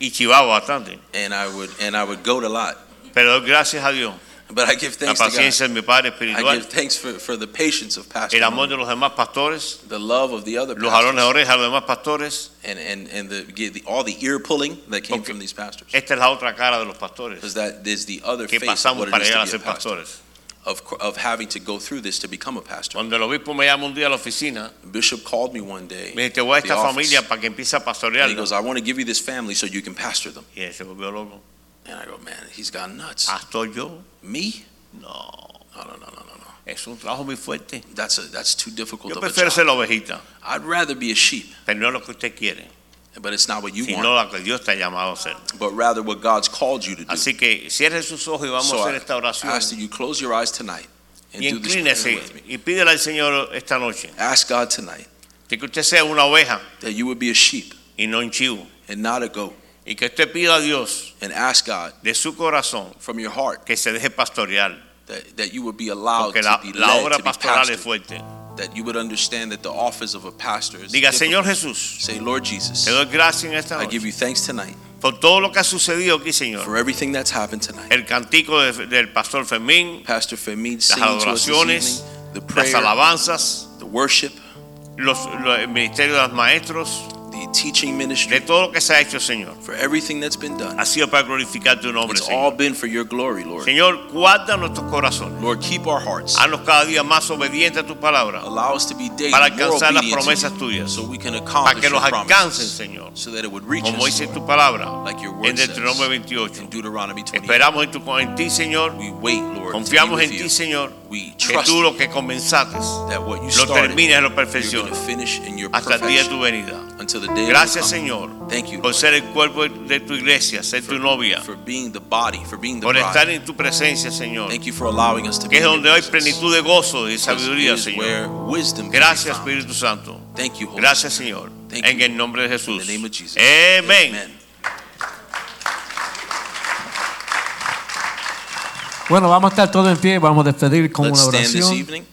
Speaker 9: y chivaba bastante.
Speaker 2: and I would and I would goat a lot.
Speaker 9: Pero doy gracias a Dios,
Speaker 2: But I give
Speaker 9: la
Speaker 2: thanks to God.
Speaker 9: paciencia de mi Padre
Speaker 2: I give
Speaker 9: espiritual,
Speaker 2: thanks for, for the patience of Pastor
Speaker 9: el amor
Speaker 2: Manu,
Speaker 9: de los demás pastores,
Speaker 2: the love of the other
Speaker 9: los jalones de
Speaker 2: pastors,
Speaker 9: oreja de los demás pastores.
Speaker 2: and, and, and the, get the, all the ear pulling that came
Speaker 9: Okay.
Speaker 2: from these pastors.
Speaker 9: Esta es la otra cara de los pastores
Speaker 2: Because that is the other
Speaker 9: que
Speaker 2: face of
Speaker 9: pasamos
Speaker 2: what it
Speaker 9: para
Speaker 2: is
Speaker 9: llegar a
Speaker 2: to be
Speaker 9: ser
Speaker 2: a pastor,
Speaker 9: pastores.
Speaker 2: of, cr- of having to go through this to become a pastor.
Speaker 9: Cuando el obispo me llama un día a la oficina,
Speaker 2: Bishop called me one day.
Speaker 9: me dice, te voy a
Speaker 2: the
Speaker 9: esta
Speaker 2: office,
Speaker 9: familia para que empiece a
Speaker 2: and he
Speaker 9: pastorearlos.
Speaker 2: goes, I want to give you this family so you can pastor them.
Speaker 9: Y él se volvió loco.
Speaker 2: And I go, man, he's gone nuts.
Speaker 9: ¿Pastor yo?
Speaker 2: Me?
Speaker 9: No,
Speaker 2: No, no, no, no, no, no.
Speaker 9: es un trabajo muy fuerte.
Speaker 2: That's, a, that's too difficult
Speaker 9: Yo
Speaker 2: of a
Speaker 9: prefiero
Speaker 2: job.
Speaker 9: ser la ovejita,
Speaker 2: I'd rather be a sheep,
Speaker 9: pero no lo que usted quiere,
Speaker 2: but it's not what you
Speaker 9: sino
Speaker 2: want,
Speaker 9: lo que Dios está llamado a hacer.
Speaker 2: but rather what God's called you to do.
Speaker 9: Así que cierre sus ojos y vamos
Speaker 2: So
Speaker 9: a hacer
Speaker 2: I-
Speaker 9: esta
Speaker 2: I
Speaker 9: oración.
Speaker 2: ask that you close your eyes tonight and
Speaker 9: Y
Speaker 2: do this prayer
Speaker 9: inclínese
Speaker 2: with me.
Speaker 9: y pídele al Señor esta noche
Speaker 2: Ask God tonight
Speaker 9: de que usted sea una oveja
Speaker 2: that you would be a sheep
Speaker 9: y no un chivo.
Speaker 2: and not a goat,
Speaker 9: Y que usted pida a Dios
Speaker 2: and ask God
Speaker 9: de su corazón
Speaker 2: from your heart
Speaker 9: que se deje pastorear.
Speaker 2: that, that you would be allowed
Speaker 9: Porque
Speaker 2: to
Speaker 9: la,
Speaker 2: be
Speaker 9: la
Speaker 2: led
Speaker 9: obra
Speaker 2: to be
Speaker 9: pastoral es
Speaker 2: pastored,
Speaker 9: fuerte.
Speaker 2: that you would understand that the office of a pastor is
Speaker 9: Diga, Señor
Speaker 2: difficult.
Speaker 9: Jesús,
Speaker 2: Say, Lord Jesus,
Speaker 9: te doy gracias en esta
Speaker 2: I give
Speaker 9: noche
Speaker 2: you thanks tonight
Speaker 9: por todo lo que ha sucedido aquí, Señor.
Speaker 2: for everything that's happened tonight.
Speaker 9: El cantico de- del pastor Fermín,
Speaker 2: Pastor Fermin
Speaker 9: las
Speaker 2: singing to us this
Speaker 9: adoraciones,
Speaker 2: evening, the
Speaker 9: las
Speaker 2: prayer,
Speaker 9: alabanzas,
Speaker 2: the worship,
Speaker 9: los, lo- el ministerio de los maestros,
Speaker 2: the teaching
Speaker 9: de
Speaker 2: ministry,
Speaker 9: todo lo que se ha hecho, Señor.
Speaker 2: for everything that's been done.
Speaker 9: Ha sido para glorificar tu nombre,
Speaker 2: It's
Speaker 9: Señor.
Speaker 2: all been for your glory, Lord.
Speaker 9: Señor, guarda nuestros corazones.
Speaker 2: Lord, keep our hearts.
Speaker 9: Haznos cada día más obedientes a tu palabra
Speaker 2: Allow us to be daily
Speaker 9: para
Speaker 2: more
Speaker 9: alcanzar las
Speaker 2: obedient to you.
Speaker 9: promesas tuyas.
Speaker 2: so we can
Speaker 9: Para
Speaker 2: accomplish
Speaker 9: que
Speaker 2: your
Speaker 9: los alcancen,
Speaker 2: promises,
Speaker 9: Señor.
Speaker 2: so that it would reach
Speaker 9: Como
Speaker 2: us
Speaker 9: dice tu palabra
Speaker 2: like your
Speaker 9: en
Speaker 2: word
Speaker 9: Deuteronomio
Speaker 2: says in
Speaker 9: 28.
Speaker 2: Deuteronomy 28.
Speaker 9: Esperamos en, tu, en ti, Señor.
Speaker 2: We wait, Lord, to be
Speaker 9: Confiamos
Speaker 2: with
Speaker 9: en
Speaker 2: you.
Speaker 9: ti, Señor.
Speaker 2: We
Speaker 9: Que
Speaker 2: trust
Speaker 9: tú
Speaker 2: you
Speaker 9: lo que comenzaste
Speaker 2: that what you
Speaker 9: lo
Speaker 2: started,
Speaker 9: termines y lo
Speaker 2: you're going to
Speaker 9: perfecciones
Speaker 2: finish in your
Speaker 9: hasta el día de
Speaker 2: perfection
Speaker 9: tu venida.
Speaker 2: until the day
Speaker 9: Gracias,
Speaker 2: of your coming.
Speaker 9: Señor,
Speaker 2: Thank you
Speaker 9: por
Speaker 2: Lord,
Speaker 9: ser el cuerpo de tu iglesia, ser tu novia,
Speaker 2: for being the body, for being the
Speaker 9: por estar
Speaker 2: bride.
Speaker 9: en tu presencia, Señor,
Speaker 2: Thank you for allowing us to
Speaker 9: que
Speaker 2: be
Speaker 9: es
Speaker 2: in your
Speaker 9: donde hay
Speaker 2: presence.
Speaker 9: plenitud de gozo y de
Speaker 2: Because it
Speaker 9: sabiduría,
Speaker 2: is
Speaker 9: Señor.
Speaker 2: where wisdom can be
Speaker 9: Gracias,
Speaker 2: found.
Speaker 9: Espíritu Santo.
Speaker 2: Thank you, Holy
Speaker 9: Gracias,
Speaker 2: Spirit.
Speaker 9: Señor.
Speaker 2: Thank
Speaker 9: En
Speaker 2: you.
Speaker 9: el nombre de
Speaker 2: In
Speaker 9: Jesús.
Speaker 2: the name of Jesus.
Speaker 9: Amén.
Speaker 2: Amen.
Speaker 10: Bueno, vamos a estar todos en pie y vamos a despedir con
Speaker 2: Let's
Speaker 10: una
Speaker 2: stand this
Speaker 10: oración.
Speaker 2: evening.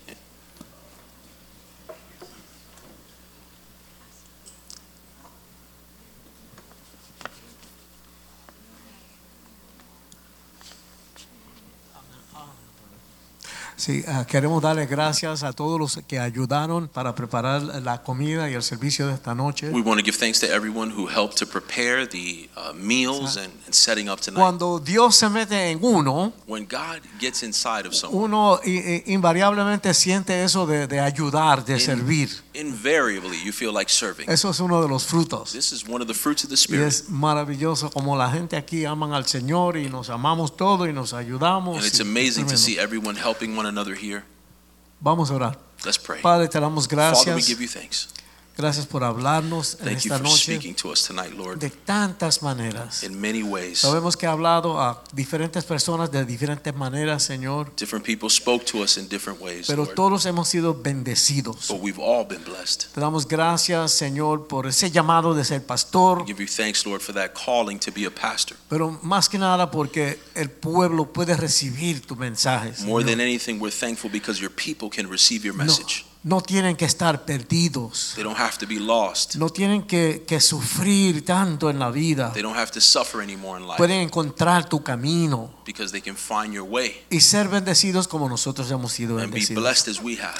Speaker 1: Sí, ah, queremos darle gracias a todos los que ayudaron para preparar la comida y el servicio de esta noche.
Speaker 2: We want to give thanks to everyone who helped to prepare the uh, meals and, and setting up tonight.
Speaker 1: Cuando Dios se mete en uno,
Speaker 2: When God gets inside of someone,
Speaker 1: uno i- i- invariablemente siente eso de, de ayudar, de
Speaker 2: In-
Speaker 1: servir.
Speaker 2: invariably you feel like serving.
Speaker 1: Eso es uno de los frutos.
Speaker 2: This is one of the fruits of the
Speaker 1: Y
Speaker 2: Spirit.
Speaker 1: es maravilloso como la gente aquí aman al Señor y nos amamos todos y nos ayudamos.
Speaker 2: And it's
Speaker 1: y-
Speaker 2: amazing to
Speaker 1: tremendo.
Speaker 2: see everyone helping one another here.
Speaker 1: Vamos a orar.
Speaker 2: Let's pray.
Speaker 1: Padre, te damos
Speaker 2: Father, we
Speaker 1: gracias.
Speaker 2: give you thanks.
Speaker 1: Gracias por hablarnos en
Speaker 2: Thank you
Speaker 1: esta
Speaker 2: for
Speaker 1: noche
Speaker 2: speaking to us tonight, Lord,
Speaker 1: de tantas maneras.
Speaker 2: in many ways.
Speaker 1: Sabemos que ha hablado a diferentes personas de diferentes maneras, Señor,
Speaker 2: Different people spoke to us in different ways,
Speaker 1: pero
Speaker 2: Lord.
Speaker 1: todos hemos sido bendecidos.
Speaker 2: But we've all been blessed.
Speaker 1: Te damos gracias, Señor, por ese llamado de ser pastor,
Speaker 2: We give you thanks, Lord, for that calling to be a pastor.
Speaker 1: pero más que nada porque el pueblo puede recibir tu mensaje.
Speaker 2: More
Speaker 1: Señor.
Speaker 2: than anything, we're thankful because your people can receive your
Speaker 1: No,
Speaker 2: message.
Speaker 1: no tienen que estar perdidos,
Speaker 2: They don't have to be lost.
Speaker 1: no tienen que, que sufrir tanto en la vida.
Speaker 2: They don't have to suffer anymore in life
Speaker 1: Pueden encontrar tu camino
Speaker 2: because they can find your way
Speaker 1: y ser bendecidos como nosotros hemos sido
Speaker 2: and be
Speaker 1: bendecidos.
Speaker 2: blessed as we have.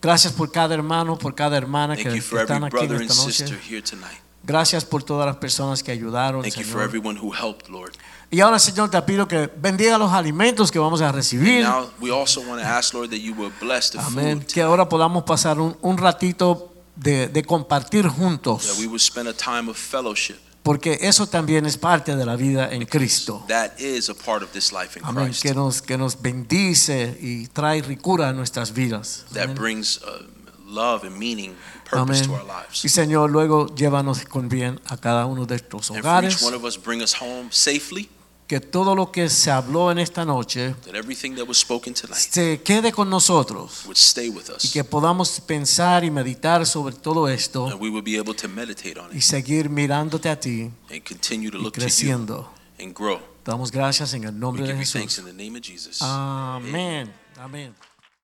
Speaker 1: Gracias por cada hermano, por cada hermana
Speaker 2: Thank
Speaker 1: que
Speaker 2: you for
Speaker 1: están
Speaker 2: every
Speaker 1: aquí en
Speaker 2: brother and
Speaker 1: esta
Speaker 2: sister
Speaker 1: noche.
Speaker 2: here tonight.
Speaker 1: Gracias por todas las personas que ayudaron,
Speaker 2: Thank you for
Speaker 1: Señor.
Speaker 2: everyone who helped, Lord.
Speaker 1: Y ahora, Señor, te pido que bendiga los alimentos que vamos a recibir.
Speaker 2: Now, we also want to ask, Lord, that you will bless the
Speaker 1: Amén.
Speaker 2: food,
Speaker 1: Que ahora podamos pasar un, un ratito de, de compartir
Speaker 2: that
Speaker 1: juntos.
Speaker 2: we will spend a time of fellowship.
Speaker 1: Porque eso también es parte de la vida en Cristo.
Speaker 2: That is a part of this life in
Speaker 1: Amén.
Speaker 2: Christ
Speaker 1: Que nos, que nos bendice y trae ricura a nuestras vidas.
Speaker 2: that
Speaker 1: Amén.
Speaker 2: brings uh, love and meaning, purpose to our lives.
Speaker 1: Y Señor, luego llévanos con bien a cada uno de estos
Speaker 2: And for each
Speaker 1: hogares.
Speaker 2: one of us, bring us home safely,
Speaker 1: Que todo lo que se habló en esta noche
Speaker 2: that everything that was spoken tonight
Speaker 1: se quede con nosotros
Speaker 2: would stay with
Speaker 1: y
Speaker 2: us,
Speaker 1: que podamos pensar y meditar sobre todo esto
Speaker 2: and we would be able to meditate on
Speaker 1: y
Speaker 2: it
Speaker 1: seguir mirándote a ti
Speaker 2: and continue to
Speaker 1: y
Speaker 2: look to you
Speaker 1: creciendo.
Speaker 2: and grow.
Speaker 1: Damos gracias en el
Speaker 2: We
Speaker 1: nombre de Ah,
Speaker 2: give you thanks
Speaker 1: Jesús.
Speaker 2: in the name of Jesus.
Speaker 1: Amén. Amén.